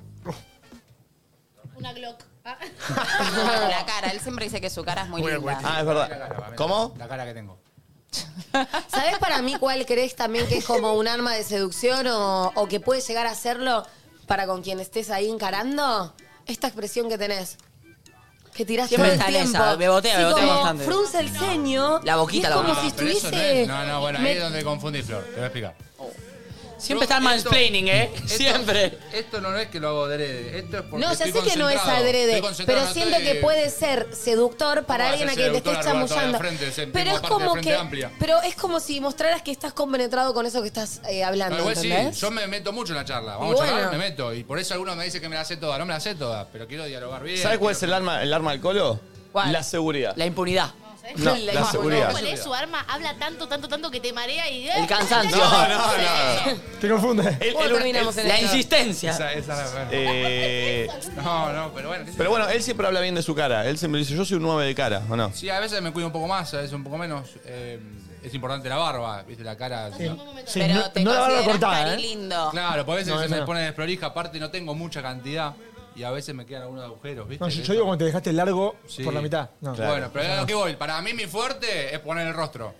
una Glock. Ah. [LAUGHS] la cara, él siempre dice que su cara es muy linda. Ah, es verdad. ¿Cómo? La cara que tengo. ¿Sabes para mí cuál crees también que es como un arma de seducción o, o que puede llegar a serlo para con quien estés ahí encarando? Esta expresión que tenés. Que tirás Siempre todo el está en tiempo. esa, me botea, Sí, me botea como bastante. Frunce el ceño. La boquita, y es la como boquita. Ah, si Pero eso no estuviese... es- No, no, bueno, ahí me- es donde confundí, Flor. Te voy a explicar. Siempre está el mansplaining, ¿eh? Siempre. Esto no es que lo hago adrede. Esto es porque No, ya estoy sé que no es concentrado. adrede, Estoy concentrado, pero no siento estoy- eh, que puede ser seductor para ¿Cómo alguien va a ser quien te seductor estés arriba toda la chamullando. frente? Se- Pero forma es parte de como Frente que, Amplia. pero es como si mostraras que estás compenetrado con eso que estás eh, hablando, No, igual pues sí, ¿entendés? yo me meto mucho en la charla. Vamos Y a charlar, bueno. me meto. Y por eso algunos me dicen que me la sé toda. No me la sé toda, pero quiero dialogar bien. ¿Sabes cuál es el arma, el arma del colo? La seguridad. La impunidad. No, La la impunidad. seguridad. ¿Cuál es su arma? Habla tanto, tanto, tanto que te marea y. eh, El cansancio. No, no, no. Te confundes. ¿Cómo terminamos en La esto? insistencia. Esa, esa es la verdad. Eh, [LAUGHS] No, no, pues. pero bueno. pero bueno, él siempre habla bien de su cara. Él siempre dice, yo soy un 9 de cara, ¿o no? Sí, a veces me cuido un poco más, a veces un poco menos. Eh, es importante la barba, viste, la cara. Sí, Pero no- te no la barba consideras cortada, cari ¿eh? lindo. Claro, porque a veces No, se eso me no. pone desprolija, aparte no tengo mucha cantidad y a veces me quedan algunos agujeros, ¿viste? No, yo, yo digo cuando te dejaste el largo Sí. por la mitad. No. Bueno, pero a lo que voy, para mí mi fuerte es poner el rostro.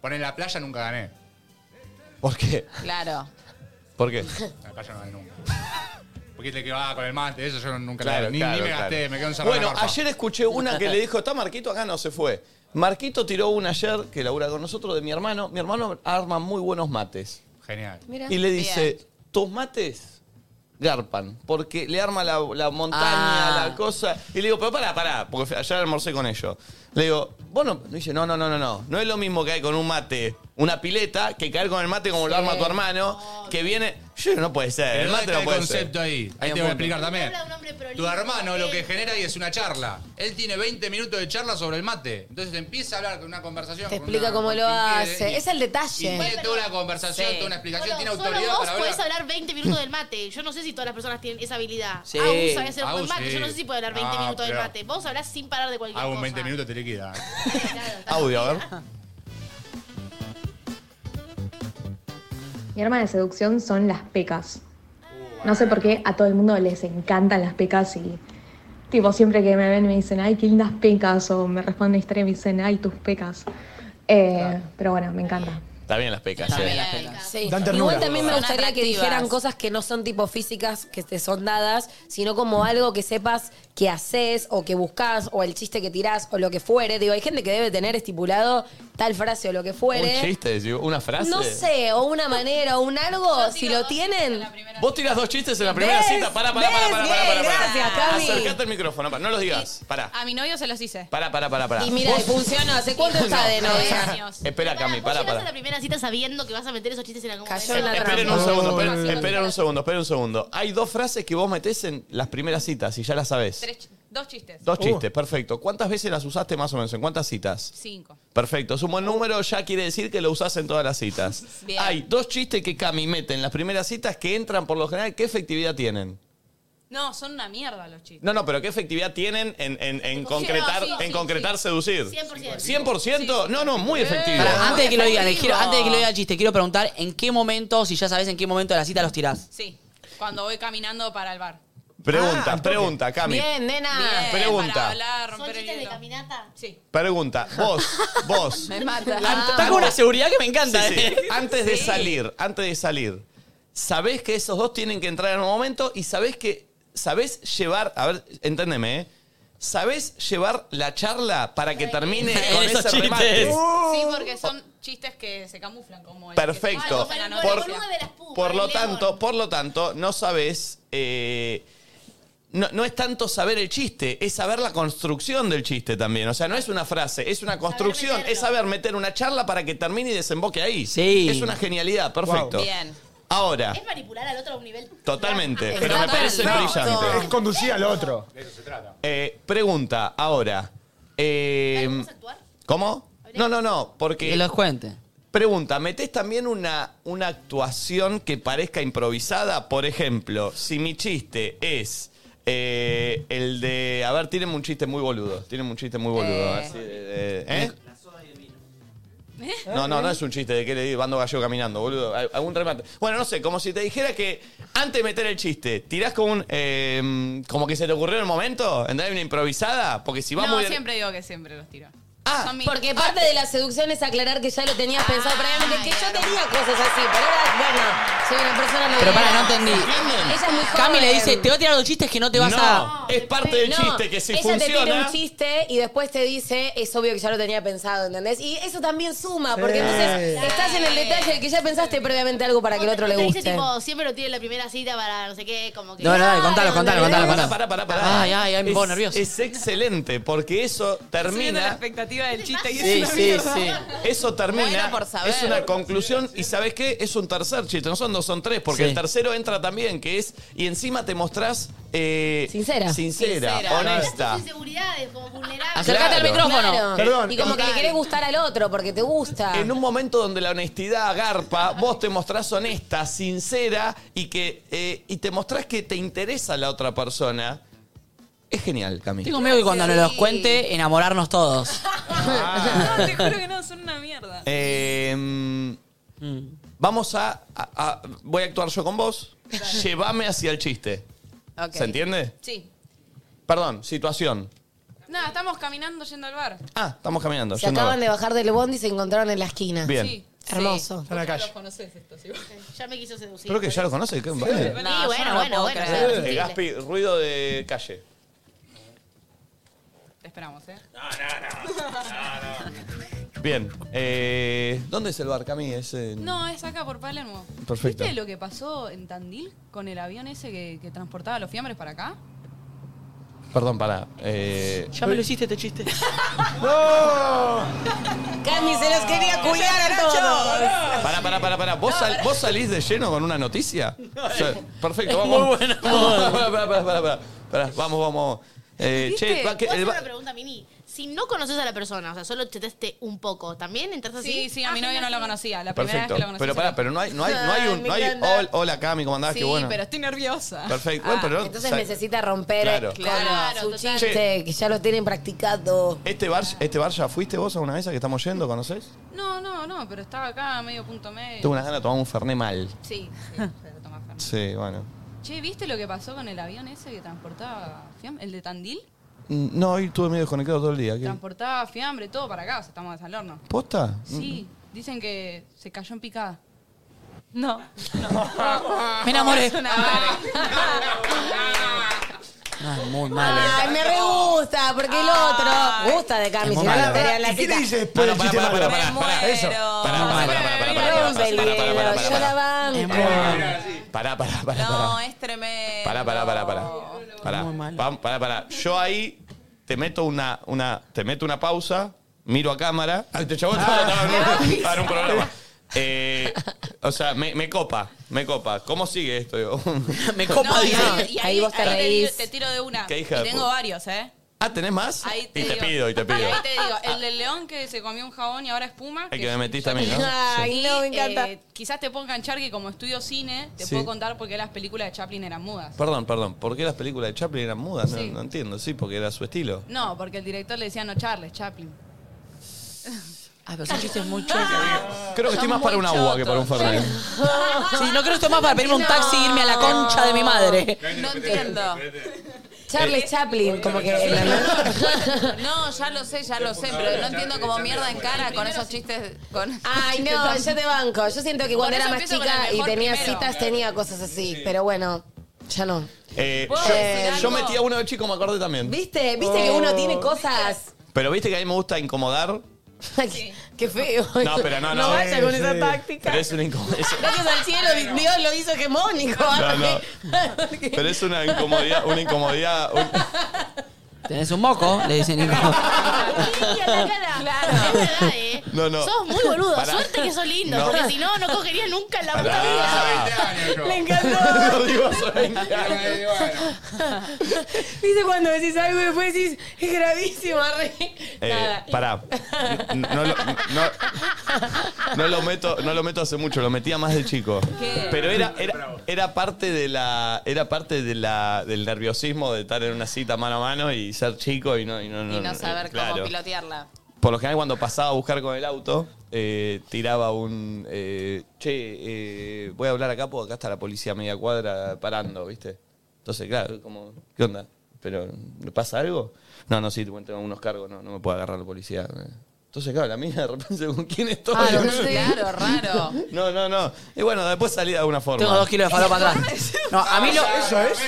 Poner la playa nunca gané. ¿Por qué? Claro. ¿Por qué? La playa no gané nunca. Porque te que va con el mate, eso yo nunca Claro, la ni, claro, ni me claro. gasté, me quedé encerrado. en Bueno, la barba. ayer escuché una que le dijo, está Marquito acá, no se fue. Marquito tiró una ayer, que labura con nosotros, de mi hermano. Mi hermano arma muy buenos mates. Genial. Mira. Y le dice, tus mates garpan, porque le arma la, la montaña, Ah. la cosa. Y le digo, pero pará, pará, porque ayer almorcé con ellos. Le digo, bueno, me dice, no, no, no, no, no. No es lo mismo caer con un mate, una pileta, que caer con el mate como lo arma tu hermano, que viene. Yo digo, no puede ser, Pero el ¿dónde mate está no puede el concepto ser. ahí? Hay Ahí te voy un a punto. explicar también. Tu hermano lo que genera ahí es una charla. Él tiene 20 minutos de charla sobre el mate. Entonces empieza a hablar con una conversación. Te con explica una- cómo con lo quien quiere hace. y- Es el Y detalle. tiene toda una conversación, Sí. toda una explicación, [LAUGHS] Solo, tiene solo autoridad vos para podés hablar. hablar 20 minutos del mate. Yo no sé si todas las personas tienen esa habilidad. Sí. Agus sabe hacer un buen Agus, mate. Yo no sí. sé si puede hablar 20 Ah, minutos del pero- mate. Vos hablás sin parar de cualquier Hago un cosa. 20 minutos te [LAUGHS] liquida. Audio, a ver. Mi arma de seducción son las pecas. Uh, No sé por qué a todo el mundo les encantan las pecas y tipo siempre que me ven me dicen, ay, qué lindas pecas o me responden historia y me dicen, ay, tus pecas. Eh, Pero bueno, me encanta. Está bien las pecas. Está sí. bien las Sí. Dan ternura. Igual también me Son gustaría que atractivas. dijeran cosas que no son tipo físicas, que te son dadas, sino como algo que sepas que haces o que buscas o el chiste que tirás o lo que fuere. Digo, hay gente que debe tener estipulado tal frase o lo que fuere. Un chiste, decís vos, una frase. No sé, o una manera, o un algo, si lo tienen. Vos tiras dos chistes en la primera ¿Ves? cita. Pará, pará, pará, ¿Ves? pará, Bien, pará, pará. gracias, Cami. Acercate al micrófono, pará, no los digas. Pará. A mi novio se los hice. Pará, pará, pará, pará. Y mira, Vos- funcionó. ¿Hace cuánto está de novia? Espera, Cami, Vos pará, llegás a la pará. primera cita sabiendo que vas a meter esos chistes en algún momento. Esperen un segundo, esperen, esperen un segundo, esperen un segundo. Hay dos frases que vos metés en las primeras citas y ya las sabés. Tres, dos chistes. Dos chistes, Uh. perfecto. ¿Cuántas veces las usaste más o menos? ¿En cuántas citas? Cinco. Perfecto, es un buen número, ya quiere decir que lo usás en todas las [LAUGHS] citas. Bien. Hay dos chistes que Cami mete en las primeras citas que entran por lo general. ¿Qué efectividad tienen? No, son una mierda los chistes. No, no, pero ¿qué efectividad tienen en, en- en concretar, sí, en concretar seducir? 100%. 100%, no, no, muy efectivo. Pará, antes de que lo digan, les quiero, antes de que lo digan el chiste, quiero preguntar en qué momento, si ya sabes en qué momento de la cita los tirás. Sí, cuando voy caminando para el bar. Pregunta, pregunta, Cami. nena. Pregunta. Para hablar, romper ¿Son el chistes de hielo. caminata? Sí. Pregunta, vos, vos. Me mata. Está ah, con una seguridad que me encanta. Sí, sí. eh. Antes de Ah. Sí. salir, antes de salir, sabés que esos dos tienen que entrar en un momento y sabés que sabés llevar, a ver, enténdeme, ¿eh? Sabés llevar la charla para que [LAUGHS] termine En con esos ese remate. chistes. Sí, porque son chistes que se camuflan como el que- Ah, Perfecto. como la Por- noticia. Por lo tanto, por lo tanto, no sabés. eh, no, no es tanto saber el chiste, es saber la construcción del chiste también. O sea, no es una frase, es una construcción, es saber meter una charla para que termine y desemboque ahí. Sí. Es una genialidad, perfecto. Bien. Ahora, Es manipular al otro a un nivel. totalmente, Ah, Es pero me total, parece no, brillante. no. Es conducir al otro. Eh, pregunta, ahora. eh, ¿Cómo? No, no, no, porque... Que los cuente. Pregunta, ¿metés también una, una actuación que parezca improvisada? Por ejemplo, si mi chiste es eh, el de... A ver, tírenme un chiste muy boludo. Tírenme un chiste muy boludo. Eh. así de- de- ¿eh? No, no, no es un chiste de que le di bando gallo caminando, boludo. Hay- Algún remate. Bueno, no sé, como si te dijera que antes de meter el chiste, tirás con un. eh, como que se te ocurrió en el momento, ¿entendés? Una improvisada, porque si va no, muy. siempre digo que siempre los tiro. Ah. Son mis- Porque parte de la seducción es aclarar que ya lo tenías pensado previamente, que yo tenía cosas así, pero ahora, bueno, soy una persona no Pero para, no binaria. entendí. Ella es muy joven. Cami le dice, te voy a tirar los chistes que no te vas a. es parte del No, chiste, que si ella te tira funciona. un chiste y después te dice, es obvio que ya lo tenía pensado, ¿entendés? Y eso también suma, porque Sí. entonces estás en el detalle de que ya pensaste previamente algo para que el otro le Te guste. dice tipo, siempre lo tiene en la primera cita para no sé qué, como que. No, no, dale, contalo, Claro, contalo, contalo, pará, contalo. Pará, pará, pará. Ay, ay, ay, me Es- pongo nervioso. Es excelente, porque eso Subiendo la termina. expectativa del chiste y Sí, es una sí, mierda. sí. Eso termina. Bueno, por saber. Es una conclusión. Y ¿sabes qué? Es un tercer chiste. No son dos, son tres. Porque Sí. el tercero entra también, que es. Y encima te mostrás. eh, Sincera. Sincera, Sincera. honesta. Inseguridades, como vulnerables. Acercate al micrófono. Claro. Perdón. Y como que le querés gustar al otro porque te gusta. En un momento donde la honestidad agarpa, vos te mostrás honesta, sincera y que eh, y te mostrás que te interesa la otra persona. Es genial, Cami. Tengo miedo que cuando nos los cuente, enamorarnos todos. Te juro que no, son una mierda. Eh, mm, vamos a, a- a- Voy a actuar yo con vos. Llévame hacia el chiste. Ok. ¿Se entiende? Sí. Perdón, situación. Nada, estamos caminando yendo al bar. Ah, estamos caminando. Se yendo a acaban ver. de bajar del bondi y se encontraron en la esquina. Bien. Sí. Hermoso. Está en la calle. conoces esto, sí. Ya me quiso seducir. Creo que ya lo conoces. ¿qué? Vale. Sí, No, yo no bueno, lo bueno, puedo bueno. creer. Eh, Gaspi, ruido de calle. Te esperamos, ¿eh? Bien. eh, ¿Dónde es el bar, Cami? Es en- No, es acá por Palermo. Perfecto. ¿Viste lo que pasó en Tandil con el avión ese que, que transportaba los fiambres para acá? Perdón, eh, para. Ya me lo hiciste este chiste. Cami se los quería culiar a todos. Pará, pará, pará, pará. ¿Vos, sal- ¿Vos salís de lleno con una noticia? O sea, perfecto, Es [LAUGHS] vamos. muy buena. Pará, pará, pará, pará, pará. Pará, vamos, vamos. Eh, che, va, que- ¿Puedo el hacer ba- una pregunta, Mini? Si no conoces a la persona, o sea, solo chetaste un poco, ¿también entraste así? Ah, Sí, sí, a mi novio no lo conocía. La primera Perfecto. vez que lo conocí. Pero se pará, lo- pero no hay, no hay, no hay Ay, un. me No hay, encanta. "Hol- hola, Cami, ¿cómo andás? Sí, Qué bueno. pero estoy nerviosa. Perfecto. Bueno, pero no- Entonces sa- necesita romper Claro. con Claro, su total. chiste, que ya lo tienen practicado. Este bar, ¿Este bar ya fuiste vos a una de esas que estamos yendo? ¿Conoces? No, no, no, pero estaba acá a medio punto medio. Tengo unas ganas de tomar un Ferné mal. [LAUGHS] Sí, sí, pero toma Fernet. Sí, bueno. Che, ¿viste lo que pasó con el avión ese que transportaba fiambre? ¿El de Tandil? Mm, No, hoy estuve medio desconectado todo el día. ¿Qué? Transportaba fiambre, todo para acá, o sea, estamos de San Horno. ¿Posta? Mm. Sí, dicen que se cayó en picada. No. [LAUGHS] Me enamoré. Es una vara. [LAUGHS] Ah, muy mal. eh. Ay, me re gusta, porque el otro gusta de Cami, Es si muy no malo. lo estaría en la cita. Bueno, pará, pará, pará, pará, pará. Eso. Pará, pará, pará, pará, pará, pará, Rompe el pará, pará, pará, hielo, pará, yo la pará. banco. Pará, pará, pará, pará. No, es tremendo. Pará, pará, pará, pará. Pará, Pam, pará, pará. Yo ahí te meto una, una, te meto una pausa, miro a cámara. Ay, te chabón estaba- estaba en Ah, un- estaba en un programa. Eh, o sea, me, me copa, me copa. ¿Cómo sigue esto? Digo? me No, y ahí, y ahí- Ahí vos te ahí te, reís. tiro, te tiro de una. Qué hija y de tengo puta. varios, ¿eh? [LAUGHS] Ah, ¿tenés más? Ahí te y te digo. pido, y te pido. Y ahí te digo, el del león que se comió un jabón y ahora espuma. El que me metiste a mí, ¿no? [LAUGHS] Ay, no, me encanta. eh, quizás te puedo enganchar que como estudio cine, te Sí. puedo contar por qué las películas de Chaplin eran mudas. Perdón, perdón. ¿Por qué las películas de Chaplin eran mudas? No, Sí. no entiendo, sí, porque era su estilo. No, porque el director le decía no Charles, Chaplin. Ah, pero son chistes muy chotos. Creo que estoy más para una uva que para [LAUGHS] un Fernet. Sí, no creo esto más para pedirme un taxi e irme a la concha de mi [LAUGHS] madre. No entiendo. Charles Eh, Chaplin, como [LAUGHS] que... No, ya lo sé, ya lo sé, pero no entiendo cómo mierda en cara con esos chistes. Con [LAUGHS] Ay, [LAUGHS] no, yo te banco. Yo siento que Por cuando era eso más empiezo con el chica y mejor tenía primero. citas tenía cosas así, pero bueno, ya no. Eh, ¿Puedo yo, decir yo algo? metí a uno de chico, me acordé también. ¿Viste? ¿Viste que uno Oh. tiene cosas? Pero viste que a mí me gusta incomodar. Qué feo. No, pero no, no. No vaya con Sí, esa sí. táctica. Pero es una [LAUGHS] incomodidad. Gracias al cielo, Dios lo hizo hegemónico. No, no. [LAUGHS] Pero es una incomodidad, una incomodidad. un- ¿Tenés un moco? Le dicen Nico. Claro. Es verdad, ¿eh? No, no. Sos muy boludo. Pará. Suerte que sos lindo, No. porque si no, no cogerías nunca en la puta Pará. vida. Me encantó. [LAUGHS] Lo [LAUGHS] digo hace 20 años. Viste cuando decís algo y después decís, es gravísimo, re. Eh, Nada. pará. No, no lo, no- no lo meto, no lo meto hace mucho, lo metía más de chico. ¿Qué? Pero era, era, era parte de la. Era parte de la, del nerviosismo de estar en una cita mano a mano y ser chico y no, y no, Y no saber claro. cómo pilotearla. Por lo general, cuando pasaba a buscar con el auto, eh, tiraba un. eh, che, eh, voy a hablar acá porque acá está la policía a media cuadra parando, ¿viste? Entonces, claro, como, ¿qué onda? ¿Pero ¿le pasa algo? No, no, sí, tengo unos cargos, no, no me puede agarrar la policía. eh. Entonces, claro, la mina de repente, ¿con quién estoy? Claro, [LAUGHS] no sé. Claro, raro. No, no, no. Y bueno, después salí de alguna forma. Tengo dos kilos de [LAUGHS] falopa [LAUGHS] atrás. No, a mí lo. Eso es.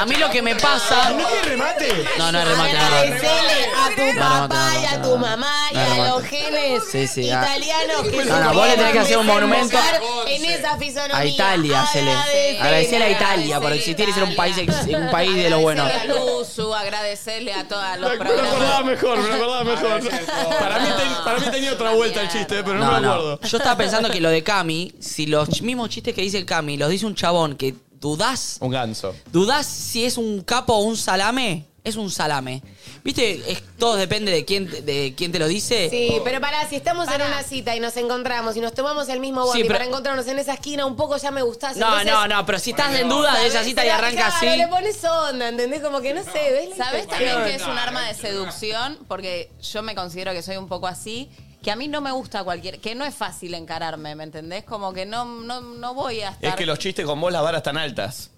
A mí lo que me Ah, pasa. ¿No tiene remate? No, no es remate. no, no. Agradecele a tu No, no, no, papá no, y a no, tu no. mamá y No, no, a no. los genes Sí, sí, ah. italianos que No, no, vos le tenés que hacer un monumento desembocar en esa fisonomía. a Italia. Se le... Agradecele. Agradecerle a Italia por existir y ser un país, ex- un país de los buenos. Agradecerle a Luzu, agradecerle a todos los Me lo acordaba programas. mejor, me lo [LAUGHS] acordaba mejor. para, mí ten- para mí tenía otra vuelta el chiste, pero no, me lo acuerdo. Yo estaba pensando que lo de Cami, si los ch- mismos chistes que dice el Cami los dice un chabón que dudás. Un ganso. ¿Dudás si es un capo o un salame? Es un salame. ¿Viste? Es- todo depende de quién, de quién te lo dice. Oh. Sí, pero pará, si estamos en una cita y nos encontramos y nos tomamos el mismo Sí, bondi pero- para encontrarnos en esa esquina, un poco ya me gustás. No, entonces- no, no, pero si estás en duda de esa cita y Claro, arranca así. le pones onda, ¿entendés? Como que no sé, ¿ves? la ¿Sabes intención? también que es un arma de seducción? Porque yo me considero que soy un poco así, que a mí no me gusta cualquier, que no es fácil encararme, ¿me entendés? Como que no, no, no voy a [LAUGHS] Es estar. que los chistes con vos las varas están altas.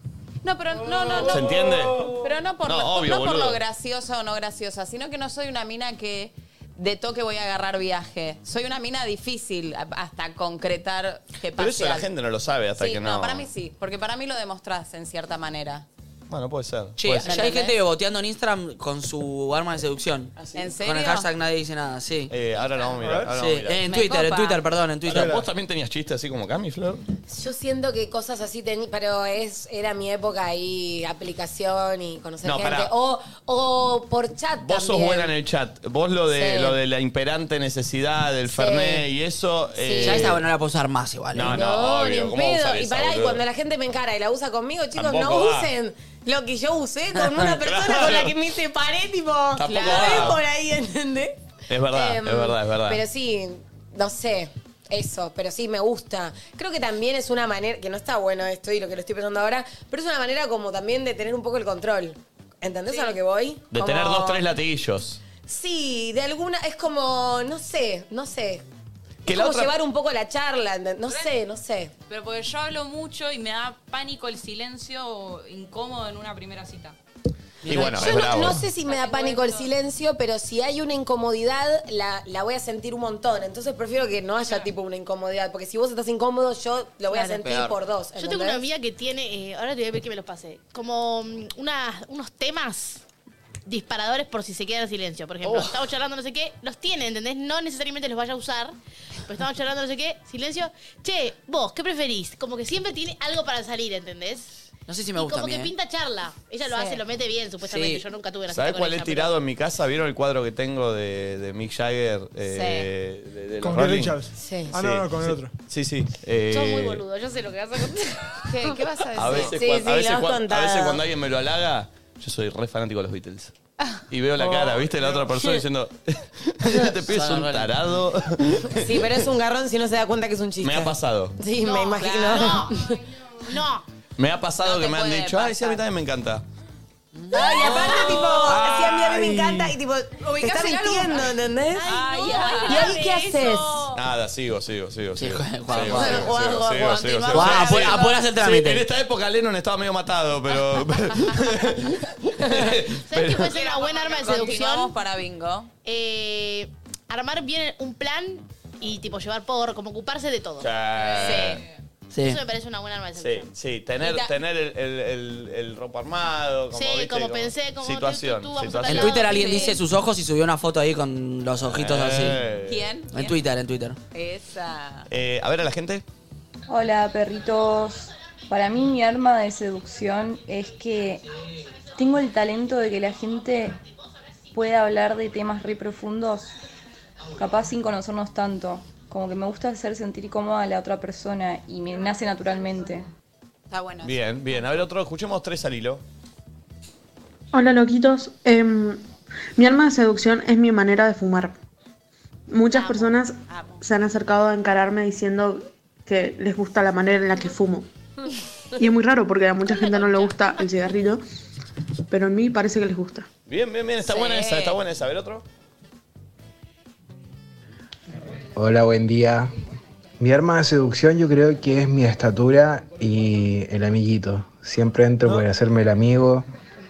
No, pero no, no, no. ¿Se entiende? Pero no por, No, lo, obvio, no por boludo. lo graciosa o no graciosa, sino que no soy una mina que de toque voy a agarrar viaje. Soy una mina difícil a- hasta concretar que pase Pero eso la algo. gente no lo sabe hasta Sí, que no. no. para mí sí, porque para mí lo demostrás en cierta manera. Bueno, puede ser. Che, puede ya ser. hay gente boteando en Instagram con su arma de seducción. ¿Ah, ¿En Con serio? el hashtag nadie dice nada, sí. Eh, ahora lo vamos a mirar. ahora lo Sí, vamos a mirar. en Me Twitter, en copa. Twitter, perdón, en Twitter. Ahora, ¿Vos también tenías chistes así como Cami, Flor? Yo siento que cosas así tenía, pero es, era mi época ahí, aplicación y conocer No, gente. pará. O, o por chat también. Vos sos buena en el chat. Vos lo de, Sí. lo de la imperante necesidad del Sí. Fernet y eso. eh, Ya esa no la puedo usar más igual. ¿eh? No, no, No, ni obvio. en ¿cómo vas pedo. a usar Y esa, pará, y boludo? cuando la gente me encara y la usa conmigo, chicos, no Tampoco va. usen lo que yo usé con [LAUGHS] una persona con la que me separé, tipo, la va. ves por ahí, ¿entendés? Es verdad, Em, es verdad, es verdad. Pero sí, no sé. Eso, pero sí me gusta. Creo que también es una manera, que no está bueno esto y lo que lo estoy pensando ahora, pero es una manera como también de tener un poco el control. ¿Entendés a lo que voy? De Como- tener dos, tres latiguillos. Sí, de alguna, es como, no sé, no sé. Que es la como otra- llevar un poco la charla, ¿entendés? no sé, no sé. Pero porque yo hablo mucho y me da pánico el silencio incómodo en una primera cita. Y bueno, Yo es no- bravo. no, sé si me da pánico el silencio, pero si hay una incomodidad, la, la voy a sentir un montón. Entonces prefiero que no haya tipo una incomodidad, porque si vos estás incómodo, yo lo voy a Claro. sentir Peor. por dos. Yo tengo una ¿entendés? amiga que tiene, eh, ahora te voy a pedir que me los pase, como mm, unas- unos temas disparadores por si se queda en silencio. Por ejemplo, Oh. estamos charlando no sé qué, los tiene, ¿entendés? No necesariamente los vaya a usar, pero estamos charlando no sé qué, silencio. Che, vos, ¿qué preferís? Como que siempre tiene algo para salir, ¿entendés? No sé si me Y gusta como a mí, que ¿eh? pinta charla. Ella lo Sí. hace, lo mete bien, supuestamente. Sí. Yo nunca tuve una cita ¿Sabés con cuál he ella, tirado en mi casa? ¿Vieron el cuadro que tengo de, de Mick Jagger? eh, de- de los Con Keith Rolling? Richards. Sí. Ah, no, no, con el sí, otro. Sí, sí. pero- eh, Sos muy boludo, yo sé lo que vas a contar. ¿Qué, vas a A veces, Sí, cuan- sí, a, veces lo has cuan- a veces contado. cuando alguien me lo halaga, yo soy re fanático de los Beatles. Y veo Oh. la cara, ¿viste? La otra [LAUGHS] persona diciendo, [LAUGHS] este pibe es un tarado. Sí, pero [LAUGHS] es un garrón si no se da cuenta que es un chiste. Me ha pasado. Sí, me imagino. [LAUGHS] No. Me ha pasado que me han puede dicho, ay, sí, a mí también me encanta. Ay, aparte, tipo, así a mí, a mí me encanta y tipo, te Ubicás está el álbum. mintiendo, ¿entendés? Ay, no, ay, ¿Y ahí qué dame eso. haces? Oh. Nada, sigo, sigo, sigo, sigo. Sigo, Juan, sigo, Juan, Juan, sigo, sigo, Juan, sigo, Juan, sigo, Juan, sigo, Juan, sigo. apura- apura hacer Sí, trámite. En esta época Lennon estaba medio matado, [LAUGHS] pero... [LAUGHS] ¿Sabes qué puede ser una buena arma de seducción? Continuamos para bingo. Eh, armar bien un plan y tipo llevar por, como ocuparse de todo. Sí. Eso me parece una buena arma de Sí, seducción. sí, tener, Y ta- tener el, el, el, el ropa armado, como, Sí, viste, como pensé, como situación, tú, tú, tú, vamos a situación. En Twitter alguien dice sus ojos y subió una foto ahí con los ojitos así. Eh. ¿Quién? En ¿Quién? Twitter, en Twitter. Esa. Eh, a ver a la gente. Hola perritos. Para mí mi arma de seducción es que tengo el talento de que la gente pueda hablar de temas re profundos, capaz sin conocernos tanto. Como que me gusta hacer sentir cómoda a la otra persona y me nace naturalmente. Está bueno. Bien, bien. A ver otro, escuchemos tres al hilo. Hola loquitos, Em, mi arma de seducción es mi manera de fumar. Muchas personas se han acercado a encararme diciendo que les gusta la manera en la que fumo. Y es muy raro porque a mucha gente no le gusta el cigarrillo, pero a mí parece que les gusta. Bien, bien, bien. Está Sí. buena esa, está buena esa. A ver otro. Hola, buen día. Mi arma de seducción yo creo que es mi estatura y el amiguito. Siempre entro por hacerme el amigo,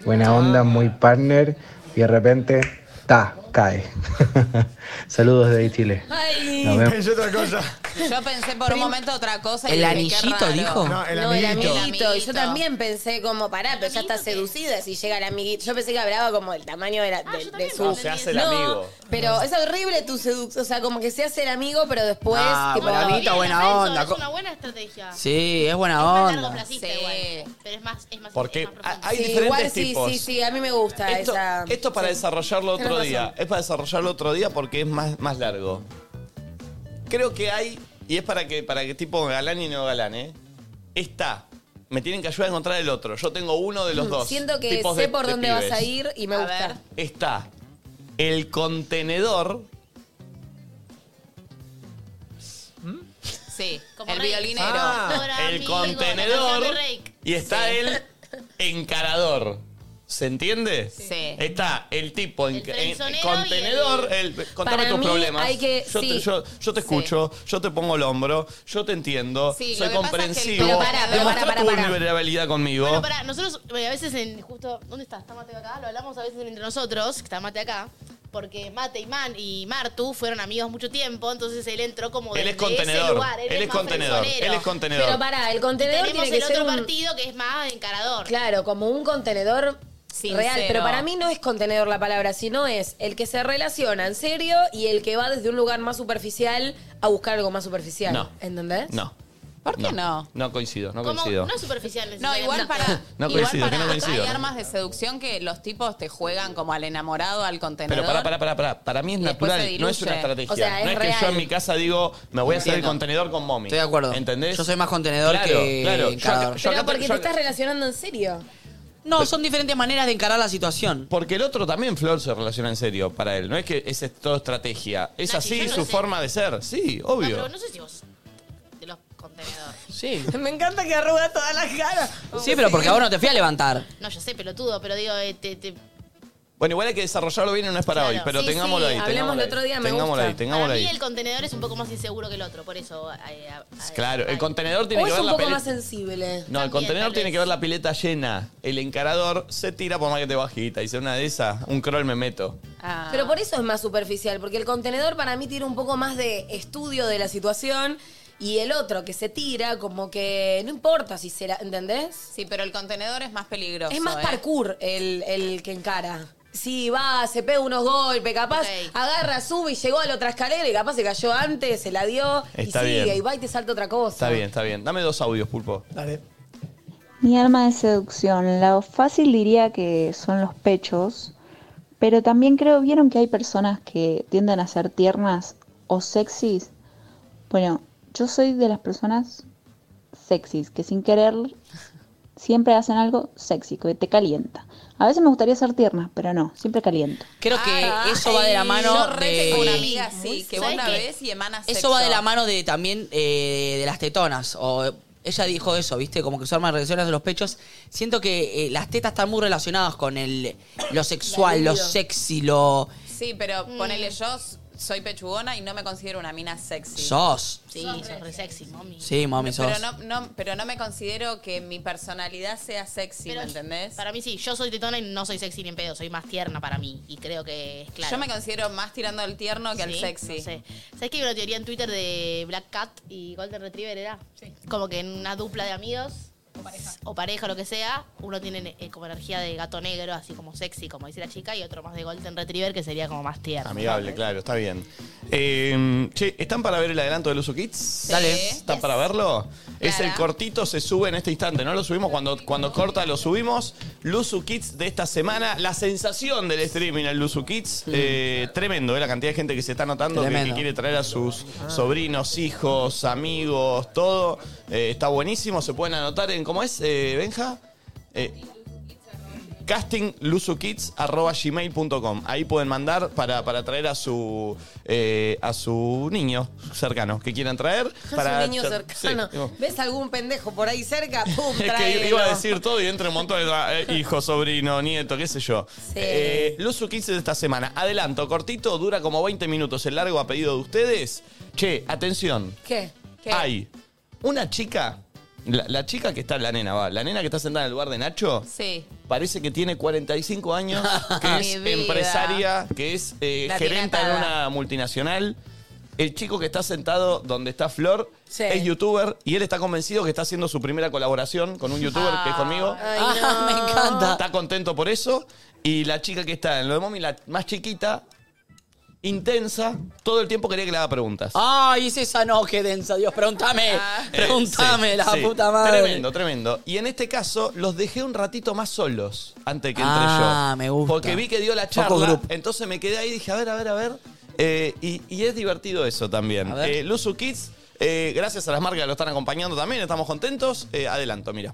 buena onda, muy partner y de repente, ta, cae. [LAUGHS] Saludos de Chile. Ay. Nos vemos. Pensé otra cosa. Yo pensé por un momento otra cosa. y ¿El dije, qué anillito raro. dijo? No, el No, el amiguito. amiguito. Y yo también pensé como, pará, pero ya está seducida si llega el amiguito. Yo pensé que hablaba como del tamaño de, la- Ah, de- de su... No, se hace el No, amigo. Pero es horrible tu seducción. O sea, como que se hace el amigo, pero después... Ah, tipo, bueno, amiguito, buena onda. Es co- una buena estrategia. Sí, es buena Más largo onda. placista igual. Pero es más, es más Porque hay Sí, diferentes igual sí, tipos. sí, sí, a mí me gusta Esto, esa... esto es para desarrollarlo Tenés otro razón. día. Es para desarrollarlo otro día porque es más, más largo. Creo que hay, y es para que, para que tipo galán y no galán, ¿eh? Está. Me tienen que ayudar a encontrar el otro. Yo tengo uno de los dos. Siento que tipos sé de- por de dónde pibes. vas a ir y me gusta. Está el contenedor. Sí, el violinero. Ah, el contenedor. Y está el encarador. ¿Se entiende? Sí. Está el tipo en, en- trenzonero contenedor. El, contame Para tus mí problemas. hay que- yo, te, sí. yo- yo te escucho, yo te pongo el hombro, yo te entiendo, Sí, soy lo que pasa es que el- comprensivo. Pero pará, pero Demostrá pará, tu pará, pará. vulnerabilidad conmigo. Bueno, pará, nosotros bueno, a veces en justo. ¿Dónde está? ¿Está Mateo acá? Lo hablamos a veces entre nosotros, que está Mate acá. Porque Mate y Man y Martu fueron amigos mucho tiempo, entonces él entró como Él es desde contenedor, ese lugar. Él, él es más contenedor, personero. él es contenedor. Pero pará, el contenedor Tenemos tiene que el ser otro un- partido que es más encarador. Claro, como un contenedor real, Sincero. pero para mí no es contenedor la palabra, sino es el que se relaciona en serio y el que va desde un lugar más superficial a buscar algo más superficial. No. ¿Entendés? No. ¿Por qué no? No coincido, no ¿Cómo? coincido. No es superficial. No, igual para. No igual coincido, para que no coincido. Hay armas de seducción que los tipos te juegan como al enamorado, al contenedor. Pero pará, pará, pará, pará. Para mí es después natural, se no es diluye. una estrategia. O sea, no es es que yo real. en mi casa digo, me voy a hacer el Entiendo. contenedor con mommy. Estoy de acuerdo. ¿Entendés? Yo soy más contenedor Claro, que claro. Yo acá- encarador. yo acá Pero porque yo te acá- estás relacionando en serio. No, son diferentes maneras de encarar la situación. Porque el otro también, Flor, se relaciona en serio para él. No es que es todo estrategia. Es así su forma de ser. Sí, No, obvio. pero no sé si vos. De los contenedores. Sí. [LAUGHS] Me encanta que arruga todas las caras. Sí, pero porque a vos no te fui a levantar. No, yo sé, pelotudo, pero digo, eh, te- te- Bueno, igual hay que desarrollarlo bien y no es para Claro. hoy. Pero Sí, tengámoslo sí, ahí. hablemos tengámoslo de ahí, otro día, me Tengámoslo gusta. ahí, tengámoslo para mí ahí. el contenedor es un poco más inseguro que el otro, por eso. eh, a- Claro, el contenedor tiene O que es ver un la poco pileta. más sensible. No, el contenedor tiene que ver la pileta llena. El encarador se tira por más que te bajita. Dice una de esas, un crawl me meto. Ah. Pero por eso es más superficial, porque el contenedor para mí tiene un poco más de estudio de la situación y el otro que se tira, como que no importa si será, ¿entendés? Sí, pero el contenedor es más peligroso. Es más ¿eh? parkour el, el que encara. Sí, va, se pega unos golpes, capaz agarra, sube y llegó a la otra escalera y capaz se cayó antes, se la dio Está y sigue bien. y va y te salta otra cosa. Ah. Está bien, está bien. Dame dos audios, pulpo. Dale. Mi arma de seducción, la fácil diría que son los pechos, pero también creo, ¿vieron que hay personas que tienden a ser tiernas o sexys? Bueno, yo soy de las personas sexys, que sin querer siempre hacen algo sexy, que te calienta. A veces me gustaría ser tierna, pero no, siempre caliento. Creo que eso va de la ah, Yo mano re tengo una de... amiga así, que vos ¿Sabes la qué? ves y emana Eso va de la mano de también eh, de las tetonas. O, ella dijo eso, ¿viste? Como que su arma de relaciones de los pechos. Siento que eh, las tetas están muy relacionadas con el, lo sexual, lo libido. sexy, lo... Sí, pero ponele yo s- soy pechugona y no me considero una mina sexy. Sos. Sí, sos re sexy, mami. Sí, mami, sos. Pero no, no, pero no me considero que mi personalidad sea sexy, Pero ¿me entendés? Para mí sí, yo soy tetona y no soy sexy ni en pedo, soy más tierna para mí. Y creo que es claro. Yo me considero más tirando al tierno que al Sí, sexy. no sé. ¿Sabes que hay una teoría en Twitter de Black Cat y Golden Retriever era? Como que en una dupla de amigos o pareja, o lo que sea, uno tiene eh, como energía de gato negro, así como sexy, como dice la chica, y otro más de Golden Retriever que sería como más tierno. Amigable, claro, está bien. Eh, che, ¿están para ver el adelanto de Luzu Kids? Dale. ¿Están para verlo? Es el cortito, se sube en este instante. No lo subimos cuando, cuando corta, lo subimos. Luzu Kids de esta semana. La sensación del streaming al Luzu Kids. eh, tremendo, eh, la cantidad de gente que se está notando que, que Tremendo. quiere traer a sus sobrinos, hijos, amigos, todo. Eh, está buenísimo. Se pueden anotar en, ¿cómo es, eh, Benja? Eh, castingluzukids.gmail.com. Ahí pueden mandar para, para traer a su eh, a su niño cercano que quieran traer. para [LAUGHS] Es un niño ser- cercano. sí, digo, ¿Ves algún pendejo por ahí cerca? ¡Pum! [LAUGHS] es que tráelo. iba a decir todo y entre un montón de tra- eh, hijo, sobrino, nieto, qué sé yo. Sí. Eh, Luzu Kids de esta semana. Adelanto, cortito, dura como 20 minutos. El largo a pedido de ustedes. Che, atención. ¿Qué? ¿Qué? Hay una chica, la, la chica que está, la nena, va, la nena que está sentada en el lugar de Nacho. Sí. Parece que tiene [LAUGHS] 45 años, que es Mi vida. empresaria, que es eh, La tiene gerenta en atada. una multinacional. El chico que está sentado donde está Flor Sí. es youtuber y él está convencido que está haciendo su primera colaboración con un youtuber que es [LAUGHS] conmigo. me encanta. Está contento por eso. Y la chica que está en lo de Mommy, la más chiquita, intensa, todo el tiempo quería que le haga preguntas. Ay, es esa no, qué densa, Dios, pregúntame. Pregúntame, Eh, sí, la sí. puta madre. Tremendo, tremendo. Y en este caso, los dejé un ratito más solos antes que entre yo. Ah, me gusta. Porque vi que dio la Focus charla, group. entonces me quedé ahí y dije, a ver, a ver, a ver. Eh, y, y es divertido eso también. ver. Eh, Luzu Kids, eh, gracias a las marcas que lo están acompañando también, estamos contentos. Eh, adelanto, mira.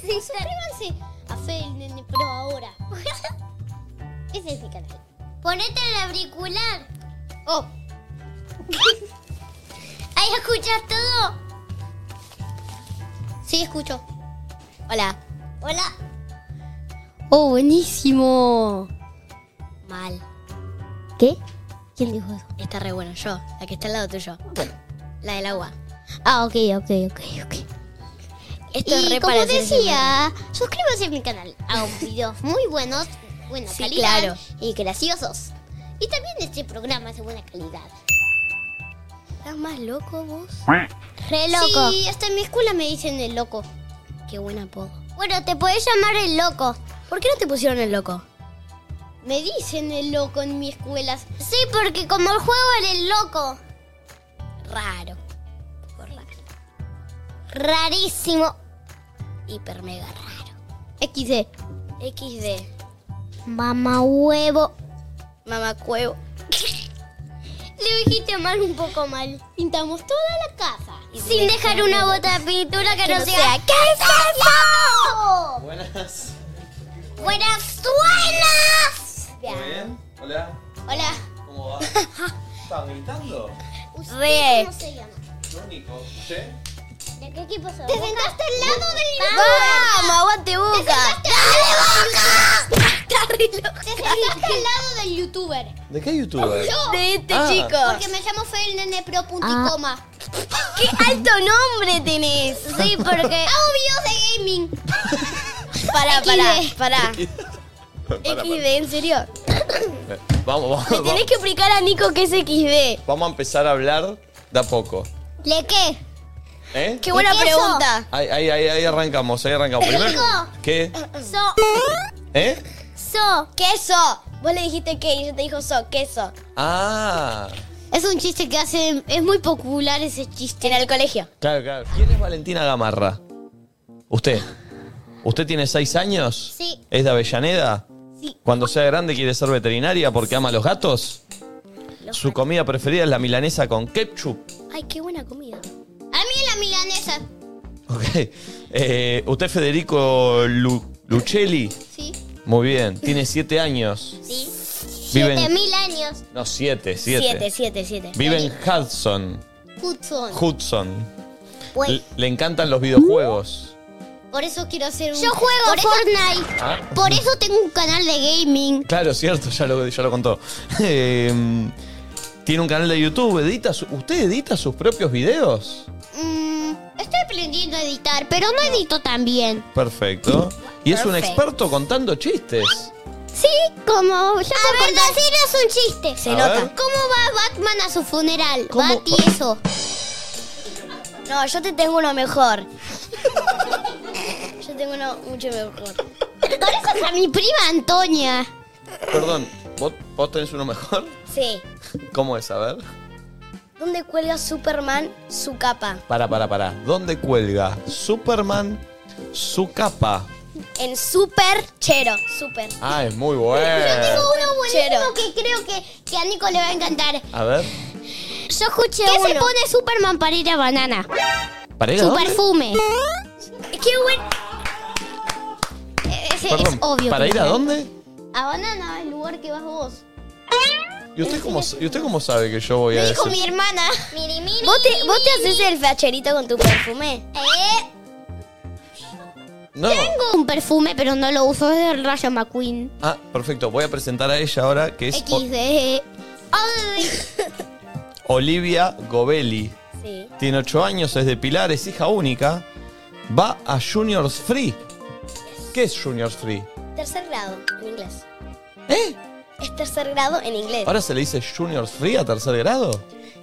Sí, suscríbanse a Fel Nene Pro ahora. [LAUGHS] Ese es mi canal. Ponete el auricular. Oh. [LAUGHS] Ahí escuchas todo. Sí, escucho. Hola. Hola. Oh, buenísimo. Mal. ¿Qué? ¿Quién dijo eso? Está re bueno, yo, la que está al lado tuyo. La del agua. Ah, ok, ok, ok, ok. Esto y es re como para hacerse decía, suscríbanse a mi canal. [LAUGHS] Hago videos muy buenos, buena Sí, calidad claro. y graciosos. Y también este programa es de buena calidad. ¿Estás más loco vos? Re loco. Sí, hasta en mi escuela me dicen el loco. Qué buen apodo. Bueno, te podés llamar el loco. ¿Por qué no te pusieron el loco? Me dicen el loco en mi escuela. Sí, porque como el juego era el loco. Raro. Un poco raro. Rarísimo. Hiper mega raro. XD. XD. Mamá huevo. Mamá cuevo. Le dijiste mal un poco mal. Pintamos toda la casa. Sin dejar una bota de pintura que, no sea. ¿Qué es eso? Buenas. Buenas, buenas. bien? Hola. Hola. ¿Cómo va? ¿Estás gritando? Re. ¿Cómo se llama? Único. ¿Sí? ¿De qué equipo sos? Te sentaste al lado del Vamos, aguante boca. ¡Dale boca! Está re loca. Te sentaste al lado del youtuber. ¿De qué youtuber? De este Ah. chico. Porque me llamo Fel Nene Pro punto y Ah. coma. [LAUGHS] ¡Qué alto nombre tenés! Sí, porque. Hago [LAUGHS] videos de gaming. [LAUGHS] Pará, pará, pará. Para, para. en serio. Eh, Vamos, vamos, Le vamos. tenés que explicar a Nico que es XD. Vamos a empezar a hablar de a poco. ¿Le qué? ¿Eh? Qué buena pregunta. Ahí, ahí, ahí, ahí arrancamos, ahí arrancamos. Primero, Nico. ¿qué? So. ¿Eh? So. Queso. Vos le dijiste que y yo te dijo so, queso. Ah, Es un chiste que hacen. Es muy popular ese chiste. En el colegio. claro, claro. ¿Quién es Valentina Gamarra? Usted. ¿Usted tiene seis años? Sí. ¿Es de Avellaneda? Sí. Cuando sea grande quiere ser veterinaria porque ama a los gatos. Su comida preferida es la milanesa con ketchup. [LAUGHS] Ay, qué buena comida. A mí la milanesa. Ok. Eh, ¿Usted es Federico Lu- Lucelli? Sí. Muy bien. Tiene siete años. Sí. Viven- Siete mil años. No, siete, siete. siete, siete. siete. Vive en Hudson. Hudson. Hudson. Güey, Le- Le encantan los videojuegos. por eso quiero hacer un. Yo juego Fortnite. Ah. Por eso tengo un canal de gaming. Claro, cierto, ya lo, ya lo contó. [LAUGHS] Eh, Tiene un canal de YouTube, edita su- ¿usted edita sus propios videos? Mm, estoy aprendiendo a editar, pero no edito tan bien. Perfecto. Y es un Perfecto. experto contando chistes. Sí, como ya A ver, es un chiste. Se A nota. ver. ¿Cómo va Batman a su funeral? Bat y eso. No, yo te tengo uno mejor. yo tengo uno mucho mejor. Conoces a mi prima Antonia. Perdón, ¿vos, vos tenés uno mejor? [LAUGHS] Sí. ¿Cómo es? A ver. ¿Dónde cuelga Superman su capa? Para, para, para. ¿Dónde cuelga Superman su capa? En Super Chero. Super. Ah, es muy Yo tengo bueno. uno buenísimo que creo que, que a Nico le va a encantar. A ver. Yo escuché ¿Qué se pone Superman para ir a banana? ¿Para ir a Su dónde? perfume. Qué buen. Eh, Ese Perdón, es obvio. ¿Para que ir a sabe. dónde? A Banana, el lugar que vas vos. ¿Y usted cómo, y usted cómo sabe que yo voy a Me dijo ese- mi hermana. ¿Vos, te, vos te haces el facherito con tu perfume? ¿Eh? No. Tengo un perfume, pero no lo uso. Es del Rayo McQueen. Ah, perfecto. Voy a presentar a ella ahora, que es O- XD. Ay. Olivia Gobelli. Sí. Tiene 8 años, es de Pilar, es hija única. Va a Juniors Free. ¿Qué es Juniors Free? Tercer grado en inglés. ¿Eh? Es tercer grado en inglés. ¿Ahora se le dice Juniors Free a tercer grado?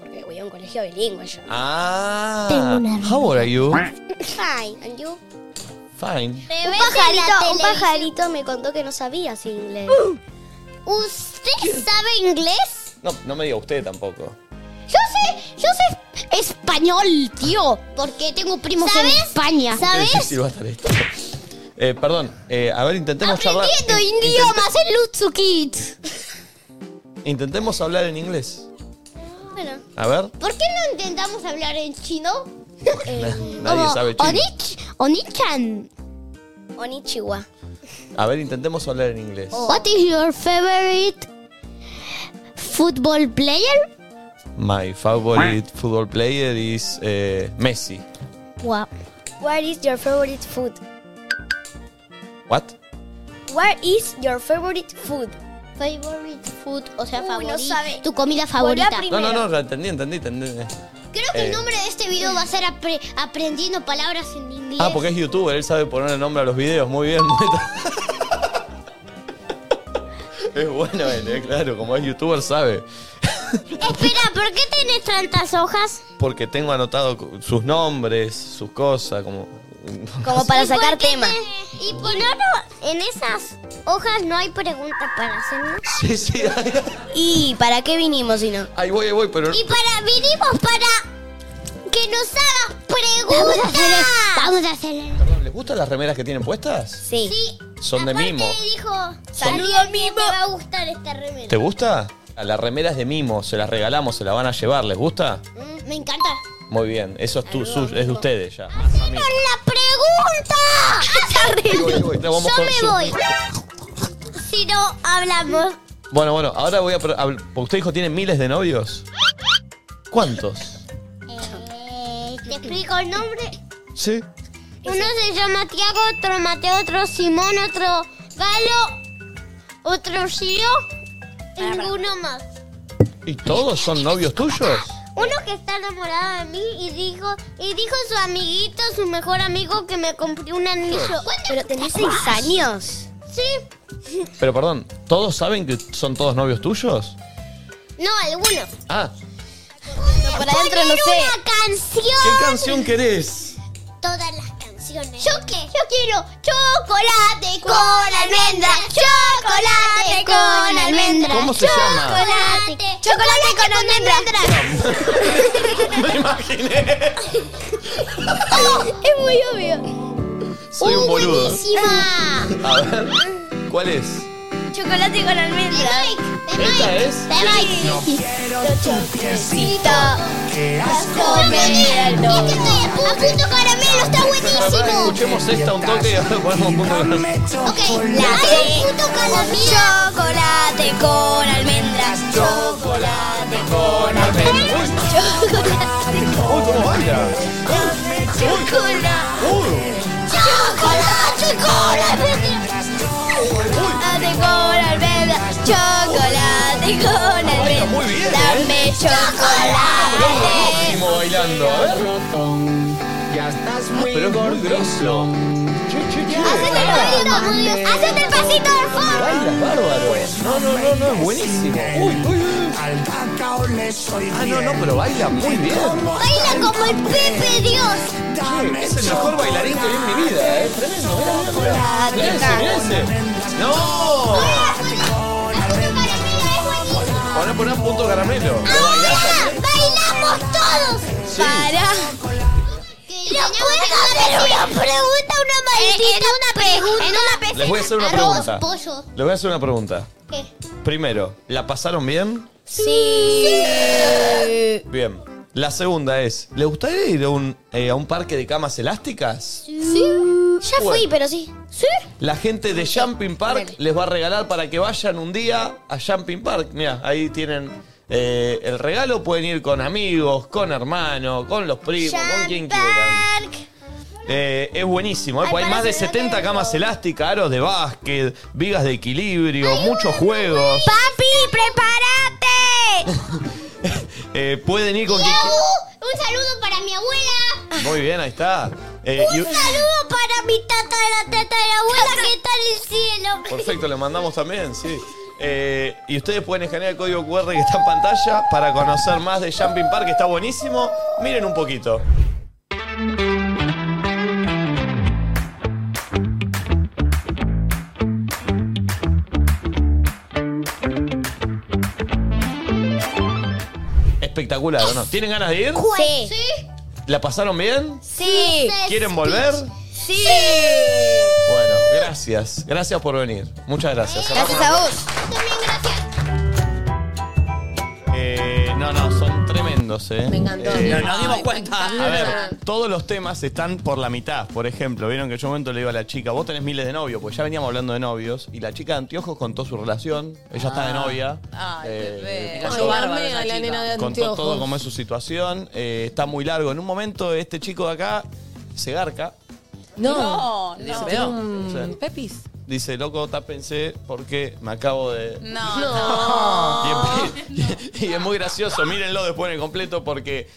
Porque voy a un colegio bilingüe yo. Ah. Tengo una How old are you? Fine. And you? Fine. Un pajarito, un pajarito me contó que no sabías inglés. ¿Usted sabe inglés? No, no me diga usted tampoco. Yo sé, yo sé español, tío, porque tengo primos en España. Qué difícil va a estar esto. Eh, perdón, eh, a ver, intentemos charlar. Aprendiendo in- idiomas en Lutsu Kids. Intentemos hablar en inglés. Bueno, A ver. ¿por qué no intentamos hablar en chino? Eh, Nadie como sabe chino. Onich, Onichan. Onichiwa. A ver, intentemos hablar en inglés. What is your favorite football player? My favorite football player is eh, Messi. What? What is your favorite food? What? What is your favorite food? Favorite food, o sea, Uy, favorito. no sabe. Tu comida Volá favorita. No, no, no, ya entendí, entendí, entendí. Creo que Eh. el nombre de este video va a ser apre- aprendiendo palabras en inglés. Ah, porque es youtuber, él sabe poner el nombre a los videos. Muy bien, [LAUGHS] muy Es bueno él, eh, claro, como es youtuber sabe. Espera, ¿por qué tenés tantas hojas? Porque tengo anotado cu- sus nombres, sus cosas, como... Como para sacar tema. y por no, no, en esas hojas no hay preguntas para hacernos. [LAUGHS] Sí, sí, ahí, ¿Y para qué vinimos si no? ahí voy, ahí voy, pero... Y para vinimos para que nos hagas preguntas. Vamos a hacer. Perdón, ¿Les gustan las remeras que tienen puestas? Sí. sí. Son de mimo. dijo, "Saludo, mimo. Te va a gustar esta remera. ¿Te gusta? A Las remeras de mimo, se las regalamos, se las van a llevar, ¿les gusta? Mm, Me encanta. Muy bien, eso es, tu- su- es de ustedes ya. ¡Con la [LAUGHS] pregunta! Te vamos Yo con me su- voy. Si no hablamos. Bueno, bueno, ahora voy a... pro- habl- porque Usted dijo, ¿tiene miles de novios? ¿Cuántos? Eh, Te explico el nombre. Sí. Uno se llama Tiago, otro Mateo, otro Simón, otro Galo, otro Gio. y Ninguno más. ¿Y todos son novios tuyos? Uno que está enamorado de mí y dijo, y dijo su amiguito, su mejor amigo, que me compré un anillo. Pero tenés seis años. Sí. Pero perdón, ¿todos saben que son todos novios tuyos? No, algunos. Ah, Para adentro no sé. una canción. ¿qué canción querés? Todas las canciones. ¿Yo qué? Yo quiero chocolate con almendra. Chocolate con almendra. ¿Cómo se llama? Chocolate. Chocolate con almendra. [LAUGHS] Me [LAUGHS] imaginé. Oh, es muy obvio. Soy un boludo. Buenísima. A ver, ¿cuál es? Chocolate con almendra. De Mike. ¿Esta es? De Mike. No quiero tu piecito que has comido. Es que estoy este a punto, a punto caramelo. Está buenísimo. Escuchemos esta un toque y ahora ponemos un poco de... Chocolate, chocolate con almendras, chocolate con almendras. chocolate Uy, cómo baila. chocolate, chocolate con almendras, chocolate con almendras, chocolate con ¿eh? almendras, dame chocolate. Último bailando, a ver. Ah, Ya estás muy Pero es muy grosso. Hacete el pasito del fondo. Bailas bárbaro. Ah, pues, No, no, no, no, es buenísimo. Uy, uy, uy. Ah, no, no, pero baila muy bien. Baila como el Pepe Dios. Es el mejor bailarín que vi en mi vida, eh. Tremendo, mirá, mirá, mirá. Mirá ese, mirá ese. ¡No! Ahora poner punto caramelo. Ah, ¡Bailamos todos! ¡Para! ¡No puedo hacer una pregunta, una maldita Eh, una pregunta! En una Les voy a hacer una pregunta. pollo. Les voy a hacer una pregunta. ¿Qué? Primero, ¿la pasaron bien? Sí. Bien. La segunda es, ¿le gustaría ir a un, eh, a un parque de camas elásticas? ¿Sí? Ya fui, pero sí. ¿Sí? La gente de Jumping Park les va a regalar para que vayan un día a Jumping Park. Mira, ahí tienen eh, el regalo. Pueden ir con amigos, con hermanos, con los primos, con quien quieran. Eh, es buenísimo, ¿eh? Porque hay más de 70 camas elásticas, aros de básquet, vigas de equilibrio, muchos juegos. ¡Papi, prepárate! Eh, pueden ir con quien Un saludo para mi abuela. quie- Muy bien, ahí está. Eh, y- Un saludo para mi tata, la tata de la abuela que está en el cielo. Perfecto, le mandamos también, sí. Eh, y ustedes pueden escanear el código QR que está en pantalla para conocer más de Jumping Park, que está buenísimo. Miren un poquito. Espectacular, ¿o no? ¿Tienen ganas de ir? Sí. ¿La pasaron bien? Sí. ¿Quieren volver? Sí. Bueno, gracias. Gracias por venir. Muchas gracias. vos. Eh, no, no, son tremendos, ¿eh? Me encantó. Eh, No, nos dimos cuenta. A ver, todos los temas están por la mitad. Por ejemplo, vieron que yo un momento le digo a la chica, vos tenés miles de novios, pues ya veníamos hablando de novios, y la chica de anteojos contó su relación, ella Ah. Ah. está de novia. Ay, eh, bebé. contó- Ay, amé a la nena Ah, de Contó anteojos. todo cómo es su situación, eh, está muy largo. En un momento este chico de acá se garca, No, no. no. pegó. Mm, Sí. Pepis. dice, loco, tápense porque me acabo de... No. [LAUGHS] Y, es- y es muy gracioso, mírenlo después en el completo porque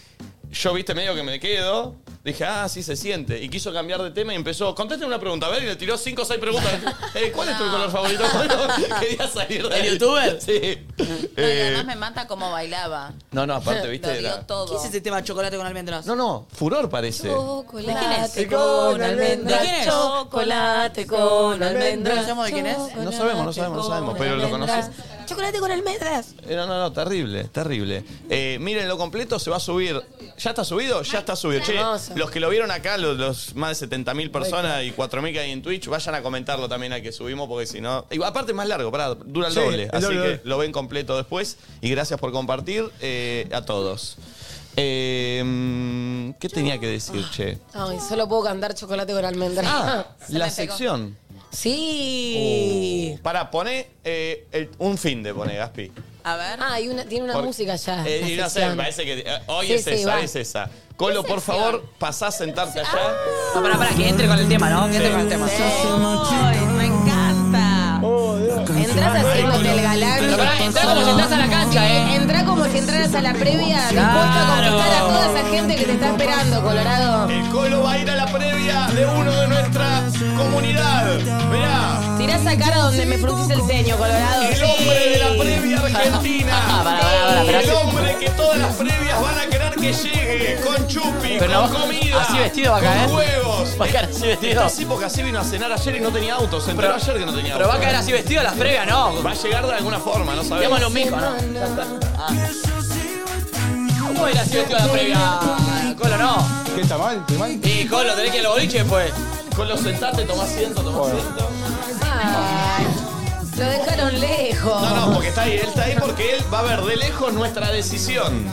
yo, viste, medio que me quedo. Dije, ah, sí se siente. Y quiso cambiar de tema y empezó, contesten una pregunta, a ver, y le tiró cinco o seis [LAUGHS] preguntas. Eh, ¿Cuál es tu color favorito? [LAUGHS] Bueno, quería salir de ¿El youtuber? Sí. Y Eh, además me mata cómo bailaba. no, no, aparte, Lo viste, dio era- todo. ¿Qué es ese tema chocolate con almendras? No, no, furor parece. ¿De quién es? Chocolate con almendras. almendras. ¿De quién es? Chocolate con almendras. ¿No sabemos de quién es? No sabemos, no sabemos, no sabemos, pero lo conoces. Chocolate con almendras. Eh, No, no, no, terrible, terrible. Eh, miren, lo completo se va a subir. ¿Ya está subido? Ya está subido. Che, Hermoso. los que lo vieron acá, los, los más de 70.000 personas y 4.000 que hay en Twitch, vayan a comentarlo también al que subimos, porque si no... Y aparte es más largo, pará, dura el Sí, doble. el así doble, que doble. lo ven completo después. Y gracias por compartir eh, a todos. Eh, ¿Qué tenía que decir, Che? Ay, solo puedo cantar chocolate con almendras. [LAUGHS] Ah, la sección. Sí. Para, poné eh, el- un fin de poné, Gaspi. Oh. A ver. Ah, y una- tiene una Por- música ya. Eh, la y no sé, sección. me parece que. eh, hoy Sí, es sí, esa, va. hoy es esa. Colo, por favor, pasá a sentarte allá. Ah. No, pará, pará, que entre con el tema, ¿no? Que entre con el tema. me encanta. Entrás haciéndote el galán. Pero pará, entrá como si entras a la cancha, ¿eh? Entrá como si entraras a la previa, dispuesto a conquistar a toda esa gente que te está esperando, Colorado. El Colo va a ir a la previa de uno de nuestra comunidad. Mirá, Tirá esa cara donde me frutís el ceño, Colorado. el hombre de la previa [LAUGHS] argentina. el hombre que todas las previas van a querer que llegue. Con chupi, Pero con no, comida. así vestido va a con caer. huevos. Va a caer así vestido. Está Así porque así vino a cenar ayer y no tenía auto. Se enteró Pero- ayer que no tenía pero auto. va a caer así vestido a las previas, ¿no? Va a llegar de alguna forma, no sabemos. Llámalo un mico, ¿no? Ya está. Ah. ¿Cómo era así vestido a la previa? Colo, no. ¿Qué está mal? ¿Está mal? Y Colo, tenés que ir a los boliches después. pues. Colo, sentate, tomá asiento, tomá asiento. Ay, lo dejaron lejos. No, no, porque está ahí, él está ahí porque él va a ver de lejos nuestra decisión.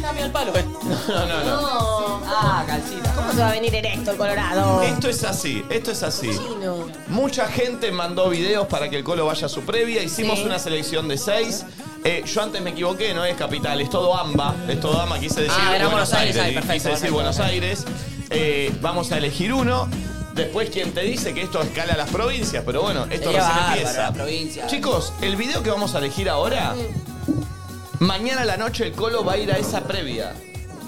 Dame al palo. No, no, no. No. Ah, calcita. ¿Cómo se va a venir erecto el Colorado? Esto es así, esto es así. No. Mucha gente mandó videos para que el Colo vaya a su previa. Hicimos Sí. una selección de seis. Eh, yo antes me equivoqué, no es capital, es todo AMBA. Es todo AMBA, quise decir Ah, era Buenos Buenos Aires, Aires. ahí, perfecto, quise decir perfecto. Buenos Aires. Eh, vamos a elegir uno. Después, quien te dice que esto escala a las provincias, pero bueno, esto Sería recién bárbaro, empieza. la provincia. Chicos, el video que vamos a elegir ahora, mañana a la noche el Colo va a ir a esa previa.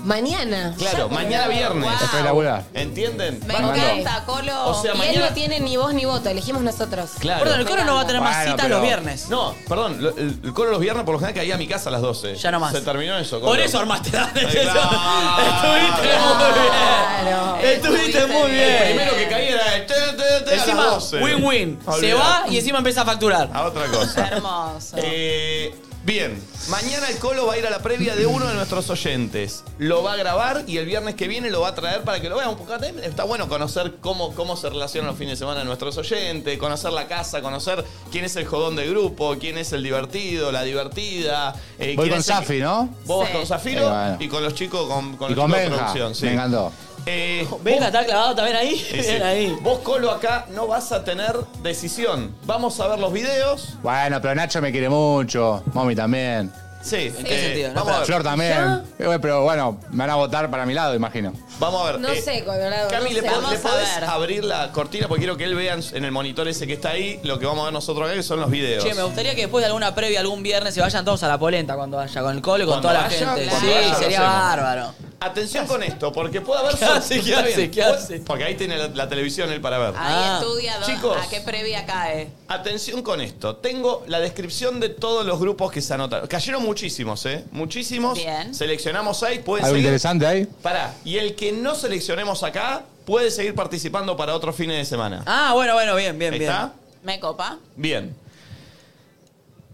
Mañana. Claro, mañana viernes. Después de la bola. ¿Entienden? Me Vamos. encanta, Colo. O sea, y él mañana- no tiene ni voz ni voto, elegimos nosotros. Claro. Perdón, el Colo no va a tener más Bueno, citas pero- los viernes. No, perdón, lo- el, el coro los viernes por lo general caía a mi casa a las 12. Ya no más. Se terminó eso. coro. Ah, Por eso armaste la decisión. Estuviste ah, Claro. Estuviste muy El bien. primero que caía era este, el te, te, te, a las Encima, 12. win-win. Se Olvidate. [LAUGHS] va y encima empieza a facturar. A otra cosa. Hermoso. Eh, Bien, mañana el Colo va a ir a la previa de uno de nuestros oyentes. Lo va a grabar y el viernes que viene lo va a traer para que lo vean un poco. También Está bueno conocer cómo, cómo se relacionan los fines de semana nuestros oyentes, conocer la casa, conocer quién es el jodón del grupo, quién es el divertido, la divertida. eh, Voy quién con es el- Safi, ¿no? Vos vas Sí. con Zafiro Eh, bueno. y con los chicos, con, con y los con chicos de Benja. producción. sí. Me encantó. Eh, Venga, está clavado también ahí. [LAUGHS] Sí, sí. Bien ahí. Vos, Colo, acá no vas a tener decisión. Vamos a ver los videos. Bueno, pero Nacho me quiere mucho. Mami también. Sí, eh, ¿En qué sentido? Vamos a ver. Flor también. Eh, Pero bueno, me van a votar para mi lado, imagino. Vamos a ver. No eh, sé, Colorado. Cami, no ¿le, sé. pod- le podés abrir la cortina? Porque quiero que él vea en- en el monitor ese que está ahí lo que vamos a ver nosotros acá, que son los videos. Che, me gustaría que después de alguna previa, algún viernes, se vayan todos a la polenta cuando vaya, con el colo y con Cuando toda la vaya, gente. cuando Sí, vaya lo sería hacemos. bárbaro. Atención con esto, porque puede haber... [LAUGHS] ¿Qué hace, Está qué hace, bien. qué Puede- hace? Ah. Porque ahí tiene la, la televisión él para ver. Ahí estudia dónde- Chicos. a qué previa cae. Atención con esto. Tengo la descripción de todos los grupos que se anotaron. Cayeron muchísimos, ¿eh? Muchísimos. Bien. Seleccionamos seis. Pueden ¿Algo seguir. interesante ahí? Pará. Y el que no seleccionemos acá puede seguir participando para otros fines de semana. Ah, bueno, bueno, bien, bien, Ahí bien. está. Me copa. Bien.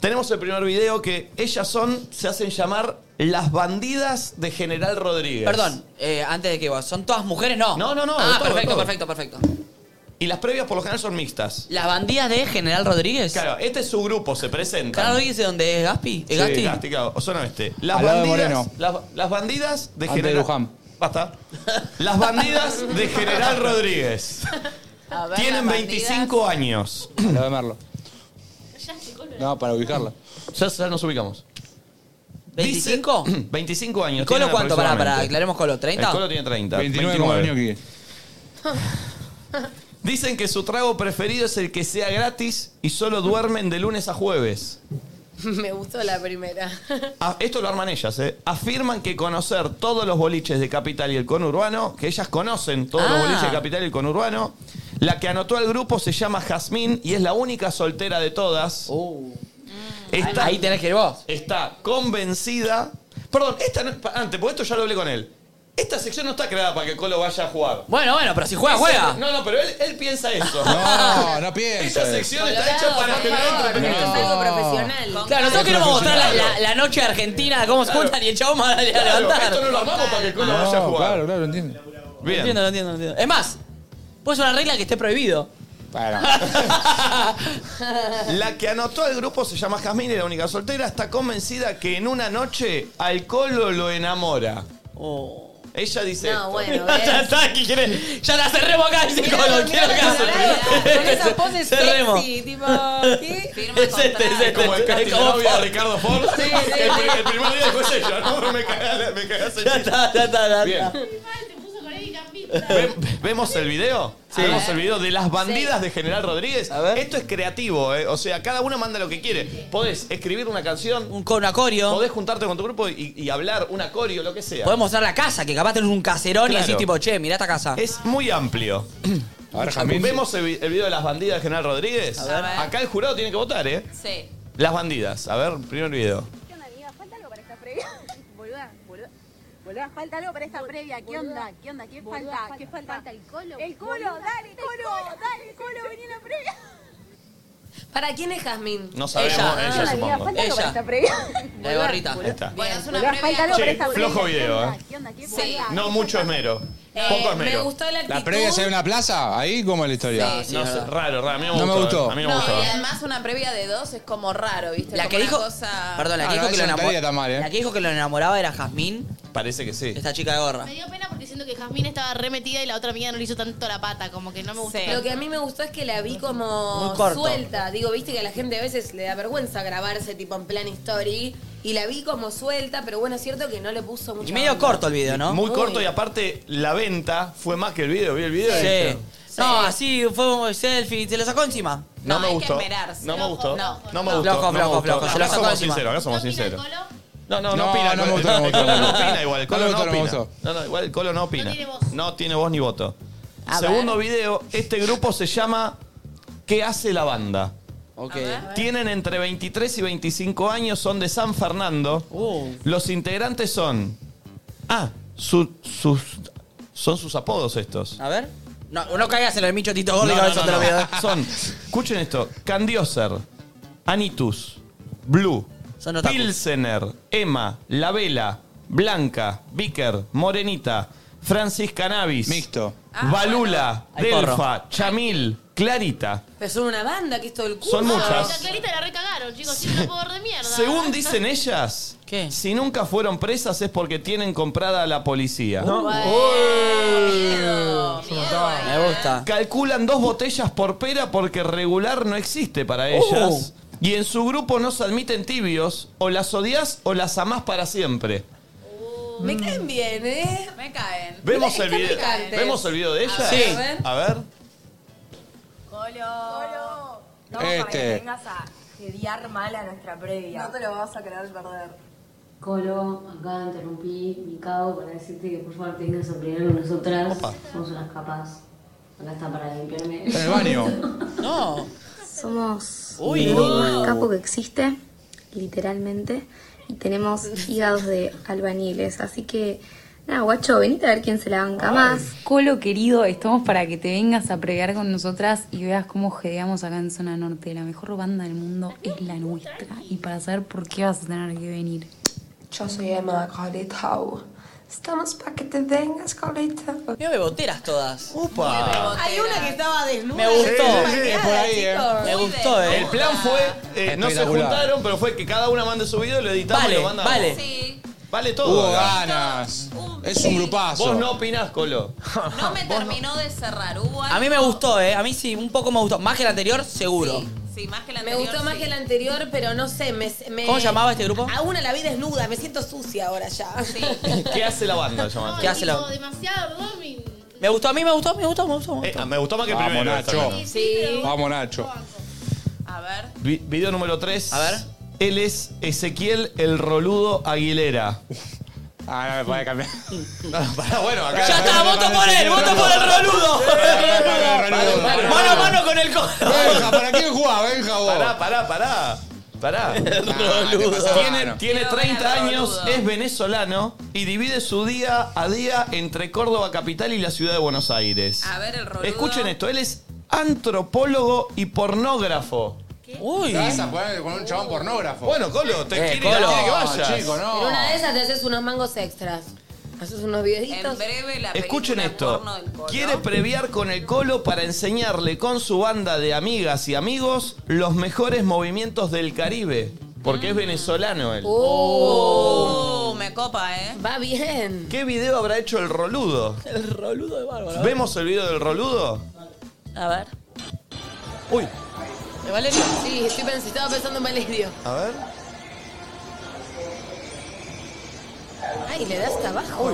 Tenemos el primer video que ellas son, se hacen llamar las bandidas de General Rodríguez. Perdón, eh, antes de que vos, ¿son todas mujeres? No. No, no, no, de Ah, todo, de perfecto, todo. perfecto, perfecto. Y las previas por lo general son mixtas. ¿Las bandidas de General Rodríguez? Claro, este es su grupo, se presenta. ¿General Rodríguez de dónde es? ¿Gaspi? Sí, ¿Es Gaspi? Gasti, claro, o zona oeste. Las Al lado de bandidas, Moreno. las, las bandidas de Antes de General... Luján. Basta. Las bandidas de General Rodríguez. A ver, Tienen las bandidas. 25 años. Lo de Merlo. [LAUGHS] No, para ubicarla. Ya, ya nos ubicamos. ¿25? [CLEARS THROAT] 25 años. ¿Y Colo tienen cuánto? Pará, aproximadamente. pará, aclaremos Colo, ¿30? El Colo tiene 30. 29, como el [LAUGHS] Dicen que su trago preferido es el que sea gratis y solo duermen de lunes a jueves. [LAUGHS] Me gustó la primera. [LAUGHS] A- esto lo arman ellas, ¿eh? Afirman que conocer todos los boliches de Capital y el conurbano, que ellas conocen todos Ah. los boliches de Capital y el conurbano. La que anotó al grupo se llama Jazmín y es la única soltera de todas. Mm. Está, Ahí tenés que ir vos. Está convencida. Perdón, esta no- pa- antes, porque esto ya lo hablé con él. Esta sección no está creada para que Colo vaya a jugar. Bueno, bueno, pero si juega, Ese- juega. No, no, pero él, él piensa eso. No, [LAUGHS] no piensa Esta sección eso. está hecha para que lo Es algo profesional. Claro, nosotros queremos mostrar la, la- la noche argentina, cómo se juntan y el chabón va a Claro, levantar. esto no lo armamos para que el Colo vaya a No, jugar. claro, claro, entiendo. Bien. Lo entiendo, lo entiendo, lo entiendo. Es más, pues una regla que esté prohibido. Bueno. La que anotó al grupo se llama Jazmín y la única soltera está convencida que en una noche al Colo lo enamora. Ella dice. No, esto. bueno, ya está, que quiere. Ya la cerremos acá, dice Colo. Quiero que Con esas poses Cerremos. sexy, tipo, ¿qué? Es este, es este. Como el casting Es como novio de Ford. Ricardo Ford. Sí, sí. El, pri- el primer día después ella, ¿no? Me cagás, me cagás [LAUGHS] el Ya chiste. está, ya está, ya Bien. está. Ve- ¿Vemos el video? ¿Vemos el video de las bandidas de General Rodríguez? Esto es creativo, ¿eh? O sea, cada una manda lo que quiere. Podés escribir una canción, Un con acorio. podés juntarte con tu grupo y, y hablar un acorio, lo que sea. Podés mostrar la casa, que capaz tenés un caserón y Claro. decís tipo, che, mirá esta casa. Es muy amplio. Ahora, Jamín. ¿Vemos el, vi- el video de las bandidas de General Rodríguez? A ver. Acá el jurado tiene que votar, ¿eh? Sí. Las bandidas. A ver, primer video. ¿Qué onda, amiga? ¿Falta algo para esta previa? [LAUGHS] Boluda, boluda. Boluda, falta algo para esta previa. ¿Qué onda? ¿Qué onda? ¿Qué falta? ¿Qué falta? el colo. El colo, dale, colo, dale, colo, vení a la previa. ¿Para quién es Jazmín? Ah, No sabemos, Ella. Ah, ella, ¿Qué onda, amiga? supongo. ¿Falta algo para Ella. esta previa? La gorrita. Ahí está. Bueno, es una Boluda, falta previa. algo Che, Eh, para esta previa. flojo video, ¿eh? ¿Qué onda? ¿Qué Sí. falta? No mucho esmero. Poco Eh, me esmero. gustó la actitud. ¿La previa sería una plaza? ¿Ahí cómo es la historia? No sé, raro, raro. A mí no me No me gustó. gustó. ¿eh? A mí no me No, gustó. y además una previa de dos es como raro, ¿viste? La Como que una dijo- cosa- Perdón, la Ah, que no, dijo que esa lo no estaría tan mal, enamoraba. ¿eh? La que dijo que lo enamoraba era Jazmín, Parece que sí. esta chica de gorra. Me dio pena porque siento que Jazmín estaba re metida y la otra amiga no le hizo tanto la pata, como que no me gustó. Sí. Lo que a mí me gustó es que la vi como Muy corto. suelta. Digo, viste que a la gente a veces le da vergüenza grabarse tipo en plan story. Y la vi como suelta, pero bueno, es cierto que no le puso mucho. Y medio corto el video, ¿no? Muy Muy. corto y aparte la venta fue más que el video. ¿Vi el video? Sí. Dije, No, así fue un selfie, se lo sacó encima. No, No, me hay que gustó. esperarse. No me Flojo, gustó. flojo. No me Flojo, gustó. no me flojo, gustó. flojo. Se lo Acá sacó somos encima. sinceros, acá somos sinceros. No, no, no, No, opina. no el me Colo. gustó, [LAUGHS] no me gustó, no me No gustó. opina igual, el No Colo me no, gustó, no me opina. gustó. No, no, igual el Colo no opina. No tiene voz. No tiene voz ni voto. A Segundo ver. video, este grupo se llama ¿Qué hace la banda? Ok. Tienen entre 23 y 25 años, son de San Fernando. Uh. Los integrantes son. Ah, su- sus. Son sus apodos estos. A ver. No, no caigas en el micho Tito Gordi, ¿eh? No, con no, eso no, te lo no. voy a dar. Son, escuchen esto, Candioser, Anitus, Blue, Son otakus. Pilsener, Emma, La Vela, Blanca, Vicker, Morenita, Francis Cannabis. Mixto. Ah, Balula, bueno. Hay porro. Delfa, Chamil, Clarita. Pero son una banda que es todo el culo. Son muchas. La Clarita la recagaron, chicos. Tiene un poder de mierda. Según dicen ellas, si nunca fueron presas es porque tienen comprada a la policía. No. Bueno, Me gusta. Calculan dos botellas por pera porque regular no existe Uh. para ellas. Y en su grupo no se admiten tibios. O las odias o las amás para siempre. Me caen bien, ¿eh? Me caen. ¿Vemos el, Están video, picantes. ¿vemos el video de ellas? A ver, a ver. A ver. Colo. No, para Este. que vengas a gediar mal a nuestra previa. No te lo vas a querer perder. Colo, acá interrumpí mi cabo para decirte que por favor tengas a pelear con nosotras. Somos unas capas. Acá está para limpiarme. En el baño. [LAUGHS] no. Somos Uy. el grupo más Wow. capo que existe, literalmente. Y tenemos hígados de albañiles. Así que, nada, guacho, venite a ver quién se la banca más. Colo querido, estamos para que te vengas a pregar con nosotras y veas cómo jedeamos acá en Zona Norte. La mejor banda del mundo es la nuestra y para saber por qué vas a tener que venir. Yo soy Emma Galetau. Estamos para que te vengas, Colita. Mira beboteras todas. Upa. Hay una que estaba desnuda. Me gustó. Sí, sí, sí, es por ahí, eh. Me gustó, eh. El plan fue, eh, no se Espectacular. juntaron, pero fue que cada una mande su video, lo editamos Vale, y lo mandamos. vale. Vale todo. Hubo acá. ganas. Es un grupazo. Vos no opinás, Colo. No me terminó de cerrar. Hubo A mí me algo- gustó, eh. A mí sí, un poco me gustó. Más que el anterior, seguro. Sí, más que la Me anterior. gustó más que la anterior, pero no sé. Me, me- ¿Cómo llamaba este grupo? A una la vi desnuda, me siento sucia ahora ya. [LAUGHS] ¿Qué hace la banda, llamando? ¿Qué hace la- Demasiado grooming. Me gustó, a mí me gustó, me gustó, me gustó. Me gustó, Eh, me gustó más que el Vamos, primero. Nacho. esta. Sí. Vamos, Nacho. A ver. Vi- video número 3. A ver. Él es Ezequiel el Roludo Aguilera. Ah, no me puede [LAUGHS] cambiar. bueno, acá. Ya está, voto por él, voto por el [LAUGHS] roludo. Mano a mano con el Benja, ¿para quién jugás, Benja, vos? Pará, pará, pará. Pará. te pasás, tiene mano. tiene 30 años, es venezolano y divide su día a día entre Córdoba capital y la ciudad de Buenos Aires. A ver el roludo. Escuchen esto, él es antropólogo y pornógrafo. Uy. Te vas a poner pues, con un chabón pornógrafo. Bueno, Colo, te Eh, quiere, Colo, quiere que vayas. chico, no. En una de esas te haces unos mangos extras. Haces unos videitos. En breve la Escuchen película esto. porno del Colo. Quiere previar con el colo para enseñarle con su banda de amigas y amigos los mejores movimientos del Caribe. Porque es venezolano él. Oh, me copa, eh. Va bien. ¿Qué video habrá hecho el roludo? El roludo de bárbaro. ¿Vemos el video del roludo? A ver. Uy. ¿De Valerio? Sí, estoy pensando, estaba pensando en Valerio. A ver. Ay, le das hasta abajo.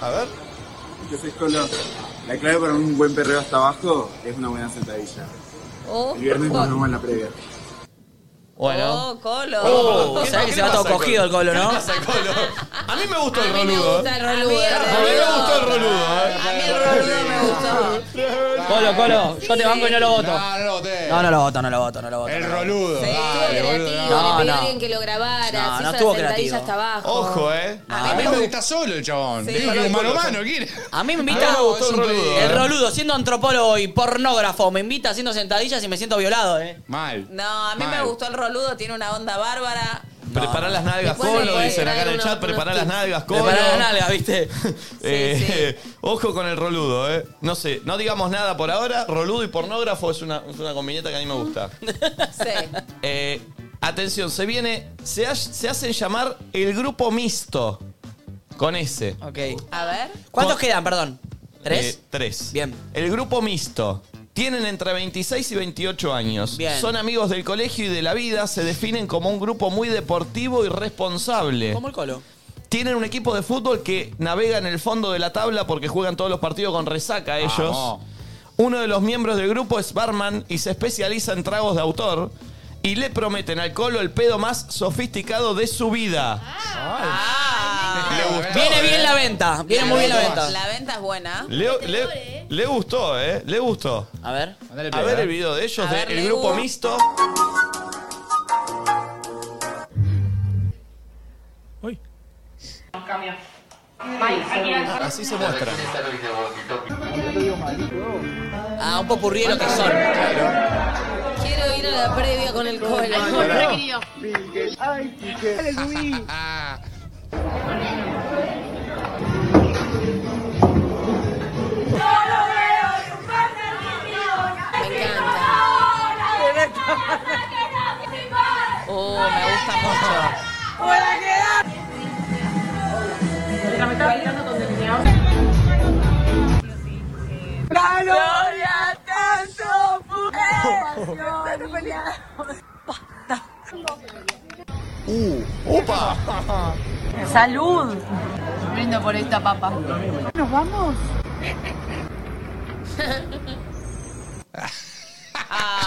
A ver. ¿Qué haces, Colo? La clave para un buen perreo hasta abajo es una buena sentadilla. Oh, El viernes nos vemos en la previa. Bueno. Oh, Colo. Oh, ¿Qué- sabés qué que se va todo pasa, Colo? cogido el colo, ¿no? ¿Qué pasa, Colo? A mí me gustó el A mí me roludo. gusta el ¿eh? roludo. A mí me gustó el roludo. ¿eh? Colo, colo, yo te banco y no lo voto. No, no lo voté. No, no lo voto, no lo voto, no lo voto. El roludo. Estuvo creativo, No, le pidió no. a alguien que lo grabara, No, se no hizo estuvo la sentadilla creativo. hasta abajo. Ojo, eh. A A mí mí me- me está solo el chabón. Sí. Dijo que mano a mano, ¿quiere? A mí me A invita mí me gustó el roludo, el eh. roludo, siendo antropólogo y pornógrafo, me invita haciendo sentadillas y me siento violado, eh. Mal. No, a mí me Mal. gustó el roludo, tiene una onda bárbara. Prepará las nalgas, Después me Colo, podés dicen acá en traer el unos- chat. Prepará unos las tips. nalgas, Colo. Prepará las nalgas, [LAUGHS] ¿viste? Eh, Ojo con el roludo, ¿eh? No sé, no digamos nada por ahora. Roludo y pornógrafo es una, es una combineta que a mí me [LAUGHS] gusta. Eh, atención, se viene. Se, ha- se hacen llamar el grupo mixto. Con ese. Ok. A ver. ¿Cuántos quedan, perdón? ¿Tres? Eh, tres. Bien. El grupo mixto. Tienen entre 26 y 28 años. Bien. Son amigos del colegio y de la vida. Se definen como un grupo muy deportivo y responsable. ¿Cómo el colo? Tienen un equipo de fútbol que navega en el fondo de la tabla porque juegan todos los partidos con resaca ellos. Vamos. Uno de los miembros del grupo es barman y se especializa en tragos de autor. Y le prometen al Colo el pedo más sofisticado de su vida. Ah. Viene ¿eh? bien eh, la venta, viene muy bien la venta. La venta es buena. Le, le- le gustó, ¿eh? Le gustó. A ver. A ver el video de ellos, A ver, del Leo. grupo mixto. Así se muestra. Ah, un popurrí de lo que son. Quiero ir a la la previa con el colo. Ay, Quique. Luis. Uh, me gusta mucho. Ah, ¡Gloria tanto! ¡Uh! [LAUGHS] ¡Opa! ¡Salud! Brindo por esta papa. ¿Nos vamos? Ah,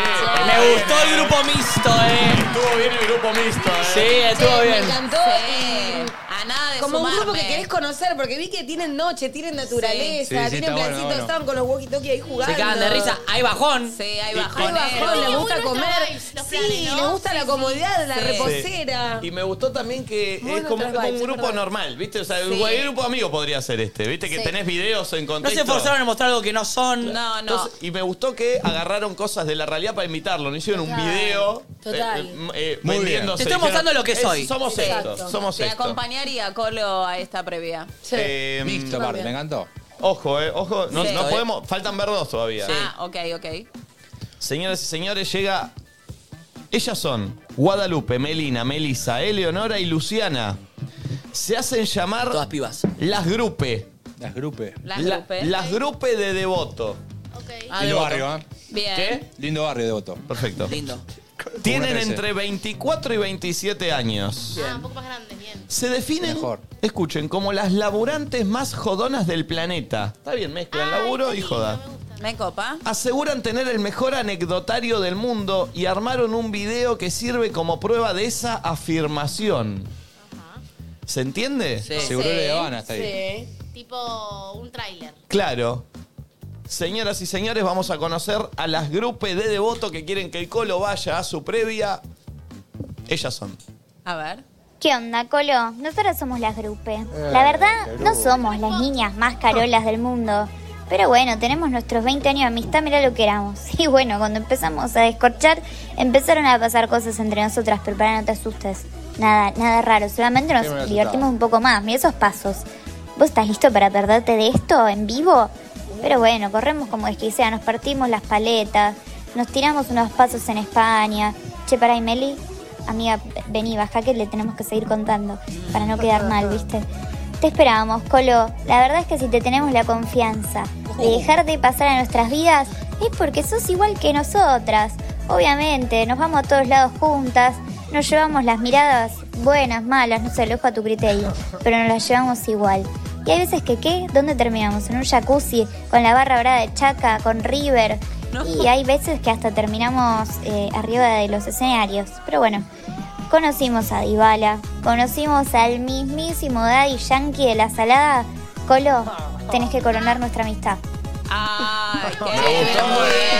Me gustó el grupo mixto, eh. Estuvo bien el grupo mixto, eh. Sí, estuvo Sí, bien. Me encantó. A nada de Como un grupo sumarme. que querés conocer, porque vi que tienen noche, tienen Sí, sí, naturaleza, está tienen bueno, plancitos, bueno. estaban con los walkie-talkie ahí jugando. Se cagan de risa. Hay bajón. Sí, hay Ay, bajón, les gusta comer. Sí, les gusta la comodidad, la Sí. reposera. Y me gustó también que Muy es como, neutral como un vibes, es grupo verdad. normal, ¿viste? O sea, Sí. cualquier grupo amigo podría ser este, ¿viste? Que Sí. tenés videos en No se contexto. esforzaron en mostrar algo que no son. No, Entonces, y me gustó que agarraron cosas de la realidad para imitarlo. No hicieron un Total. video Total. eh, eh, Muy bien. vendiéndose. Te estoy mostrando lo que "Es- soy". somos Exacto. esto, somos Te esto. acompañaría a Colo a esta previa. Em, Eh, Mixto, aparte, También. me encantó. Ojo, eh, ojo. No, Sí. no podemos, faltan ver dos todavía. Ah, ok, ok. Señoras y señores, llega. Ellas son Guadalupe, Melina, Melisa, Eleonora y Luciana. Se hacen llamar. Todas pibas. Las Grupe. Las grupe. Las La- Grupe. las Grupe de Devoto. Ah, Lindo de barrio, ¿eh? Bien. ¿Qué? Lindo barrio, Devoto. Perfecto. Lindo. Tienen Como una entre 24 y 27 años. Ah, un poco más grande, bien. Se definen, escuchen, como las laburantes más jodonas del planeta. Está bien, mezclan laburo y joda. Me copa. Aseguran tener el mejor anecdotario del mundo y armaron un video que sirve como prueba de esa afirmación. ¿Se entiende? Seguro Sí, de Habana está ahí. sí. Tipo un tráiler. Claro. Señoras y señores, vamos a conocer a las grupes de devoto que quieren que el Colo vaya a su previa. Ellas son. A ver. ¿Qué onda, Colo? Nosotras somos las grupe. La verdad, no somos las niñas más carolas del mundo. Pero bueno, tenemos nuestros 20 años de amistad, mira lo que éramos. [LAUGHS] Y bueno, cuando empezamos a descorchar, empezaron a pasar cosas entre nosotras, pero para no te asustes. Nada, nada raro, solamente Sí, me nos asustaba. divertimos un poco más, mira esos pasos. ¿Vos estás listo para perderte de esto en vivo? Pero bueno, corremos como desquiciadas, nos partimos las paletas, nos tiramos unos pasos en España. Che, pará, y Meli, amiga, vení, baja que le tenemos que seguir contando para no quedar mal, ¿viste? Te esperábamos, Colo. La verdad es que si te tenemos la confianza de dejarte pasar a nuestras vidas es porque sos igual que nosotras. Obviamente, nos vamos a todos lados juntas, nos llevamos las miradas buenas, malas, no se alojo a tu criterio, pero nos las llevamos igual. Y hay veces que, ¿qué? ¿Dónde terminamos? En un jacuzzi, con la barra brava de Chaca, con River. Y hay veces que hasta terminamos eh, arriba de los escenarios. Pero bueno, Conocimos a Dybala, conocimos al mismísimo Daddy Yankee de la Salada. Colo, tenés que coronar nuestra amistad. Ay, qué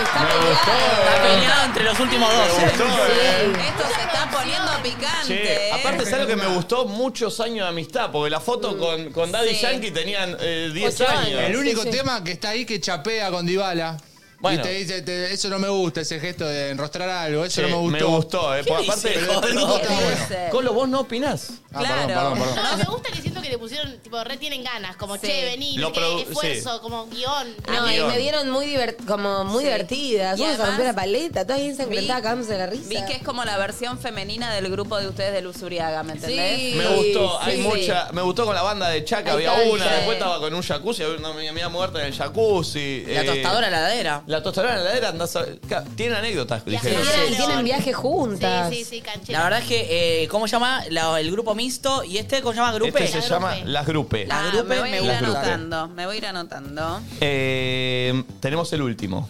Está peleado entre los últimos dos. Me gustó, eh. Esto se está poniendo picante. Che, ¿eh? aparte, ¿sabes lo que me gustó? Muchos años de amistad, porque la foto con, con Daddy Sí. Yankee tenían eh, 10 Ocho años. El único tema que está ahí que chapea con Dybala. Bueno. Y te dice, te- eso no me gusta, ese gesto de enrostrar algo, eso Sí, no me me gustó. gustó, eh, ¿Qué porque dice, aparte- Pero el Colo? grupo está ¿Qué bueno. dice? Colo, vos no opinás. Ah, perdón, perdón, [LAUGHS] perdón. No, me gusta que siento que le pusieron, tipo, re tienen ganas, como che, vení, Lo no sé produ- qué, esfuerzo, como guión. No, Ah, y me dieron muy diver- como muy Sí. divertidas. Y Vamos a además- romper la paleta, todas bien ensangrentadas, cagándose de la risa. Vi que es como la versión femenina del grupo de ustedes de Luz Uriaga, ¿me entendés? Me gustó, hay mucha. Me gustó con la banda de Chaca, Ahí había está, una, sí. después estaba con un jacuzzi, había una amiga muerta en el jacuzzi. eh, La tostadora en la heladera. La tostadora en la heladera andás a- ca- Tiene anécdotas, dijeron. Y tienen viaje juntas. Sí, sí, sí, La verdad es que, eh, ¿cómo se llama? La- el grupo mixto. ¿Y este cómo se llama? ¿Grupe? Este se llama Las Grupe. Ah, me voy a ir Las Grupe. anotando, me voy a ir anotando. Eh, tenemos el último.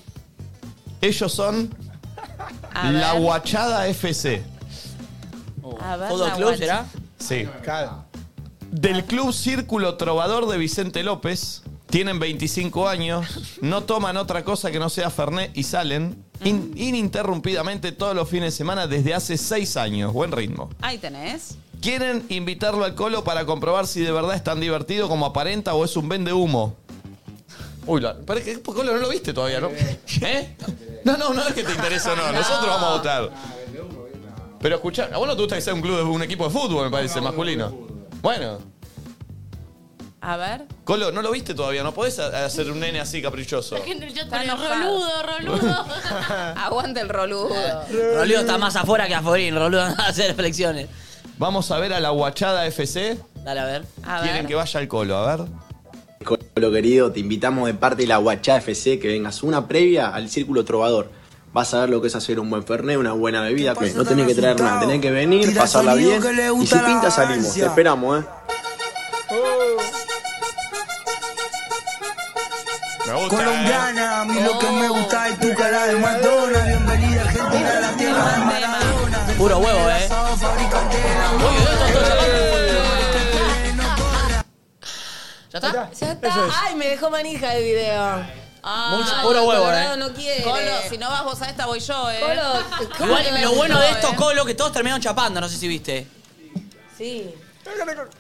Ellos son A ver. La Guachada FC. A ver, ¿Fútbol la club guacha. será? Sí. Del Club Círculo Trovador de Vicente López. Tienen 25 años, no toman otra cosa que no sea Fernet y salen in- ininterrumpidamente todos los fines de semana desde hace 6 años. Buen ritmo. Ahí tenés. Quieren invitarlo al colo para comprobar si de verdad es tan divertido como aparenta o es un vende humo. Uy, la, parece que pues, Colo no lo viste [LAUGHS] todavía, ¿no? ¿Eh? No, no, no es que te interese o no. Nosotros vamos a votar. Ah, Pero escuchá, a vos no te gusta que sea un club, de- un equipo de fútbol, me parece, masculino. Bueno, A ver. Colo, no lo viste todavía, no podés a- hacer un nene así caprichoso. Yo roludo, roludo. [LAUGHS] Aguante el roludo. Roludo está más afuera que afuera, Roludo [LAUGHS] no va a hacer flexiones. Vamos a ver a la Guachada FC. Dale, a ver. Quieren que vaya al Colo, a ver. Colo querido, te invitamos de parte de la Guachá FC que vengas una previa al Círculo Trovador. Vas a ver lo que es hacer un buen fernet, una buena bebida. No tenés que traer nada, tenés que venir, Tira pasarla sonido bien. que le Y gusta si la pinta salimos, te ansia. esperamos, ¿eh? Colombiana, a mí lo que me gusta es tu cara de Madonna. Bienvenida a Argentina, la tierra de Maradona. Puro huevo, eh. ¿Ya está? Ya está. Ay, me dejó manija el video. Mucho puro huevo, Colorado eh. no quiere. Colo, si no vas vos a esta, voy yo, eh. Colo, ¿cómo Igual, que me lo gustó, bueno de esto, eh? Colo, que todos terminaron chapando, no sé si viste. Sí.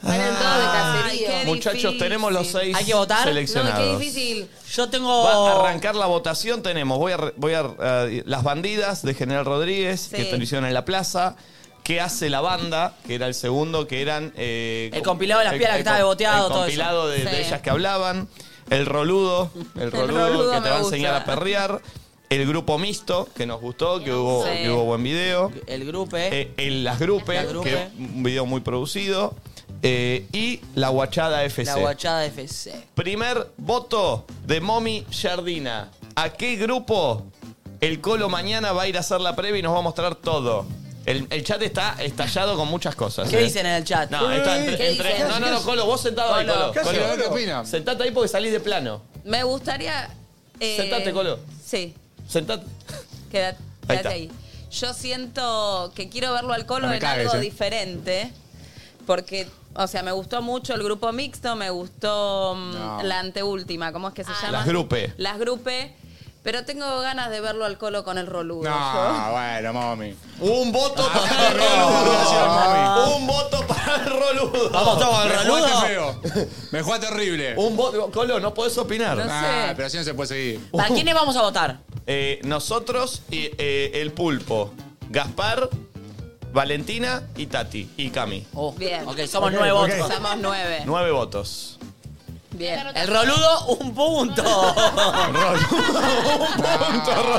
Eran todos de cacería. Muchachos, tenemos los seis Hay que votar. seleccionados. difícil. Yo tengo. Va a arrancar la votación. Tenemos, voy a, re- voy a eh, las bandidas de General Rodríguez, Sí. que te lo hicieron en la plaza. ¿Qué hace la banda? Que era el segundo, que eran. eh, El co- compilado de las pieles que estaba com- boteado, El todo eso. compilado de, de Sí. ellas que hablaban. El roludo, [LAUGHS] el roludo, roludo que te me va a enseñar gusta. a perrear. El grupo mixto, que nos gustó, que hubo, Sí. que hubo buen video. El grupe. Eh, el Las Grupes, Las Grupe. que un video muy producido. Eh, y la Guachada FC. La guachada FC. Primer voto de Momi Jardina. ¿A qué grupo el Colo mañana va a ir a hacer la previa y nos va a mostrar todo? El, el chat está estallado con muchas cosas. ¿Qué ¿eh? dicen en el chat? No, está entre- ¿Qué entre- dicen? no, no, no, Colo, vos sentado ahí, Colo. Colo. ¿Qué haces, Colo. Colo? ¿Qué opinas? Sentate ahí porque salís de plano. Me gustaría. eh, Sentate, Colo. Sí, [LAUGHS] Sentate. quédate, Ahí quédate está. ahí. Yo siento que quiero verlo al Colo No me en cagues, algo eh. diferente. Porque, o sea, me gustó mucho el grupo mixto, me gustó mm, No. la anteúltima, ¿cómo es Ah, que se llama? Las Grupe. Las grupe. Pero tengo ganas de verlo al Colo con el roludo. [LAUGHS] No, bueno, mami. Un voto para el roludo. Un voto para el roludo. [LAUGHS] Vamos, estamos al Me jugaste roludo. Me juega terrible. Un voto. Colo, no podés opinar. No sé. Ah, pero así no se puede seguir. ¿Para quiénes vamos a votar? Eh, nosotros y eh, el pulpo. Gaspar, Valentina y Tati. Y Cami. Bien. Oh, Ok, somos Ok, nueve ok. votos. Somos nueve. Nueve [LAUGHS] votos. Bien. El roludo, un punto. punto,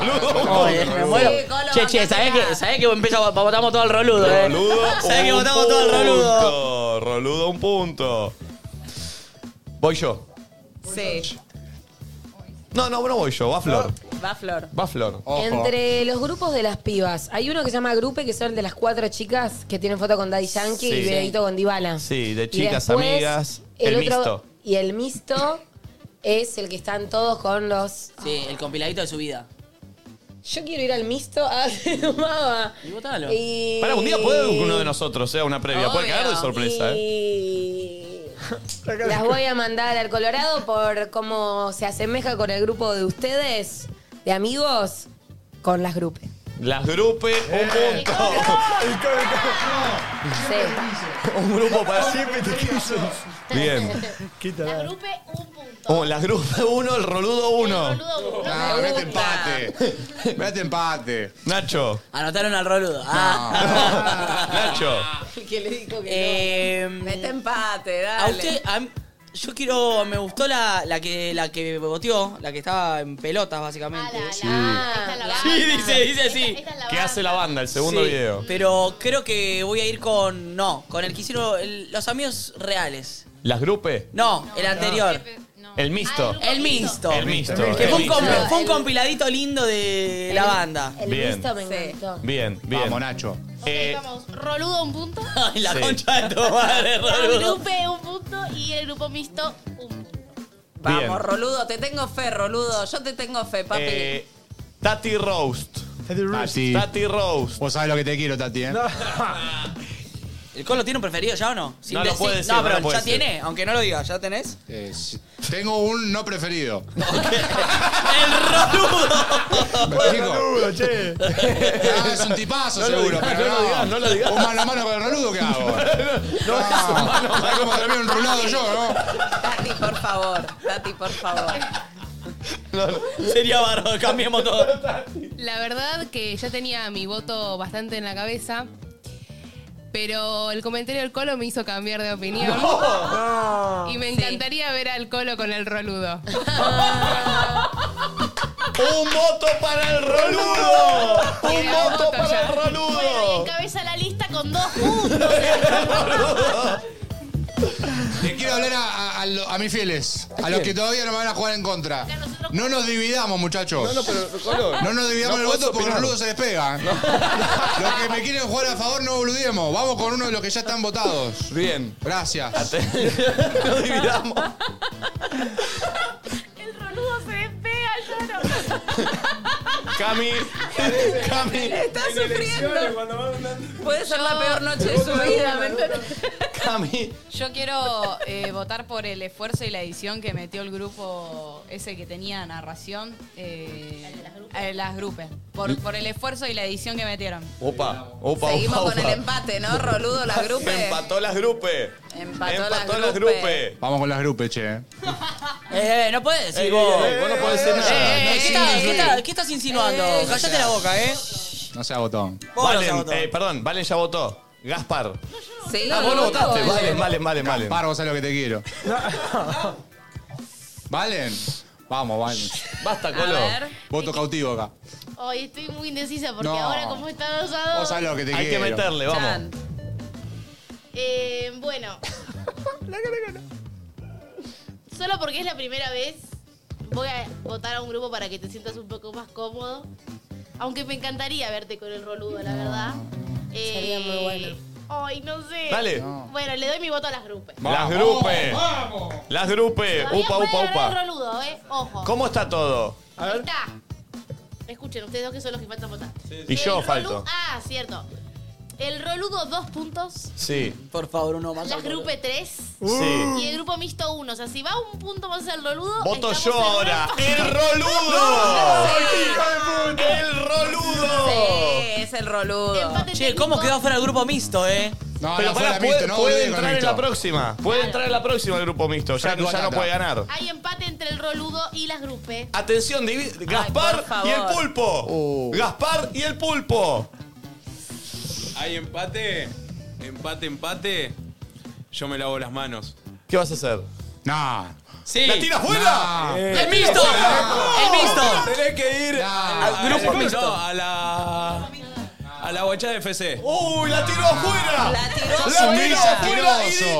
[LAUGHS] roludo, un Oye, punto. me muero. Sí, Colo, Che, che, ¿sabés que, ¿sabés que empieza, votamos todo el roludo, eh? ¿Sabés que votamos todo el roludo? roludo. Roludo, un punto. Voy yo. Sí. No, no, no voy yo. Va Flor. Va Flor. Va Flor. Entre los grupos de las pibas, hay uno que se llama Grupe, que son de las cuatro chicas que tienen foto con Daddy Yankee Sí. y videito con Dybala. Sí, de Y chicas, después, amigas. el El, otro- mixto. Y el mixto es el que están todos con los... Sí, el compiladito de su vida. Yo quiero ir al [LAUGHS] mixto a mamá. Y votalo. Y... Para un día puede que uno de nosotros sea una previa. Obvio. Puede quedar de sorpresa, ¿eh? Y- Las voy a mandar al Colorado por cómo se asemeja con el grupo de ustedes, de amigos, con las grupes. Las grupe, un punto. un grupo para siempre te quiso. Bien. La grupe, un punto. Oh, las grupe uno, el roludo uno. Boludo, uno. Ah, mirá este empate. Mirá este empate. Nacho. Anotaron al roludo. Ah. Nacho. ¿Qué le dijo que Mete empate, Em, A dale. usted, a mí- yo quiero, me gustó la, la que la que boteó, la que estaba en pelotas básicamente. sí. dice, dice sí. ¿Qué hace la banda? El segundo Sí, video. Pero creo que voy a ir con no, con el que hicieron el- los amigos reales. Las grupe, No, el anterior. el mixto. El mixto. El mixto. Que el fue un, mixto. comp- fue un compiladito lindo de la banda. El Bien. mixto me encantó. Bien, bien. Vamos, Nacho. Vamos, Roludo, [LAUGHS] un punto. Ay, la Sí. concha de tu [LAUGHS] madre, Roludo. Grupe, un punto. Y el grupo mixto, un punto. Vamos, Bien. Roludo, te tengo fe, Roludo. Yo te tengo fe, papi. Eh, Tati Roast. Tati Roast. Tati Roast. Vos sabés lo que te quiero, Tati, ¿eh? ¿El Colo tiene un preferido ya o no? No lo puede decir, No, no pero lo puede ya decir. tiene, aunque no lo diga, ¿ya tenés? Eh, sí. tengo un no [LAUGHS] preferido. ¡El roludo! che. Ah, es un tipazo, No lo seguro. digas, pero no lo digas, no lo digas. Un mano a mano con el roludo, ¿qué [LAUGHS] hago? Ah, No, no, mano a mano. un rulado yo, ¿no? Tati, por favor. Tati, por favor. Sería bárbaro, cambiemos todo. La verdad que ya tenía mi voto bastante en la cabeza, pero el comentario del Colo me hizo cambiar de opinión. [LAUGHS] No. Y me encantaría ver al Colo con el roludo. ¡Un voto para el roludo! ¡Un voto para el Bueno, y roludo! encabeza la lista con dos [LAUGHS] puntos. Le quiero hablar a, a- a lo- a mis fieles, a, ¿A los quién? que todavía no me van a jugar en contra. No nos dividamos, muchachos. No, no, pero, Colo, No nos dividamos no el voto porque puedes el opinar. boludo se despega. [LAUGHS] Los que me quieren jugar a favor, no boludiemos. Vamos con uno de los que ya están votados. Bien. Gracias. nos dividamos. El roludo se despega, lloro. [LAUGHS] Cami, Cami. Está Puede ser la peor noche de su Yo- vida, ¿me entendés? Cami. Yo quiero eh, votar por el esfuerzo y la edición que metió el grupo ese que tenía narración. eh, eh, las grupes. Por, por el esfuerzo y la edición que metieron. Opa, opa, Seguimos opa, con opa. el empate, ¿no? [LAUGHS] Roludo, las grupes. Empató las grupes. Empató, Empató las las grupes. grupes. Vamos con las grupes, che. Eh, eh, no puedes decir Ey, vos. ey, vos no podés Eh, decir nada. eh, No ¿qué sí, estás- sí. qué estás- ¿Qué estás insinuando? Eh, Cállate o sea. la boca, ¿eh? No sea botón. Valen, eh, perdón, Valen ya votó. Gaspar. Sí, Ah, vos no votaste. voto. Valen, Valen, Valen, Valen. Gaspar, vos sabés lo que te quiero. ¿Valen? Vamos, Valen. Basta, Colo. ver. Voto cautivo acá. Hoy estoy muy indecisa porque No. ahora como está dos a dos. Vos sabés lo que te Hay que quiero. meterle, vamos. Chan. Eh, [LAUGHS] bueno. Solo porque es la primera vez, voy a votar a un grupo para que te sientas un poco más cómodo. Aunque me encantaría verte con el roludo, la verdad. Eh, Sería muy bueno. Ay, no sé. Dale. No. Bueno, le doy mi voto a las grupes. Las grupes. Las grupes. Todavía Upa, puede upa, ganar upa. el roludo, eh. Ojo. ¿Cómo está todo? Ahí está. Escuchen, ustedes dos que son los que faltan votar. Y yo El falto. rolu- Ah, cierto. El roludo, dos puntos. Sí. Por favor, uno más. Las grupe 3 Sí. E y el grupo mixto 1. O sea, si va un punto más al roludo. Uh. Voto estamos yo en ahora. una- ¡El No, roludo! no, no. ¡El roludo! Sí, es el roludo. Che, ¿cómo quedó fuera el grupo mixto, eh? No, Pero no, pará, fuera puede, mixto, no puede boludees con entrar en mixto. la próxima. Puede entrar en la próxima el grupo mixto. Ya, Franco ya no Batata. puede ganar. Hay empate entre el roludo y las E. grupes. Atención, divi- Gaspar favor. y el pulpo. Uh. Gaspar y el pulpo. Hay empate, empate, empate. Yo me lavo las manos. ¿Qué vas a hacer? Nah. Sí. ¿La tira fuera? Nah. Eh. ¡La ¡El tira mixto! fuera! ¡El mixto! Tenés que ir Ah, Al grupo no, mixto. a la. A la guachada de FC. ¡Uy, la tiró afuera! La tiró Sos afuera. un gris Afuera y asqueroso.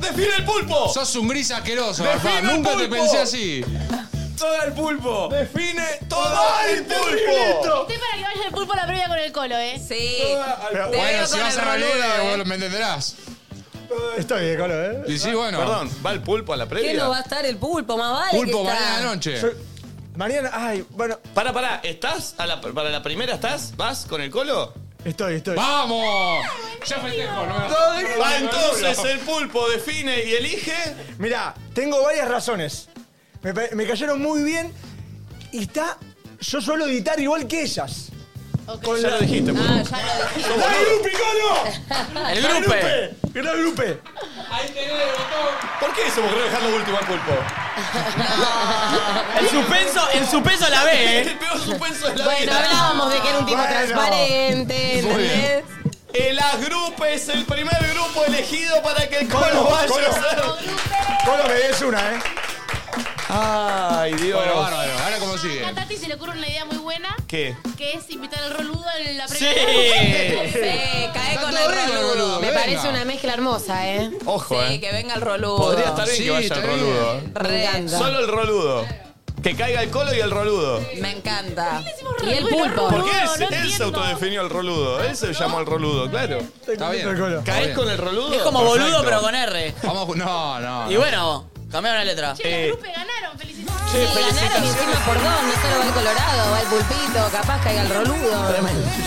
¡Define el pulpo! Sos un gris asqueroso, Define Gaspar. el Nunca te pulpo. pensé así. ¡Todo el pulpo! ¡Define todo el pulpo! Estoy para que vaya el pulpo a la previa con el colo, eh. Sí. Pero bueno, si vas a la liga, vos lo- me entenderás. Estoy bien, Colo, ¿eh? Y sí, bueno. Perdón, ¿va el pulpo a la ¿Qué no va a estar el pulpo? Más vale. que está. Yo- Mariana, ay, bueno. Pará, pará, ¿estás? A la- ¿Para la primera estás? ¿Vas con el colo? Estoy, estoy. ¡Vamos! Ya festejo, no Va Ah, entonces el pulpo, define y elige. Mirá, tengo varias razones. Me, pa- me cayeron muy bien y está. Yo suelo editar igual que ellas. Ya lo dijiste, pulpo. Ah, ya lo dijiste. ¡La grupe, Colo! El ¡La grupe. grupe! ¡La grupe! ¿Por qué se me ocurrió dejarlo último al pulpo? El suspenso, el suspenso la ve, eh. [LAUGHS] El peor suspenso de la Bueno, vida. hablábamos de que era un tipo transparente, Muy bien. ¿entendés? El agrupe es el primer grupo elegido para que el colo vaya Colo. a ser. Colo, me des una, ¿eh? Ay, Dios. Bueno, bárbaro. Ahora cómo sigue. A Tati se le ocurre una idea muy buena, ¿Qué? que es invitar al roludo en la Sí. previa. cae Está con todo el bien, roludo. Me venga. parece una mezcla hermosa, ¿eh? Ojo, Sí, eh. que venga el roludo. Podría estar bien Sí, que vaya está el roludo. eh. Me encanta. Solo el roludo. Que caiga el colo y el roludo. Me encanta. Y el pulpo. ¿Por qué él, se- él se autodefinió el roludo? Él se llamó el roludo, claro. Está bien. Está ¿Caes bien. con el roludo? Es como Perfecto. boludo, pero con R. Vamos, a ju- no, no. Y bueno, cambiaron la letra. Eh, Che, los grupos ganaron, felicidades. Sí, ganaron encima por dos, no solo va el colorado, va el pulpito, capaz caiga el roludo.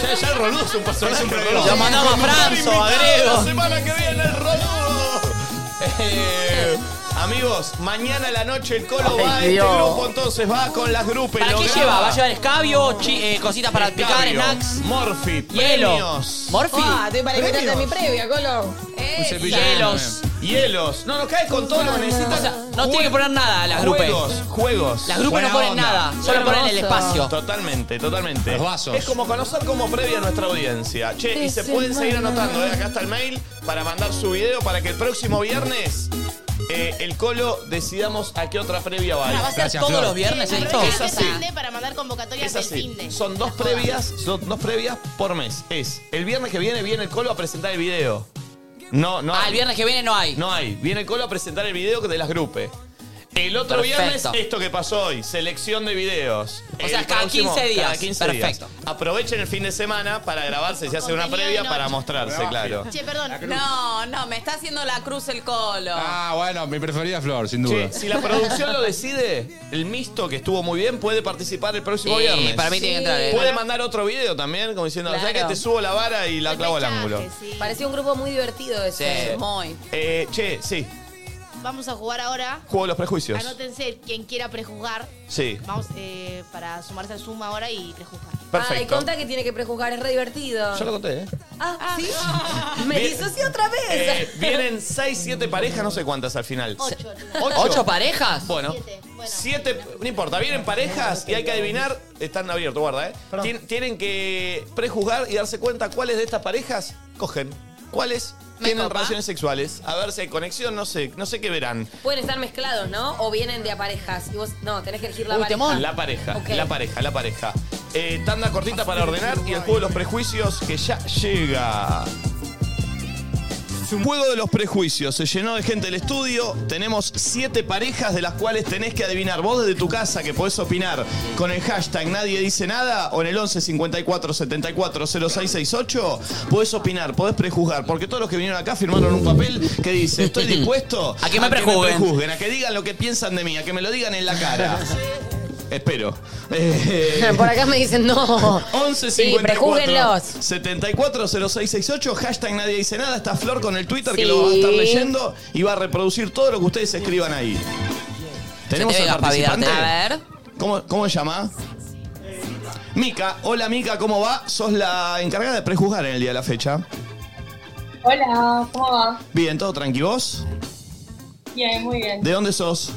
Ya, ya el roludo es un personaje. Lo mandamos a Franzo, a Grego. La semana que viene el roludo. Eh, amigos, mañana a la noche el colo Ay, va a este Dios. grupo, entonces va con las grupes. ¿Para lo qué graba. lleva? ¿Va a llevar escabio, chi- eh, cositas para picar, Escabio, snacks? Morfit, Hielo. premios. Morfi. Ah, Ah, estoy para invitarte a mi previa, Colo. Eh, Un cepillo. Hielos. Hielos. No, nos cae con todo lo que necesitas. no tiene que poner Ah, nada las grupes. Juegos, juegos. Las grupes no Buena ponen onda. nada, solo ponen el espacio. Totalmente, totalmente. Los vasos. Es como conocer como previa a nuestra audiencia. Che, y se pueden seguir anotando, ¿eh? acá está el mail para mandar su video para que el próximo viernes eh, el colo decidamos a qué otra previa va. a ir. ¿Va a ser todos los viernes esto? Es así. para mandar convocatorias Es del así. finde. Son dos previas, son dos previas por mes. Es el viernes que viene viene el colo a presentar el video. No, no. Ah, el viernes que viene no hay. No hay. Viene el colo a presentar el video de las grupes. El otro Perfecto. viernes esto que pasó hoy, selección de videos. O sea, El cada 15 días. cada 15 Perfecto. días. Aprovechen el fin de semana para grabarse, si hace una Contenido previa de para noche. mostrarse, claro. perdón. No, no, me está haciendo la cruz el colo. Ah, bueno, mi preferida Flor, sin duda. Che, si la producción lo decide, el mixto que estuvo muy bien puede participar el próximo Sí, viernes. para mí tiene que entrar, eh. Puede mandar otro video también, como diciendo, ya Claro. que te subo la vara y la clavo al ángulo. Parecía un grupo muy divertido ese. Muy. Eh, che, sí, Vamos a jugar ahora. juego de los prejuicios. Anótense quien quiera prejuzgar. Sí. Vamos eh, para sumarse al Zoom ahora y prejuzgar. Perfecto. Ay, contá Ah, que tiene que prejuzgar, es re divertido. Yo lo conté, ¿eh? Ah, ¿sí? [LAUGHS] Me Bien. disocié otra vez. Eh, vienen 6, 7 parejas, no sé cuántas al final. Ocho. ¿Ocho? ¿Ocho parejas? Bueno, siete, no importa, vienen parejas y hay que adivinar, están abiertos, guarda, ¿eh? Tien- tienen que prejuzgar y darse cuenta cuáles de estas parejas cogen, cuáles tienen relaciones sexuales. A ver si hay conexión, no sé, no sé qué verán. Pueden estar mezclados, ¿no? O vienen de a parejas. Y vos, no, tenés que elegir la Uy, pareja. temón. La pareja, Ok. la pareja, la pareja. Eh, tanda cortita para ordenar y el juego de los prejuicios que ya llega. Juego de los prejuicios. Se llenó de gente el estudio. Tenemos siete parejas de las cuales tenés que adivinar. Vos desde tu casa que podés opinar con el hashtag Nadie Dice Nada o en el 11 54 74 0668. Podés opinar, podés prejuzgar. Porque todos los que vinieron acá firmaron un papel que dice: [LAUGHS] Estoy dispuesto A que me prejuzguen. prejuzguen, a que digan lo que piensan de mí, a que me lo digan en la [LAUGHS] cara. Espero. Eh, [LAUGHS] Por [LAUGHS] acá me dicen no. 11 Sí, 54 prejúguenlos. 740668 hashtag nadie dice nada. Está Flor con el Twitter que Sí. lo va a estar leyendo y va a reproducir todo lo que ustedes escriban ahí. Tenemos te al veo, participante. Pavidarte. A ver. ¿Cómo, cómo se llama? Mica, hola Mica, ¿cómo va? Sos la encargada de prejuzgar en el día de la fecha. Hola, ¿cómo va? Bien, todo tranqui vos. Bien, muy bien. ¿De dónde sos?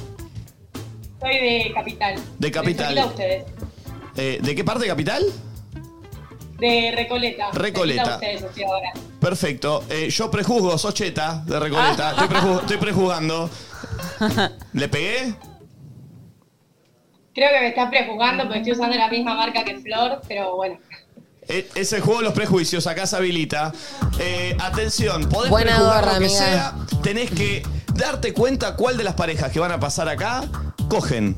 Soy de Capital. De Capital. Cerquita a ustedes. Eh, ¿De qué parte de Capital? De Recoleta. Cerquita Recoleta. a ustedes, estoy ahora. Perfecto. Eh, yo prejuzgo, sos cheta de Recoleta. Estoy, preju- estoy prejuzgando. ¿Le pegué? Creo que me estás prejuzgando porque estoy usando la misma marca que Flor, pero bueno. E- Es el juego de los prejuicios, acá se habilita. Eh, atención, podés Buena prejuzgar gorra, lo que amiga. sea, tenés que darte cuenta cuál de las parejas que van a pasar acá cogen,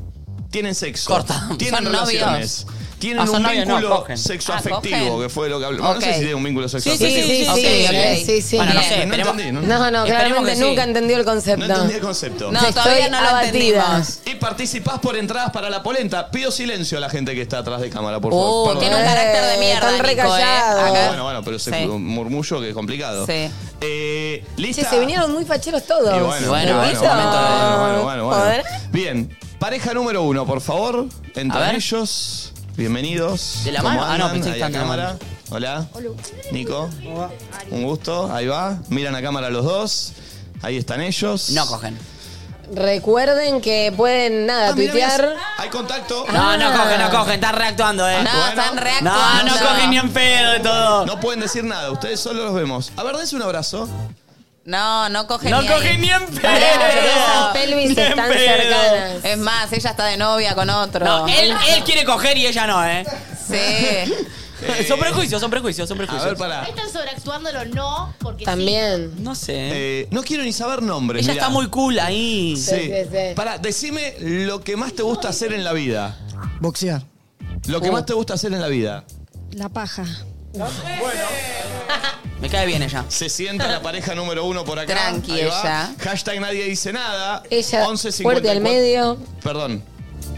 tienen sexo, tienen Son novios. relaciones, tienen Ah, son un novios, no, vínculo cogen. Ah, sexoafectivo, cogen. que fue lo que habló. Bueno, No Ok. sé si tienen un vínculo Sí, sexoafectivo. sí, sí, sí, sí, ok, sí, sí. Bueno, no Bien. sé, No esperemos- No, no, claramente nunca entendió el concepto. No entendí el concepto. No, todavía Estoy no lo abatida. entendimos. Y participás por entradas para la polenta. Pido silencio a la gente que está atrás de cámara, por favor. Perdón. Ah, tiene un carácter de mierda. están re Nico, eh. callados. Acá. Bueno, bueno, pero ese Sí. murmullo que es complicado. Sí. Eh, Che, ¿Lista? se vinieron muy facheros todos. Y bueno, bueno, bueno, ¿Listo? bueno, bueno, bueno, bueno. Joder. Bien, pareja número uno, por favor. A Entre ver. ellos, bienvenidos. ¿De la ¿Cómo mano? Ah, no, andan? pensé que Ahí a estaban de la cámara. Hola. Nico. Un gusto, ahí va. Miran a cámara los dos. Ahí están ellos. No cogen. Recuerden que pueden, nada, tuitear. Hay contacto. No, no cogen, no cogen, están reactuando, eh. No, están No, no cogen ni en pedo de todo. Ah, No pueden decir nada, ustedes solo los vemos. A ver, dense un abrazo. No, no coge No ni coge ahí. ni en Pará, pedo. pero esas pelvis Ni en están pedo. cercanas. Es más, ella está de novia con otro. No, [LAUGHS] él, él quiere coger y ella no, eh. Sí. Son prejuicios, son prejuicios, son prejuicios. Eh. ver, pará. [LAUGHS] Están sobreactuándolo, no, porque No sé. Eh, no quiero ni saber nombres. Ella mirá. está muy cool ahí. Sí. Pará, decime lo que más te gusta hacer en la vida. Boxear. Lo que Oh. más te gusta hacer en la vida. La paja. Me cae bien ella. Se sienta la pareja número uno por acá. Tranqui Ahí va. ella. Hashtag nadie dice nada. Ella, 11 fuerte al 54. medio. Perdón.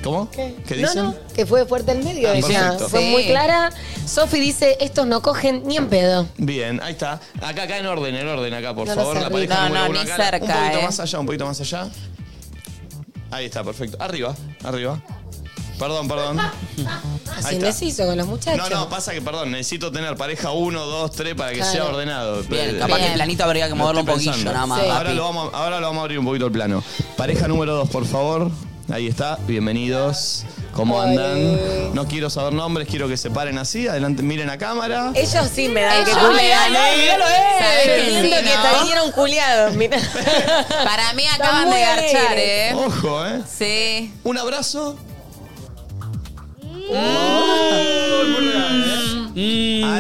¿Cómo? ¿Qué, No, dicen? no, que fue fuerte al medio. Ah, ella. perfecto. Fue Sí. muy clara. Sofi dice, estos no cogen ni en pedo. Bien, ahí está. Acá, acá en orden, en orden, acá, por No lo favor. La sé, pareja no, número no, uno ni acá. cerca, Un poquito eh. más allá, un poquito más allá. Ah, Ahí está, perfecto. Arriba, arriba. Perdón, perdón. Es Ahí está. indeciso con los muchachos. No, no, pasa que, perdón, necesito tener pareja 1, 2, 3 para que Claro. sea ordenado. Bien, Eh, capaz que el planito habría que lo moverlo estoy un poquillo, pensando. nada más, Sí. Ahora, papi. lo vamos, a- ahora lo vamos a abrir un poquito el plano. Pareja número 2, por favor. Ahí está, bienvenidos. ¿Cómo andan? No quiero saber nombres, quiero que se paren así. Adelante, miren a cámara. Ellos sí me dan que Ellos culean, me dan, ¿eh? ¿eh? ¿Sabés Qué que lindo sí, que no? te vinieron culiados. mirá. Para mí Están acaban muy de garchar, alegres. ¿eh? Ojo, ¿eh? Sí. Un abrazo. Ah,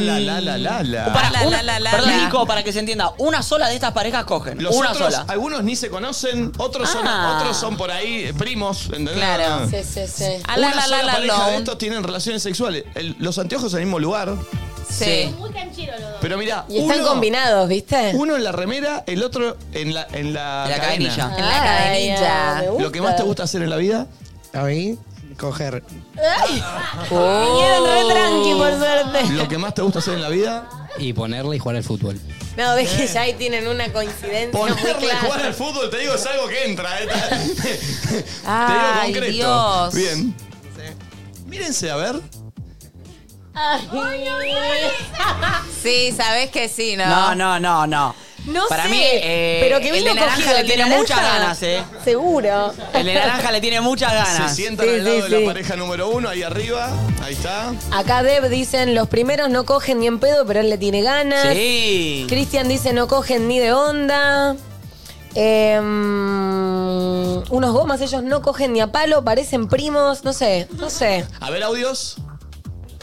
la, la, la, la, la. Para, La, la, una- la, la, perdón, la. Nico, para que se entienda, una sola de estas parejas cogen. Los una otros, sola. algunos ni se conocen, otros, son, Ah. otros son por ahí eh, primos, ¿entendés? Ah. Claro. Sí, sí, sí. A la, Una la, sola la, la, pareja la. de estos tienen relaciones sexuales. El- los anteojos en el mismo lugar. Sí. Muy canchero los dos. Pero mirá, Y están uno- combinados, ¿viste? Uno en la remera, el otro en la, en la, En la cadena. cadenilla. En la Ay, cadenilla. ah, me Lo que más te gusta hacer en la vida. A mí, coger. Ay, Ah. Oh. Vinieron Oh. re tranqui, por suerte. Lo que más te gusta hacer en la vida. Y ponerle y jugar al fútbol. No, ves que ya ahí tienen una coincidencia muy Ponerle clara. jugar al fútbol, te digo, es algo que entra. eh. Ay, te digo concreto. Dios. Bien. Mírense, a ver. Ay. Sí, sabés que sí, ¿no? No, no, no, no. No Para sé, mí, eh, pero que el vino de naranja cogido, le el de tiene naranja, muchas ganas, ¿eh? Seguro. El de naranja le tiene muchas ganas. Se sientan al lado de la pareja número uno, ahí arriba. Ahí está. Acá Deb dicen, los primeros no cogen ni en pedo, pero él le tiene ganas. Sí. Cristian dice, no cogen ni de onda. Em, unos gomas, ellos no cogen ni a palo, parecen primos, no sé, no sé. A ver, audios.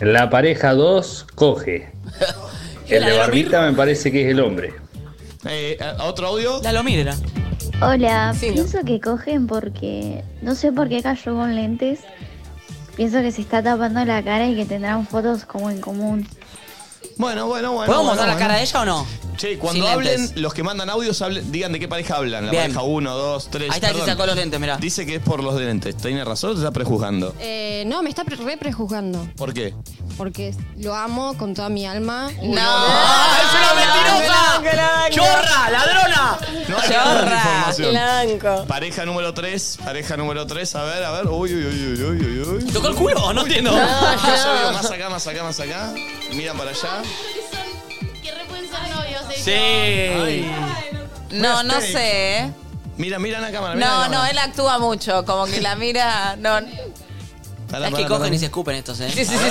La pareja 2 [LAUGHS] coge. El de barbita me parece que es el hombre. Eh, a- ¿Otro audio? La lo mira. Hola, pienso que cogen porque no sé por qué cayó con lentes. Pienso que se está tapando la cara y que tendrán fotos como en común. Bueno, bueno, ¿Podemos bueno. bueno, mostrar la bueno. cara de ella o no? Che, cuando Sin hablen, lentes. los que mandan audios hablen, digan de qué pareja hablan. La Bien. pareja 1, 2, 3. Ahí está, se sacó los lentes, mirá. Dice que es por los de lentes. ¿Tiene razón o te está prejuzgando? [LAUGHS] Eh, no, me está pre- re prejuzgando. ¿Por qué? Porque lo amo con toda mi alma. No, ¡Es una mentirosa! ¡Chorra! ¡Ladrona! No hay que dar Chorra. información. Blanco. Pareja número 3, pareja número 3. A ver, a ver. Uy, uy, uy, uy, uy, uy. uy. Ah, ¿Tocó el culo? No entiendo. Yo No, veo no. más acá, más acá, más acá. Miran para allá. Que re pueden ser novios. eh. de Sí. hecho. No, Una no steak. sé, ¿eh? Mira, miran a cámara. miran a No, Ah. no, cámara. él actúa mucho, como que la mira. No. Es Pará, que pará, cogen pará. y se escupen estos, ¿eh? Sí, sí, sí, sí, sí,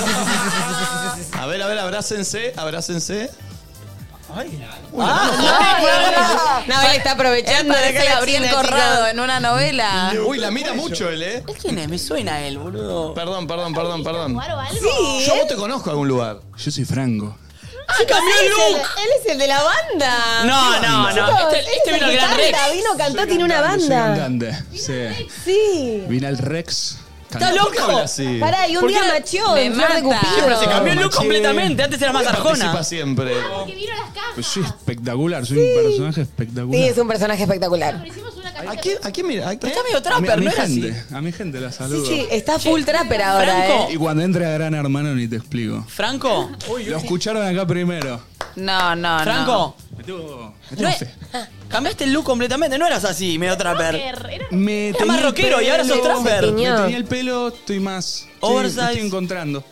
sí, A ver, a ver, abrácense, abrácense. Ah, no, no, él está aprovechando Él de parece ese Gabriel China, Corrado chicos. en una novela. Uy, la mira mucho él, ¿eh? ¿Él quién es? Me suena él, boludo. Perdón, perdón, perdón, perdón. algo? Sí, Yo a ¿eh? vos te conozco a algún lugar. Yo soy Franco. Chicos, cambió el él es el- look. Él es el de la banda. No, no, no. Chicos, Este- él este es vino el al que Gran canta, Rex. vino, cantó, tiene una banda. Sí. Sí. Vine al Rex. ¿Está loco? Pará, y un ¿Por día qué? macheó Me en Flor de mata. Cupido. Pero se cambió el look completamente. Antes era más Participa arjona. siempre. Pues soy espectacular, soy un personaje espectacular. Sí, es un personaje espectacular. ¿A quién, a quién mira? ¿A quién? Está medio a mi, a trapper, mi ¿no era así? gente, a mi gente la saludo. Sí, está full trapper ahora, Franco. ¿eh? Y cuando entre a Gran Hermano ni te explico. ¿Franco? Lo escucharon acá primero. No, no, no. ¿Franco? Me tengo, me No tengo es- Ah. fe. Cambiaste el look completamente. No eras así, medio trapper. Me Era teñí más el rockero y ahora sos pelo, trapper. Me Guiñó. tenía el pelo, estoy más. sí, Oversize. me estoy encontrando.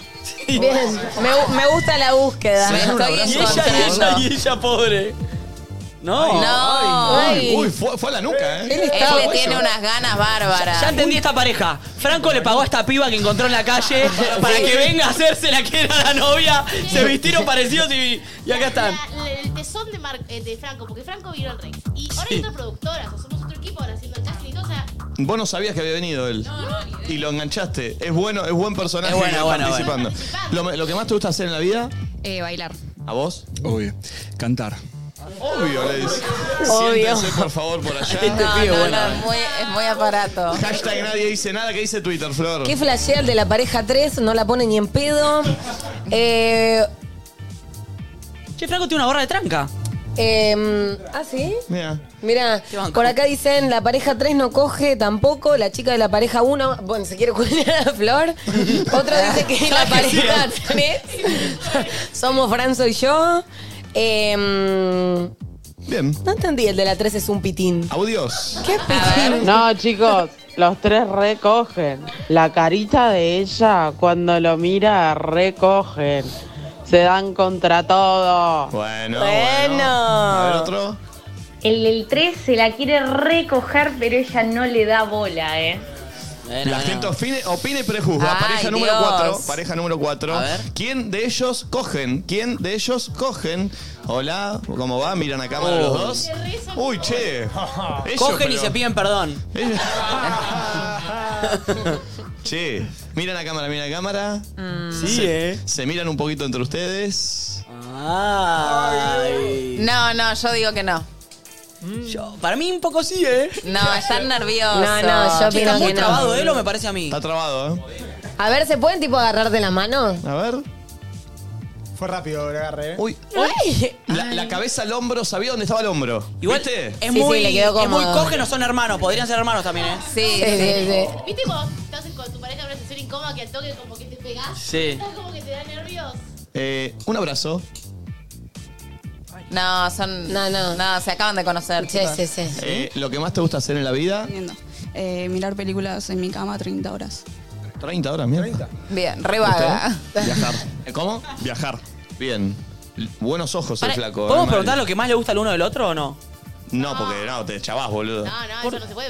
Bien, me, gu- me gusta la búsqueda. Me estoy Y ella, y ella, y ella, pobre. No. No. Ay, uy, fue, fue a la nuca, ¿eh? Él le tiene unas ganas bárbaras. Ya entendí esta pareja. Franco le pagó a esta piba que encontró en la [LAUGHS] calle para que venga a hacerse la que era la novia. Se vistieron parecidos y, y acá están. La- la- el tesón de, Mar- eh, de Franco, porque Franco vino al Rex. Y ahora hay otra productora, o sea, somos otro equipo ahora haciendo el casting y todo, o sea, Vos no sabías que había venido él. y lo enganchaste. Es bueno, es buen personaje Es bueno, que está bueno, participando. Lo, lo que más te gusta hacer en la vida, Eh, bailar. ¿a vos? Obvio. Cantar. Obvio, le dice. Obvio. Siéntense, por favor, por allá. Este No, no, no, es muy, es muy aparato. Hashtag nadie dice nada que dice Twitter, Flor. Qué flashea el de la pareja 3, no la pone ni en pedo. Eh, Che, Franco tiene una gorra de tranca. em, ¿Ah, sí? Mira. Mirá, por acá dicen, la pareja 3 no coge tampoco, la chica de la pareja 1, bueno, se quiere culiar a Flor. Otro dice que la pareja 3 somos Franzo y yo. Em, Bien. no entendí, el de la 3 es un pitín. Audios. ¿Qué pitín? No, chicos, Los tres recogen. La carita de ella cuando lo mira recogen. Se dan contra todo. Bueno. Bueno. A ver otro. El del 3 se la quiere recoger, pero ella no le da bola, ¿eh? La gente opine, opine y prejuzga. Ay, pareja número Dios. 4. Pareja número 4. ¿Quién de ellos cogen? ¿Quién de ellos cogen? Hola, ¿cómo va? Miran a cámara Oh. los dos. Uy, che. Ellos, Cogen y pero- se piden perdón. [LAUGHS] Che, miran a cámara, miran a cámara. Sí, se, Se miran un poquito entre ustedes. No, no, yo digo que no. Mm. Para mí un poco sí, ¿eh? No, están nerviosos. No, no, yo opino Está muy que no. trabado, ¿eh? Lo me parece a mí. Está trabado, ¿eh? A ver, ¿se pueden tipo agarrar de la mano? A ver. Fue rápido el agarre, ¿eh? Uy. La, la cabeza al hombro, ¿sabía dónde estaba el hombro? Igual ¿Viste? Es muy, es muy coge, no son hermanos, podrían ser hermanos también, ¿eh? Sí, ¿Viste cuando estás con tu pareja en una situación incómoda que al toque como que te pegás? Sí. Estás como que te da nervios. Eh, un abrazo. No, son. No, no. No, se acaban de conocer. Sí, sí, sí. Eh, lo que más te gusta hacer en la vida. Eh, mirar películas en mi cama 30 horas. 30 horas, mierda. Bien, re vaga. Viajar. Eh, ¿Cómo? Viajar. Bien. L- Buenos ojos el Pará, flaco. eh, ¿Podemos mal. preguntar lo que más le gusta al uno del otro o no? No, porque no, te chavás, boludo.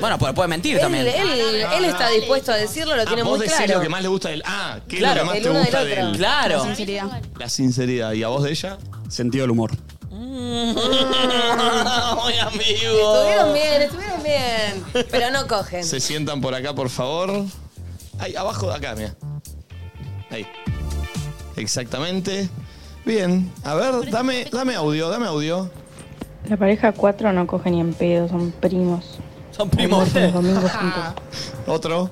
Bueno, pues puede mentir Él, también. él- él está dispuesto a decirlo, lo Ah, tiene vos muy decís claro. lo que más le gusta del. Ah, ¿qué Claro, es lo que del más te uno gusta del otro. del. Claro. La sinceridad. La sinceridad. ¿Y a vos de ella? Sentido del humor. Ah. Ah, Muy amigo. Estuvieron bien, estuvieron bien. Pero no cogen. Se sientan por acá, por favor. Ahí, abajo de acá, mira. Ahí. Exactamente. Bien. A ver, dame, dame audio, dame audio. La pareja 4 no coge ni en pedo, son primos. Son primos. [LAUGHS] Otro.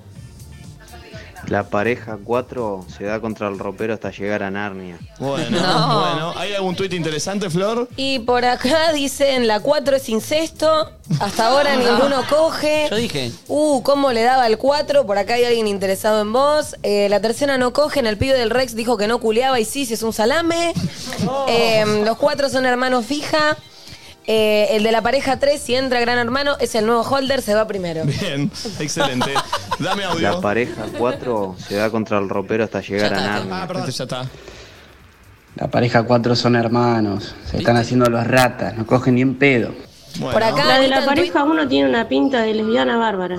La pareja 4 se da contra el ropero hasta llegar a Narnia. Bueno, No. bueno. ¿Hay algún tuit interesante, Flor? Y por acá dicen, la 4 es incesto, hasta ahora ninguno coge. Ah. Yo dije. Uh, cómo le daba el 4, por acá hay alguien interesado en vos. Eh, la tercera no cogen, el pibe del Rex dijo que no culeaba y sí, si es un salame. Eh, los cuatro son hermanos fija. Eh, el de la pareja 3, si entra gran hermano, es el nuevo holder, se va primero. Bien, excelente. Dame La audio. pareja 4 se da contra el ropero hasta llegar a Narnia. Este ya está. La pareja 4 son hermanos. Se están haciendo los ratas. No cogen ni en pedo. Bueno. La de la Anita, en pareja 1 tiene una pinta de lesbiana bárbara.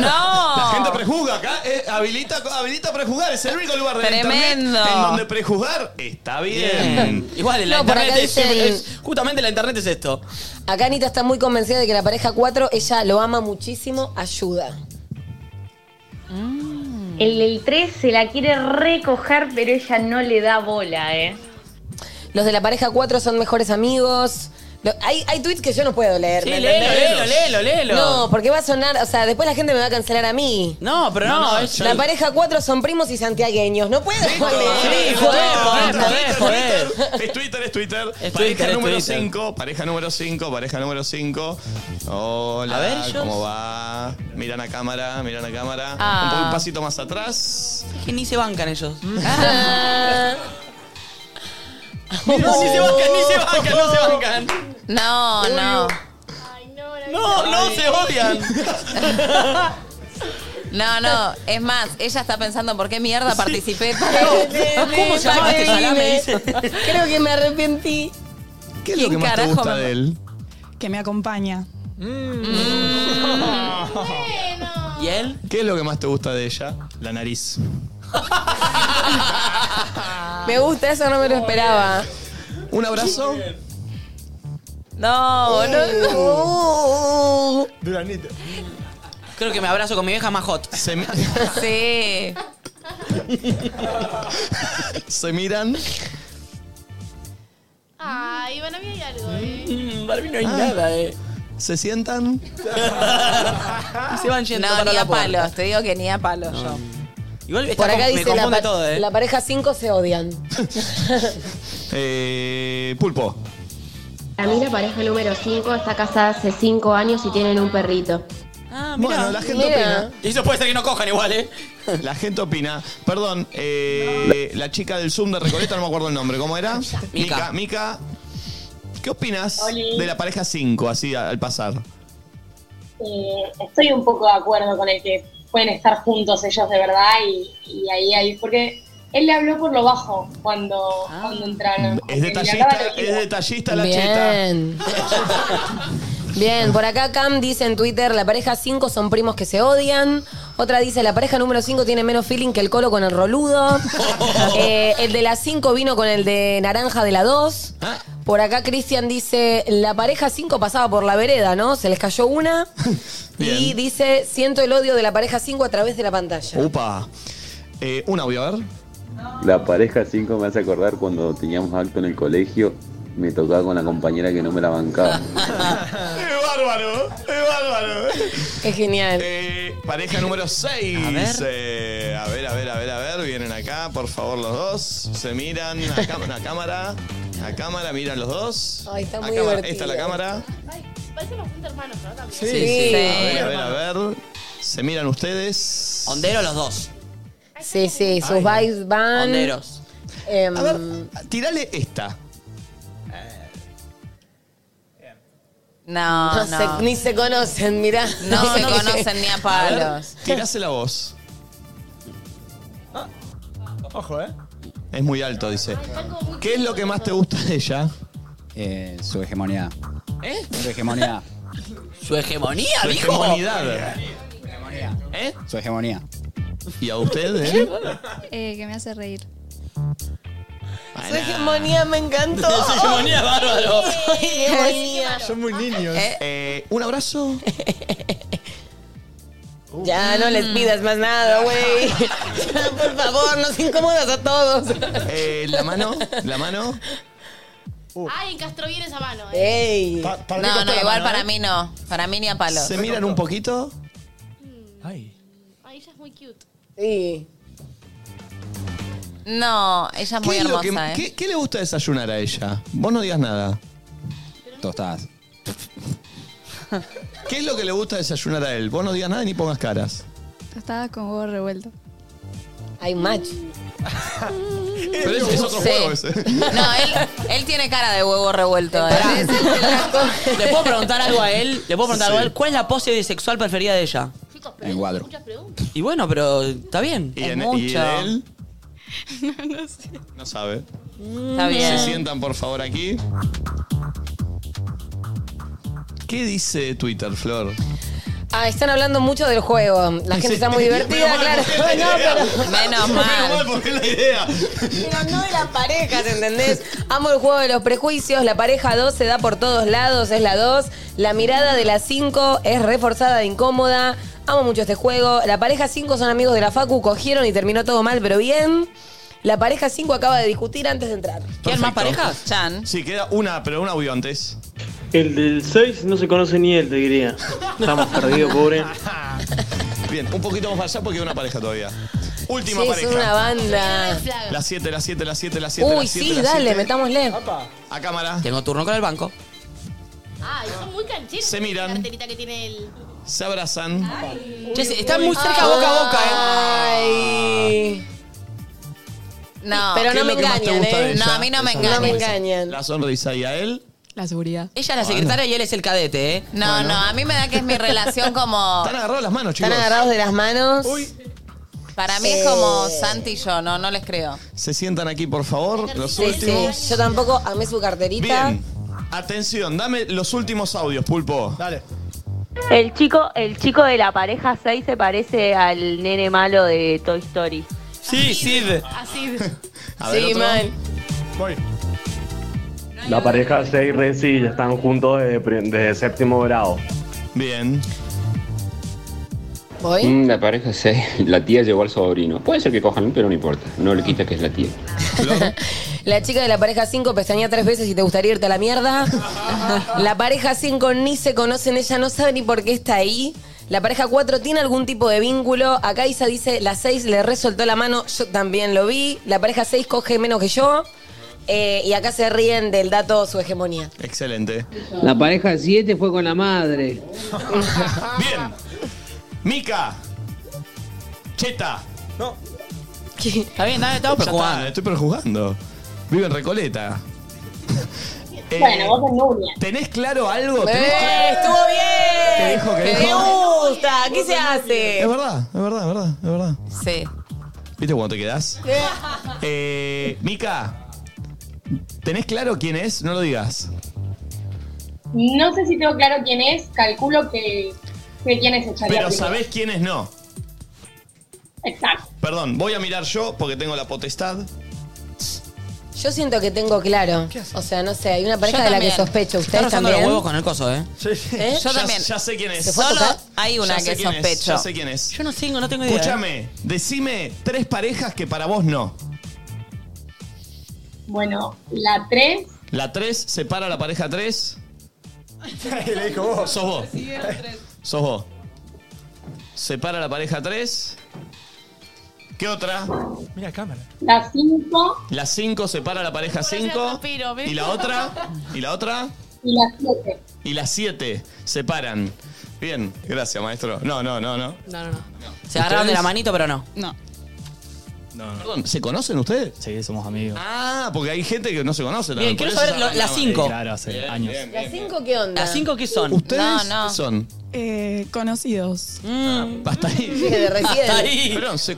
La gente prejuzga acá, eh, habilita, habilita prejuzgar, es el único lugar de Tremendo. internet en donde prejuzgar está bien. Igual, la No, por acá internet es, dicen- es- Justamente la internet es esto. Acá Anita está muy convencida de que la pareja 4, ella lo ama muchísimo, ayuda. El del 3 se la quiere recoger, pero ella no le da bola, ¿eh? Los de la pareja 4 son mejores amigos. Lo- hay, hay tweets que yo no puedo leer. Sí, ¿me léelo, entendés? léelo, léelo, léelo. No, porque va a sonar, o sea, después la gente me va a cancelar a mí. No, pero no, No, no, es- yo- La pareja 4 son primos y santiagueños. No puedo leer. Listo, podés, podés, Twitter, Es Twitter, es Twitter. pareja Twitter, es número Twitter. 5, pareja número 5, pareja número 5. Hola, A ver, yo- ¿cómo va? Miran a cámara, miran a cámara. Ah. Un, po- un pasito más atrás. Es que ni se bancan ellos. Mm. Ah. Mira, ni se bancan, ni se bancan, no se bancan. No, no. No, no, se odian. No, no. Es más, ella está pensando por qué mierda participé para ¿Cómo se llama este salame? Creo que me arrepentí. ¿Qué es lo que más te gusta de él? Que me acompaña. Mm. Ah, ¿Y él? ¿Qué es lo que más te gusta de ella? La nariz. Me gusta, eso no me lo esperaba. Un abrazo. No, no. Duranito. Creo que me abrazo con mi vieja más hot. Sí. Se miran. Ay, para mí hay algo, ¿eh? Para mí no hay nada, eh. Se sientan. [LAUGHS] se van yendo No, para ni la puerta. a palos. Te digo que ni a palos yo. Igual está Por con- acá me dice la, confunde pa- todo, ¿eh? la pareja 5 se odian. Eh, pulpo. A mí la pareja número 5 está casada hace 5 años y tienen un perrito. Ah, mirá, Bueno, la gente mirá. Y eso puede ser que no cojan igual, ¿eh? [LAUGHS] La gente opina. Perdón, eh, la chica del Zoom de Recoleta, no me acuerdo el nombre. ¿Cómo era? Mica. Mica, ¿qué opinas Oli. de la pareja 5, así a- al pasar? eh, estoy un poco de acuerdo con el que pueden estar juntos ellos de verdad y, y ahí, ahí, porque él le habló por lo bajo cuando, cuando entraron. Es Porque le detallista, hablaba de- es detallista la cheta. Bien. Bien, por acá Cam dice en Twitter, la pareja 5 son primos que se odian. Otra dice, la pareja número 5 tiene menos feeling que el colo con el roludo. Eh, el de la 5 vino con el de naranja de la 2. Por acá Cristian dice, la pareja 5 pasaba por la vereda, ¿no? Se les cayó una. Y dice, siento el odio de la pareja 5 a través de la pantalla. Upa. Eh, un audio, a [LAUGHS] ver. La pareja 5 me hace acordar cuando teníamos acto en el colegio, me tocaba con la compañera que no me la [LAUGHS] bancaba. ¡Es bárbaro! ¡Es bárbaro! Es genial. Eh, Pareja número 6. A A ver. ver. a ver, a ver, a ver, a ver. Vienen acá, por favor, los dos. Se miran a, cam- a cámara. A cámara, miran los dos. Ay, está A muy cámara. divertido. Esta es la cámara. Parecen bastante hermanos, ¿no? También. A ver, a ver, a ver. Se miran ustedes. Hondero los dos. Sí, sí, sus vibes Mm. van... Honderos. Em, A ver, tirale esta. No, no no. se- ni se conocen, mirá. No [LAUGHS] se conocen ni a palos. Tirásela vos. Ojo, ¿eh? Es muy alto, dice. ¿Qué es lo que más te gusta de ella? Eh, su hegemonía. ¿Eh? Su hegemonía. ¿Su hegemonía, Su dijo? hegemonidad. ¿Eh? Su hegemonía. ¿Y a usted, eh? Eh, que me hace reír. Su hegemonía me [LAUGHS] encantó. [LAUGHS] Su hegemonía es bárbaro. [LAUGHS] Hegemonía. Son muy niños. Eh, un abrazo. Ya no Mm. les pidas más nada, güey. Ya, Por favor, nos incomodas a todos. Eh, la mano, la mano. Ay, encastró bien esa mano, eh. Ey. No, no, igual para mí no. Para mí ni a palos. Se miran un poquito. Ay, ella es muy cute. Sí. No, ella es muy es lo que- hermosa, ¿eh? qué- qué le gusta desayunar a ella? Vos no digas nada. Tostadas. [LAUGHS] ¿Qué es lo que le gusta desayunar a él? Vos no digas nada y ni pongas caras. Estaba con huevo revuelto. Hay match. Pero ese es otro Sí. juego ese. No, él, él tiene cara de huevo revuelto, ¿eh? ¿Le puedo preguntar algo a él? ¿Le puedo preguntar algo a Sí. él? ¿Cuál es la pose sexual preferida de ella? En cuadro. Y bueno, pero está bien. Y, en- e- y de él no, no sé. no sabe. Está bien. Se sientan por favor aquí. ¿Qué dice Twitter, Flor? Ah, están hablando mucho del juego. La gente [LAUGHS] está muy divertida, claro. [LAUGHS] No, pero. Menos mal. porque es la idea. Pero no de las parejas, ¿entendés? Amo el juego de los prejuicios. La pareja 2 se da por todos lados, es la 2. La mirada de la 5 es reforzada e incómoda. Amo mucho este juego. La pareja 5 son amigos de la Facu, cogieron y terminó todo mal, pero bien. La pareja 5 acaba de discutir antes de entrar. Perfecto. Sí, queda una, pero un audio antes. El del 6 no se conoce ni él, te diría. Estamos perdidos, pobre. Bien, un poquito más para allá porque hay una pareja todavía. Última Sí, pareja. son una banda. Las 7, las 7, las 7, las 7. Uy, sí, dale, metámosle. A cámara. Tengo turno con el banco. Ay, son muy cancheros. Se miran. La carterita que tiene el. Se abrazan. Che, se- están muy cerca Ay. boca a eh. boca, eh. Ay. No. Pero ¿Qué no es me lo que más te engañan, gusta de ¿eh? ella? No, a mí no me Esa engañan. No me sonrisa. engañan. La sonrisa y a él. La seguridad. Ella es la secretaria y él es el cadete, ¿eh? No, no, a mí me da que es mi relación [LAUGHS] como. Están agarrados las manos, chicos. Están agarrados de las manos. Eh. Para mí es como Santi y yo, no, no les creo. Se sientan aquí, por favor. Los Sí, sí. últimos. Yo tampoco amé su carterita. Bien. Atención, dame los últimos audios, Pulpo. Dale. El chico, el chico de la pareja 6 se parece al nene malo de Toy Story. [LAUGHS] Sí, Sid. Así. A ver, otro. Voy. La pareja 6 Renzi ya están juntos desde, pri- desde séptimo grado. Bien. Mm, la pareja 6, la tía llevó al sobrino. Puede ser que cojan, pero no importa. No le quita que es la tía. La chica de la pareja 5 pestañea tres veces y te gustaría irte a la mierda. La pareja 5 ni se conocen, ella no sabe ni por qué está ahí. La pareja 4 tiene algún tipo de vínculo. Acá Isa dice, la 6 le resoltó la mano, yo también lo vi. La pareja 6 coge menos que yo. Eh, y acá se ríen del dato su hegemonía. Excelente. La pareja 7 fue con la madre. Bien. Mica. Cheta. No. Está bien, dale, estamos Ya pero jugando. está, estoy perjugando. Vive en Recoleta. Eh, Bueno, vos en Nuria. ¿Tenés claro algo? ¿Tenés ¡Eh, claro? estuvo bien! Te dijo, que ¡Me dijo. gusta! ¿Qué se hace? Es verdad, es verdad, es verdad, es verdad. Sí. ¿Viste cuando te quedás? Eh, Mica, ¿tenés claro quién es? No lo digas. No sé si tengo claro quién es, calculo que, que quién es echaría Pero primero. sabés quién es no. Exacto. Perdón, voy a mirar yo porque tengo la potestad. Yo siento que tengo claro. O sea, no sé, hay una pareja Yo de la que también. sospecho. Se está ¿Ustedes rozando los también? huevos con el coso, ¿eh? ¿Eh? Ya- Ya sé quién es. ¿Se fue a Solo tocar? hay una Ya sé que quién es, sospecho. ya sé quién es. Yo no tengo, no tengo idea. ¿eh? Escúchame, decime tres parejas que para vos no. Bueno, la 3, La 3 separa a la pareja 3. Le dijo vos. Sos vos. Sos vos. Separa a la pareja 3. ¿Qué otra? Mira cámara. la 5 La 5 separa a la pareja 5. ¿Y la otra? ¿Y la otra? y la 7. Y la 7 separan. Bien, gracias, maestro. No, no, no, no. No, no, no. Se agarraron de la ¿Ustedes? manito, pero no. No. No, no. Perdón, ¿se conocen ustedes? Sí, somos amigos. Ah, porque hay gente que no se conoce. Bien, quiero saber lo- las cinco. Claro, hace años. ¿Las cinco qué onda? ¿Las cinco qué son? ¿Ustedes No, no. qué son? Eh, conocidos. Mm. Hasta ahí. Que de recién. Hasta ahí. Perdón, se...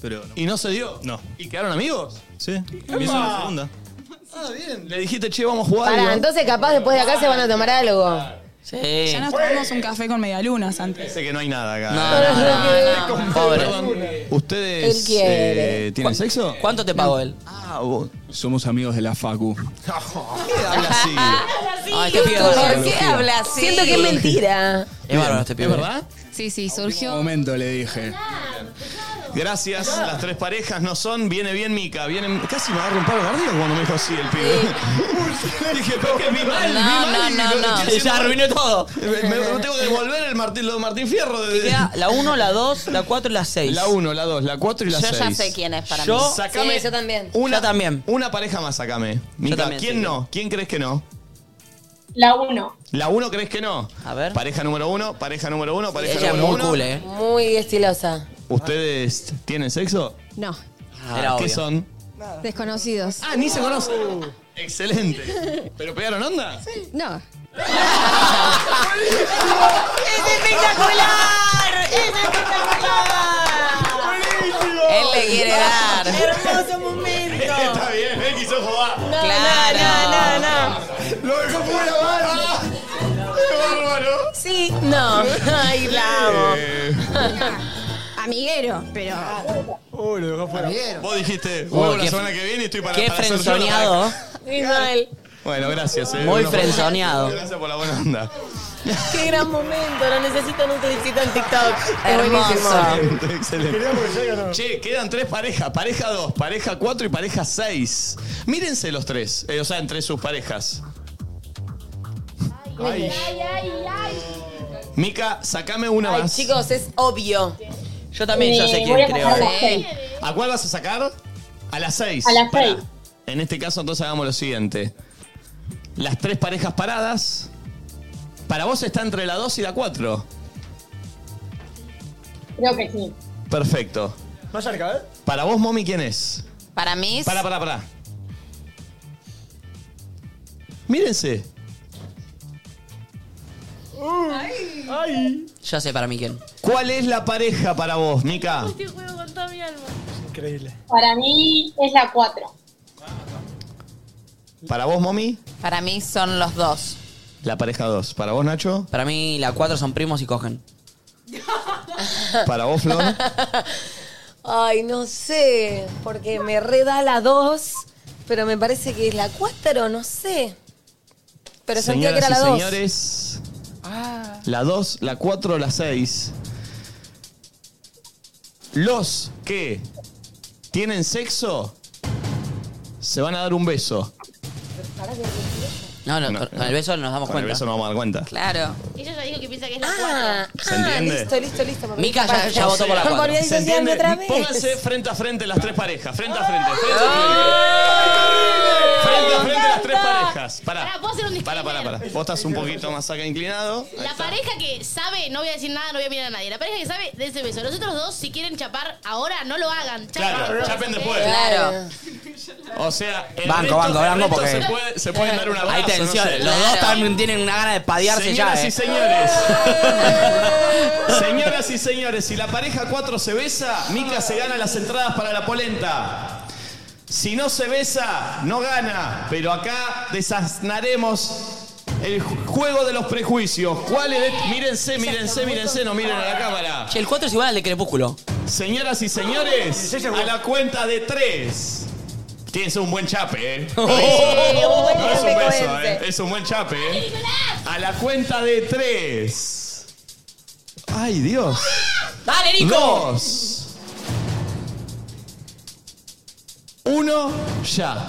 pero ¿Y no se dio? No. ¿Y quedaron amigos? Sí. Empiezo en la segunda. Ah, bien. Le dijiste, che, vamos a jugar. Pará, digo. entonces capaz después de acá se van a tomar algo. Sí. Ya nos tomamos un café con medialunas antes. Parece Eh. que no hay nada acá. No, no, no, no, pobre. ¿Ustedes Él quiere. eh, tienen sexo? ¿Cuánto te pagó él? Ah, vos. Somos amigos de la Facu. ¿Qué habla así? Ay, te pido. ¿Por qué habla así? Siento que es mentira. Es bárbaro este ¿Es pibe. verdad? Sí, sí, surgió. momento le dije. Gracias, las tres parejas no son. Viene bien Mica, vienen. Casi me agarró un paro cardíaco cuando me dijo así el pibe. Le [LAUGHS] dije, pero que mi mal, No, mi mal. no, no, no. Estoy Ya arruiné todo. Me, me tengo que devolver el Martín, lo de Martín Fierro. de- Te queda la 1, la 2, la 4 y la 6. La 1, la 2, la 4 y la Yo 6. ya sé quién es para Yo- mí. Sacame- Sí, yo también. Una también. Una pareja más, sacame. Mica, también, ¿quién sí, no? ¿Quién crees que no? La 1. ¿La 1 crees que no? A ver. Pareja número 1, pareja número 1, pareja Ella es número muy 1. cool, ¿eh? Muy estilosa. ¿Ustedes tienen sexo? No, Ah, Era ¿Qué obvio. son? desconocidos. Ah, ni se conocen. Excelente. ¿Pero pegaron onda? No, ¡Es espectacular! ¡Es espectacular! Él le quiere dar. Hermoso momento. [LAUGHS] Está bien, ve que hizo joda. No, Claro. no, no, no, no. Lo dejó fuera, mano. ¡Qué bárbaro! Sí, no. [LAUGHS] Ay, la amo. Eh, amiguero, pero Uy, lo dejó fuera. vos dijiste, vuelvo la qué- semana que viene y estoy para Qué para hacer frenzoneado. solo para- Sí, mal. Bueno, gracias. eh. Muy Uno fue- frenzoneado. Gracias por la buena onda. Qué gran momento. Lo necesitan un solicito en TikTok. Hermoso. Excelente, excelente. Che, quedan tres parejas. Pareja dos, pareja cuatro y pareja seis. Mírense los tres. eh, o sea, entre sus parejas. Ay. Mica, sacame una Ay, más. chicos, es obvio. Yo también ya sé Eh, quién voy a creo. sacar la ¿eh? seis. ¿A cuál vas a sacar? A las 6. A las seis. En este caso, entonces hagamos lo siguiente: las tres parejas paradas. Para vos está entre la 2 y la 4. Creo que sí. Perfecto. Más cerca, ¿eh? Para vos, Momi, ¿quién es? Para mí es... Para, para, para. Mírense. Ay. Ya sé para mí quién. ¿Cuál es la pareja para vos, Mica? Este juego con toda mi alma. Increíble. Para mí es la 4. Para vos, Momi, Para mí son los dos. la pareja 2. Para vos, Nacho. Para mí, la 4 son primos y cogen. [LAUGHS] Para vos, Flor. Ay, no sé. Porque me reda la 2, pero me parece que es la 4, no sé. Pero sentía que era la Señoras y 2. Señores, la 2, la 4, la 6. Los que tienen sexo se van a dar un beso. No, no, con- con el beso nos damos Con el cuenta. beso no vamos a dar cuenta. Claro. Ella ya dijo que piensa que es la 4. Ah, ¿Se ah, entiende? listo, listo, este listo. mamá. Mica ya, ya votó por la 4. Volví a ¿Se disociarme entiende? otra vez. Pónganse frente a ¡Ah! frente las tres parejas. Frente a frente. Frente a frente. Frente a frente las tres parejas. parejas. Pará. Pará, ¿puedo hacer un Pará, pará, pará. disclaimer? Vos estás un poquito más acá inclinado. Ahí La está. pareja que sabe, no voy a decir nada, no voy a mirar a nadie. La pareja que sabe, dense beso. Los otros dos, si quieren chapar ahora, no lo hagan. Chapen Claro, después, chapen ¿ok? después. Claro. O sea, el Banco, resto- banco, el banco, resto porque- se, puede- se pueden dar un abrazo. Hay tensión. no sé. Los dos también tienen una gana de padearse Señoras ya. y eh. señores. Señoras y señores, si la pareja 4 se besa, Mica se gana las entradas para la polenta. Si no se besa, no gana. Pero acá desaznaremos el ju- juego de los prejuicios. ¿Cuál es? Mírense, mírense, mírense, no miren a la cámara. Che, el 4 es igual al de Crepúsculo. Señoras y señores, a la cuenta de tres. Tienes un buen chape, ¿eh? oh, buen no es chape un beso, coherente. ¿eh? Es un buen chape, ¿eh? A la cuenta de tres. ¡Ay, Dios! ¡Dale, Nico! Dos. Uno, ya.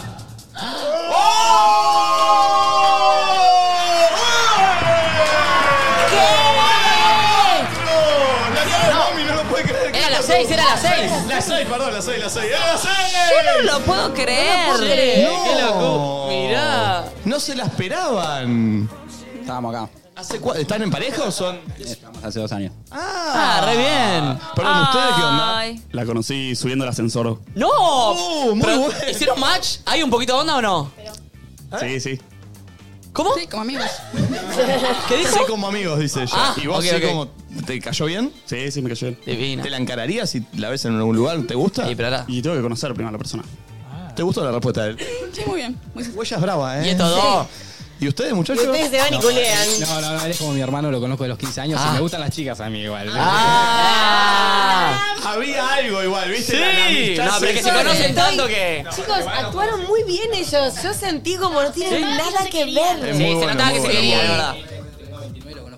Era las seis, era las seis. Las seis, perdón, las seis, las seis. ¡Era las seis! Yo no lo puedo creer. No lo puedo creer. Uh, No. ¡Qué loco! Mirá. No se la esperaban. Estábamos acá. ¿Hace cua- ¿Están en pareja o son...? Estamos hace dos años. Ah, re bien. Perdón, ¿ustedes qué onda? Ay. La conocí subiendo el ascensor. ¡No! muy Oh, Pero, bueno. ¿Hicieron match? ¿Hay un poquito de onda o no? Sí, sí. ¿Cómo? Sí, como amigos. [LAUGHS] ¿Qué dijo? Sí, como amigos, dice ella. Ah, ¿Y vos ok, sí ok. como... ¿Te cayó bien? Sí, sí, me cayó bien. ¿Te la encararías si la ves en algún lugar? ¿Te gusta? Sí, pero Y tengo que conocer primero a la persona. ¿Te gustó la respuesta de él? Sí, muy bien. Muy Huella es brava, ¿eh? Y estos dos. ¿Y ustedes, muchachos? No, No, no, no, él es como mi hermano, lo conozco de los 15 años Ah. y me gustan las chicas a mí igual. Ah. Había algo igual, ¿viste? Sí, no, pero que se conocen tanto que- Chicos, actuaron muy bien ellos. Yo sentí como no tienen Sí. nada que ver. Es muy sí, se bueno, notaba que muy se bueno, quería, muy la bueno. verdad.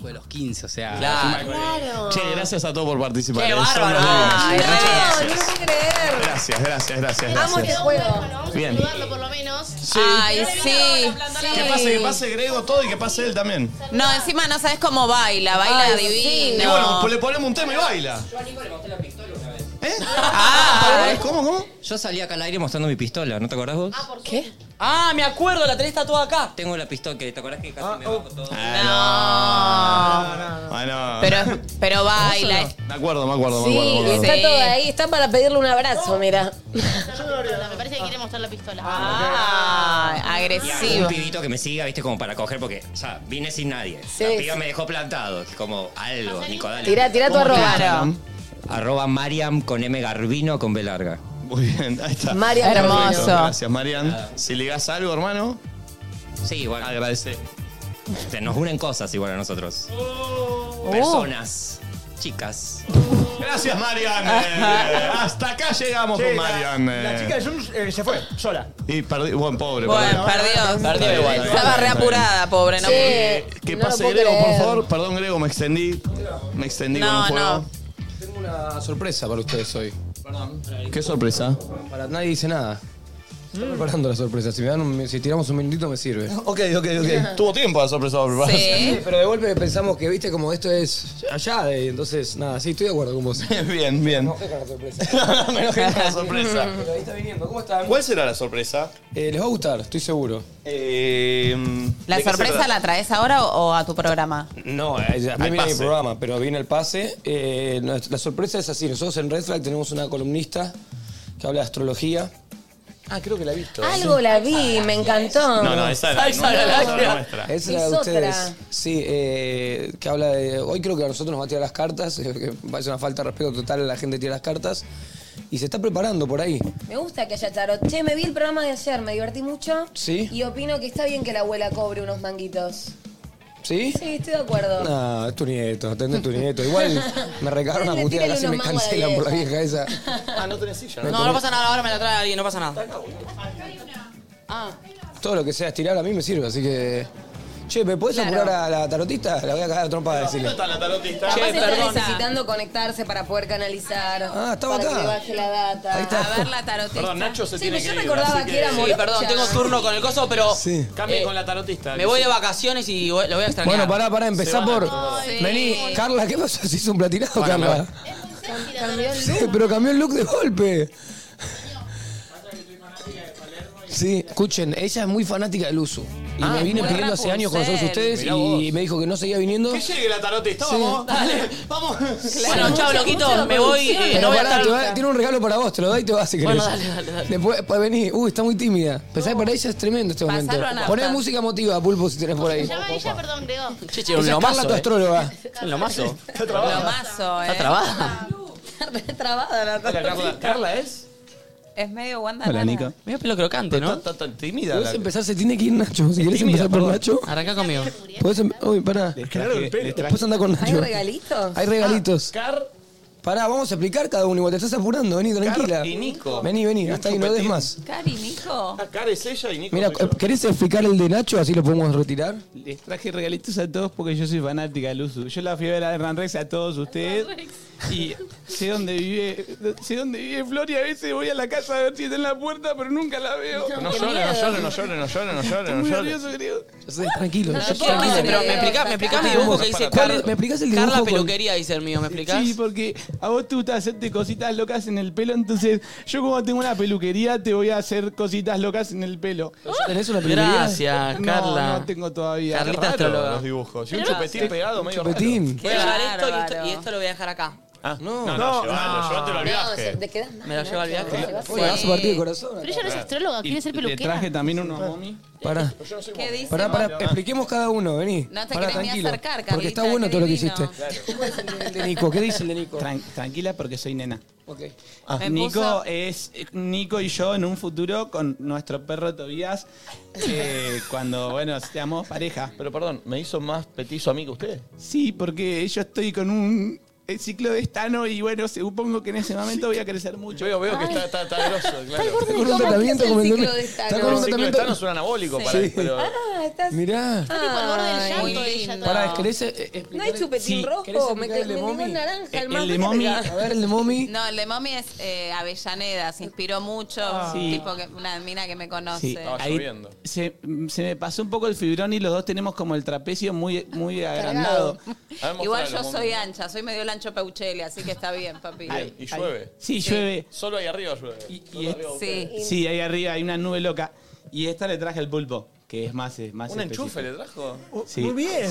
de los 15, o sea. Claro. Che, gracias a todos por participar. Qué eh, son bárbaro. los dueños. Ay, re No, no lo puedo creer. Gracias, gracias, gracias. Amo este gracias. juego. Bien. por lo menos. Ay, sí. Que pase, que pase Grego todo y que pase él también. No, encima no sabes cómo baila, baila Ay, divino. Y bueno, pues le ponemos un tema y baila. Ah, eh. ¿Cómo, cómo? Yo salí acá al aire mostrando mi pistola, ¿no te acordás vos? ¿Qué? Ah, me acuerdo, la tenés tatuada acá. uh. Ah, Tengo la pistola que te acordás que casi me bajo todo. Ah, no. Pero, pero baila. Me acuerdo, me acuerdo, me acuerdo. Sí, me acuerdo. está todo ahí. Está para pedirle un abrazo, mira. Me parece que quiere mostrar la pistola. Un Ah, agresivo. pibito que me siga, viste, como para coger, porque, o sea, vine sin nadie. Sí, la sí. piba me dejó plantado, que como algo, Nico, dale. Tira, tira tu ¿Cómo te arroba. Oh. llaman? Arroba Mariam con M Garbino con B larga. Muy bien, ahí está. Marian Perfecto, Hermoso. Gracias, Marian. Si ligás algo, hermano, Sí, bueno. Agradece. Se nos unen cosas igual a nosotros. Personas. Chicas. Gracias, [LAUGHS] Marian. Eh, hasta acá llegamos Che, con la- Marian. eh. La chica de Jun eh, se fue, sola. Y perdí, buen pobre. Bueno, perdió. Estaba reapurada, pobre, no. Que no lo pase puedo Grego, por creer. favor. Perdón, Grego, me extendí. Me extendí con No, un juego. Tengo una sorpresa para ustedes hoy. Perdón. ¿Qué sorpresa? Para nadie dice nada. Estoy preparando la sorpresa. Si, me dan un- si tiramos un minutito me sirve. [LAUGHS] Ok, ok, ok. Tuvo tiempo la sorpresa para prepararse. Pero de golpe pensamos que, viste, como esto es allá, de- entonces, nada, sí, estoy de acuerdo con vos. [LAUGHS] bien, bien. No, la sorpresa. Me enojé con la sorpresa. Pero ahí está [LAUGHS] viniendo, ¿cómo están? ¿Cuál será la sorpresa? Eh, Eh, les va a gustar, estoy seguro. ¿La sorpresa la traes ahora o, o a tu programa? No, eh, Al no viene el pase. programa, pero viene el pase. Eh, nos- la sorpresa es así, nosotros en Red Flag tenemos una columnista que habla de astrología. Ah, creo que la he visto. Ah, Algo la vi, me encantó. No, no, esa era Salsa nuestra, Ah, la esa lágrima. era nuestra. Esa era Es de ustedes. otra. Sí, eh, que habla de. Hoy creo que a nosotros nos va a tirar las cartas, [LAUGHS] eh, que me parece una falta de respeto total a la gente que tira las cartas. Y se está preparando por ahí. Me gusta que haya tarot. Che, me vi el programa de ayer, me divertí mucho. Sí. Y opino que está bien que la abuela cobre unos manguitos. ¿Sí? Sí, estoy de acuerdo. No, es tu nieto, atendés tu nieto. Igual me recargaron una Le puteada tiran que se me unos mangos a la cancelan por la vieja esa. Ah, no tenés silla. No, no pasa nada, ahora me la trae alguien, no pasa nada. Todo lo que sea estirar a mí me sirve, así que. Che, ¿me podés apurar a la tarotista? La voy a cagar a trompa de decirle. la tarotista? Capaz está necesitando conectarse para poder canalizar. Ah, estaba para acá. que le baje la data. Ahí está. A ver la tarotista. Perdón, Nacho se Sí, tiene pues que yo ir, recordaba así que era morocha. Perdón, tengo turno con el coso, pero. Sí. Cambie Eh, con la tarotista. Me voy de vacaciones y voy- lo voy a extrañar. Bueno, pará, pará, empezá por. Sí. Vení, Carla, ¿qué pasó? Se hizo un platinado, Bueno, Carla. Sí, pero cambió el look de golpe. Sí, escuchen, ella es muy fanática del uso. Y Ah, me vino muy pidiendo hace años conocerlos Rapunzel. ustedes Mirá y vos. me dijo que no seguía viniendo. Que llegue la tarotista, Sí. vamos. Dale, vamos. Bueno, chao, loquito, me voy. eh, Pero no voy a pará, estar. te va- tiene un regalo para vos, te lo da y te vas si querés. Bueno, dale, dale, dale. Después, pa- vení. Uy, está muy tímida. Pensá que para ella es tremendo este momento. Pasalo a Nafta. Poné música emotiva, Pulpo, si tenés por Se ahí. llama ella, perdón, Grego. Che, che, Esa un es Carla, lomazo. eh. tu astróloga. Un [LAUGHS] lomazo. Está Lomazo, eh. Está trabada. Está trabada la Carla. ¿Carla es? Es medio Wanda. Hola, Nara. Nico. Mira pelo crocante, ¿no? Está tan tímida. ¿Puedes empezar? Se tiene que ir Nacho. Si querés empezar por Nacho. Arranca conmigo. Podés em- Uy, pará. Después anda con Nacho. regalitos? Hay Ah, regalitos. Pará, vamos a explicar cada uno igual. Te estás apurando, vení, tranquila. y Nico. Vení, vení, Y un hasta ahí no des chupetín. más. Cari, Nico. Car Ah, es ella y Nico. Mira, soy yo. ¿querés explicar el de Nacho? Así lo podemos retirar. Les traje regalitos a todos porque yo soy fanática del uso. Yo la fui a ver a Hernán Rex a todos ustedes. Y sé dónde vive, sé dónde vive Flor y a veces voy a la casa a ver si está en la puerta, pero nunca la veo. No llores, no llores, no llores, no llores, no llores. Estoy no muy llores. nervioso, creo. Yo sé, tranquilo. No, Ah. yo yo sé. quiero- Dice, pero me explicás, me explicás mi dibujo que dice ¿Cuál es? Car- ¿Me explicás el dibujo Carla con- Peluquería, dice el mío, ¿me explicás? Sí, porque a vos te gusta hacerte cositas locas en el pelo, entonces yo como tengo una peluquería te voy a hacer cositas locas en el pelo. ¿Tenés una peluquería? Gracias, No, Carla. no tengo todavía. Carlita Qué raro astróloga. los dibujos. Y un chupetín pegado medio Chupetín. Voy a llevar esto y, bárbaro. esto y esto lo voy a dejar acá. Ah, no, no, no, llévalo, no. llévatelo al viaje. te quedas mal. Me lo llevo al viaje. Oye, vas a partir de corazón. Pero ella no es astróloga, quiere ser Le peluquera. traje también unos momi. Pará. ¿Qué dice? Pará, pará, expliquemos cada uno, vení. No te querés Pará, ni tranquilo. acercar, Porque Carlita, está bueno qué todo lo que divino. hiciste. El de Nico, ¿qué dice el de Nico? Tran- tranquila porque soy nena. Ah, Ok. Me Nico puso- es Nico y yo en un futuro con nuestro perro Tobías eh, cuando bueno seamos pareja. Pero perdón, ¿me hizo más petizo a mí que usted? Sí, porque yo estoy con un eh, ciclo de estano y bueno, supongo que en ese momento voy a crecer mucho. Veo, veo que está, está, está grosso, claro. Está con un tratamiento como el de- Está con un El ciclo de tratamiento. Thanos es un anabólico para Sí. él, pero... Ah, estás. Mirá. Está tipo al borde del llanto Ay, ella lindo. Pará, ¿querés eh, eh, No hay chupetín Sí. ¿Querés rojo, me, explicar el me de dio Momi? el naranja, el, El más de me Momi. pegaba. A ver, el de Momi. No, el de Mommy es eh, Avellaneda, se inspiró mucho. Ah. un Sí. Tipo que, una mina que me conoce. Sí, ahí se, se me pasó un poco el fibrón y los dos tenemos como el trapecio muy, muy agrandado. Igual yo soy ancha, soy medio lancho Peuchele, así que está bien, papi. Ay, y llueve. Sí, llueve. Solo ahí arriba llueve. este Solo Sí. arriba ustedes. Sí, ahí arriba hay una nube loca. Y esta le traje el pulpo, que es más, eh, más ¿Un específico. enchufe le trajo? Oh. Sí.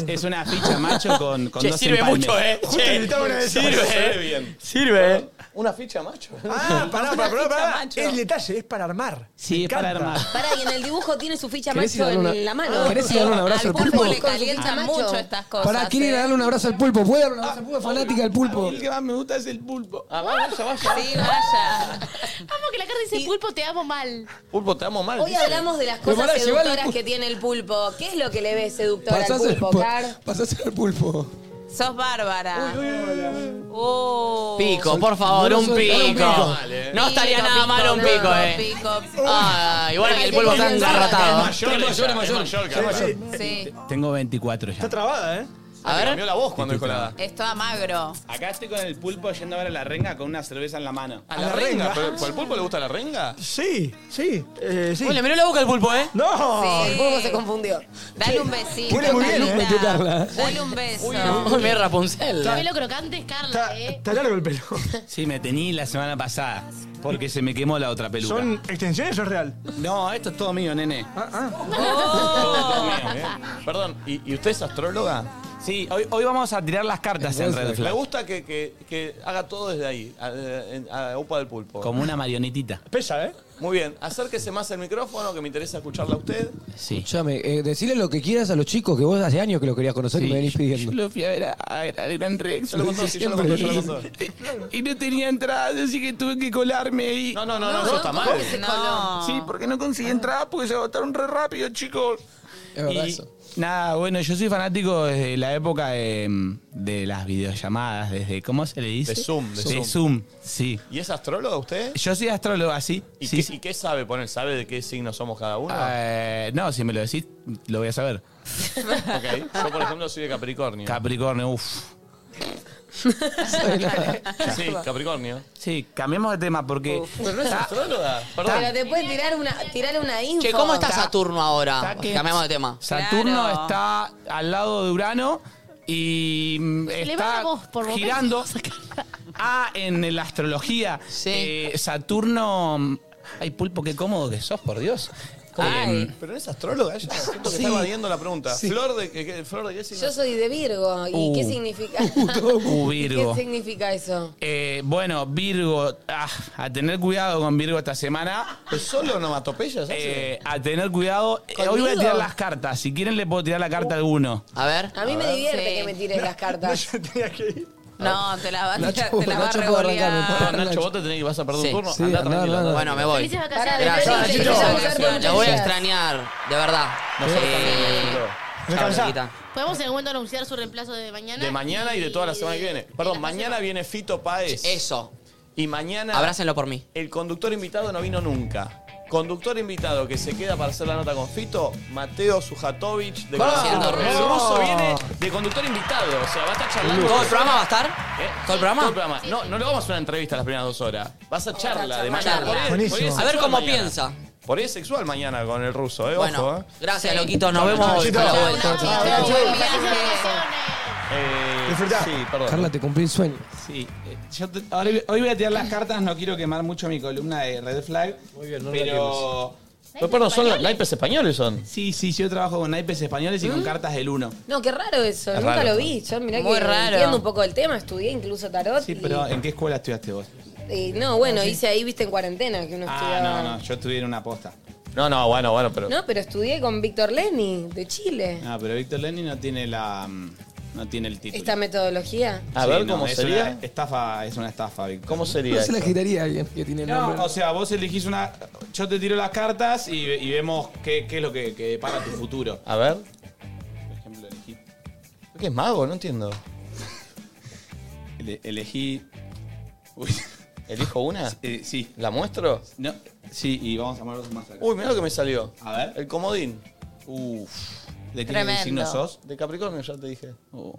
Es una ficha macho con, con Che, dos sirve empalmes. mucho, eh. Justo Che, necesitaba una de esas. Se ve Sirve, eh. bien. Sirve, eh. ¿Una ficha macho? [LAUGHS] Ah, pará, pará, pará, pará. Macho. El detalle es para armar. Sí, Me es para encanta. armar. Pará, y en el dibujo tiene su ficha ¿Querés ir a macho dar en una- la mano. ¿Querés ir a dar un abrazo al pulpo pulpo? le calientan Con su mucho macho. estas cosas. Pará, quiere ir a eh. darle un abrazo al pulpo. ¿Puede darle un abrazo al pulpo? Es fanática del pulpo. Ah, El que más me gusta es el pulpo. Ah, vaya, vaya. Sí, vaya. Amo que la cara dice pulpo, te amo mal. Pulpo, te amo Ah, mal. Hoy dice. hablamos de las Pero cosas pará, llevale el seductoras pulpo. que tiene el pulpo. ¿Qué es lo que le ves seductor al Pasáselo pulpo, por- Car? pasáselo al pulpo. Sos bárbara. Oh. Pico, por favor, No un soy- un pico. pico. eh. No estaría Pico, nada mal un pico, pico, eh. pico. Ah, igual que el Ay, polvo qué está lindo. engarrotado. Mayor, es mayor, es mayor. Sí, sí. Sí, Tengo 24 ya. Está trabada, ¿eh? A Te ver. Cambió la voz cuando dijo la... es toda magro. Acá estoy con el pulpo yendo a ver a la renga con una cerveza en la mano. ¿A la renga? ¿Pero ¿pero al pulpo le gusta la renga? Sí, sí, eh, sí. Uy, le miró la boca al pulpo, eh. ¡No! El pulpo se confundió. Dale un besito. Huele muy bien, Carla. ¿eh? Metió Carla. Dale un beso. Uy, me Rapunzel. El pelo crocante es Carla, Está, eh. está largo el pelo. Sí, me tení la semana pasada porque se me quemó la otra peluca. ¿Son extensiones o es real? No, esto es todo [LAUGHS] mío, nene. Ah, Oh, ¿eh? Perdón, ¿y, y usted es astróloga? Sí, hoy, hoy vamos a tirar las cartas en Red Me Flag. gusta que, que- que haga todo desde ahí, a, en- a Upa del Pulpo. Como una marionetita. Pesa, ¿eh? Muy bien, acérquese más al micrófono que me interesa escucharla a usted. Sí. Escuchame, eh, decile lo que quieras a los chicos que vos hace años que los querías conocer y me venís Yo pidiendo. lo fui a ver a, a- a Gran Rex. Yo lo conté, yo lo conté, yo lo conté. Y no tenía entradas, así que tuve que colarme y. No, no, no, no, eso está mal. No. Sí, porque no conseguí entradas porque se agotaron re rápido, chicos. Es verdad Y- eso. Nada, bueno, yo soy fanático desde la época de, de las videollamadas, desde, ¿cómo se le dice? De Zoom, de Zoom. Zoom, sí. ¿Y es astróloga usted? Yo soy astrólogo, así. ¿Y, sí, qué, sí. y qué sabe poner? ¿Sabe de qué signo somos cada uno? Eh, no, si me lo decís, lo voy a saber. Ok, yo por ejemplo soy de Capricornio. Capricornio, uff. Ah, sí, Capricornio. Sí, cambiemos de tema porque... ¿Pero no es astróloga? Pero Perdón. te puede tirar una, tirar una info. Che, ¿cómo está Saturno ahora? Está que- Cambiamos de tema. Saturno Claro. está al lado de Urano y mm, le va está la voz por momentos. girando. Ah, en la astrología. Sí. eh, Saturno mm, Ay, pulpo, qué cómodo que sos, por Dios. [LAUGHS] Em, Pero no es astróloga Ah, ella. Siento que Sí. está evadiendo la pregunta. Sí. Flor de que- que- Flor de qué signo? Yo soy de Virgo. ¿Y Uh. qué significa? [LAUGHS] Uh, Virgo. ¿Qué significa eso? Eh, bueno, Virgo, ah, a tener cuidado con Virgo esta semana. Pues ¿Solo onomatopeyas? Eh, a tener cuidado. Eh, hoy voy a ¿Conmigo? tirar las cartas. Si quieren, le puedo tirar la carta a alguno. A ver. A mí me divierte que me tires [LAUGHS] las cartas. No, te la va, te la- Nacho, te la va a Nacho puede revolear. Ah, Nacho, vos te tenés que vas a perder Sí. un turno. Sí, Andá andá, tranquilo, andá, andá. Bueno, me voy. Felices Gracias, vacaciones. Felices, Nacho. felices vacaciones. Lo voy a Gracias. extrañar, de verdad. No sé, Eh, Nacho. chao, Descansá. Blanquita. [LAUGHS] ¿Podemos en algún momento anunciar su reemplazo de mañana? De mañana y de toda la semana que viene. Perdón, mañana viene Fito Paez. Eso. Y mañana. Abrácenlo por mí. El conductor invitado no vino nunca. Conductor invitado que se queda para hacer la nota con Fito, Mateo Sujatovic de Vamos. Conociendo Ruso. El Vamos. ruso viene de conductor invitado, o sea, va a estar charlando. ¿Todo el programa va a estar? ¿Eh? ¿Todo el programa? No, no le vamos a hacer una entrevista las primeras dos horas. Va a ser charla de charla. mañana. Charla. Por ahí- Buenísimo. por ahí es A ver sexual cómo mañana. piensa. Por ahí es sexual mañana con el ruso, ¿eh? Bueno, Ojo, ¿eh? gracias, loquitos. Nos Chau, vemos chau, hoy. chau. a la vuelta. Eh, sí, perdón. Carla, te cumplí el sueño. Sí, eh, yo te- ahora hoy- hoy voy a tirar las cartas, no quiero quemar mucho mi columna de Red Flag. Muy bien, no la pero... Pero, perdón, son los naipes españoles son. ¿Mm? Sí, sí, yo trabajo con naipes españoles y con cartas del 1. No, qué raro eso. Es Nunca raro. lo vi. Yo mirá Muy que raro. entiendo un poco el tema. Estudié incluso tarot. Sí, pero ¿en qué escuela estudiaste vos? y, y no, bueno, hice ahí, viste, en cuarentena que uno Ah, estudiaba. no, no, yo estudié en una posta. No, no, bueno, bueno, pero. No, pero estudié con Víctor Lenny, de Chile. No, pero Víctor Lenin no tiene la... mm, no tiene el título. Esta metodología. A ver, ¿cómo es sería? una estafa, es una estafa, Víctor. ¿Cómo No se la giraría a alguien que tiene nombre. No, o sea, vos elegís una. Yo te tiro las cartas y, ve- y vemos qué, qué es lo que, que depara tu futuro. A ver. Por ejemplo, elegí. ¿Qué es mago? No entiendo. ele- elegí. ¿Elijo una? [LAUGHS] Eh, sí. ¿La muestro? No. Sí, y vamos a moverlos más acá. Uy, mirá lo que me salió. A ver. El comodín. Uff. ¿De qué Tremendo. signo sos? De Capricornio, ya te dije. Oh,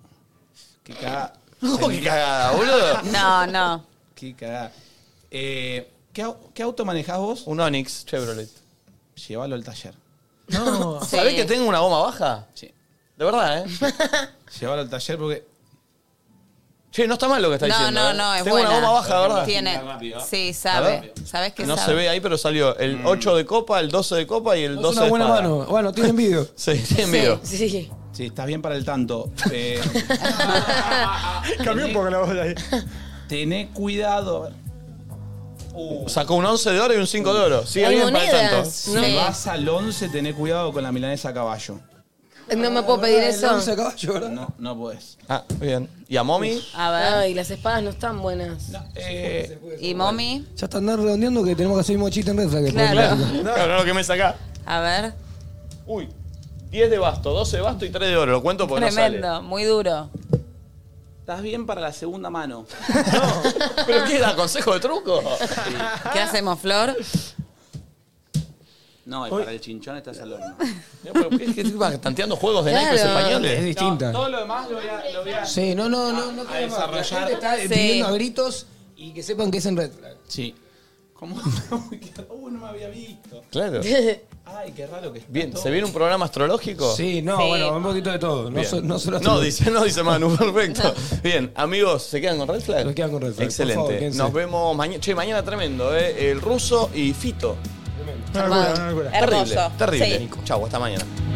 qué [LAUGHS] cagada. ¿Cómo que cagada, [LAUGHS] boludo? No, no. Qué cagada. Eh, ¿qué, au- qué auto manejás vos? Un Onix Chevrolet. Llévalo al taller. No. ¿Sabés que tengo una goma baja? Sí. [LAUGHS] De verdad, ¿eh? Llévalo al taller porque. Che, no está mal lo que está No, diciendo. no, ¿eh? no, es Tengo buena. una goma baja, ¿verdad? Tiene. Sí, A sabe. ver. Sabes que No sabe. se ve ahí, pero salió Mm. el 8 de copa, el 12 de copa y el 12 Es una de buena espada. mano. Bueno, tiene envidio. Sí, tiene miedo. Sí. Sí, estás bien para el [LAUGHS] tanto. Eh, [LAUGHS] Cambió un poco la voz de ahí. tené cuidado. A ver. Sacó un 11 de oro y un 5 de oro. Sigue Hay bien para el tanto. monedas. Si No. vas al 11, tené cuidado con la milanesa a caballo. No me puedo Ah, pedir eso. No, no podés. Ah, bien. ¿Y a Momi? A ver. Ay, las espadas no están buenas. eh, ¿Y mommy? Ya están redondeando que tenemos que hacer mochita en red flag. después. Claro. No, no, lo que me saca. A ver. Uy, 10 de basto, 12 de basto y 3 de oro. Lo cuento porque no sale. Tremendo, muy duro. Estás bien para la segunda mano. ¿Pero qué da? ¿Consejo de truco? [LAUGHS] ¿Qué hacemos, Flor? No, y para el chinchón estás al horno. ¿Qué, qué, vas tanteando juegos de Claro. naipes españoles? Es distinta. No, todo lo demás lo voy a. Lo voy a Sí, no, no, no. no a queremos. La desarrollar. gente está eh, Sí. pidiendo a gritos y que sepan que es en red flag. Sí. [LAUGHS] ¿Cómo? Uh, no me había visto. [LAUGHS] Claro. Ay, qué raro que está Bien, todo. ¿se viene un programa astrológico? Sí, no, bueno, un poquito de todo. No, Bien. so- no solo No, dice, no [LAUGHS] dice Manu, perfecto. Bien, amigos, ¿se quedan con Red Flag? Se quedan con Red Flag, por Excelente. favor, quédense. Nos vemos mañana. Che, mañana tremendo, ¿eh? El ruso y Fito. Una locura, una locura. Terrible, Hermoso. terrible. Sí. Chau, hasta mañana.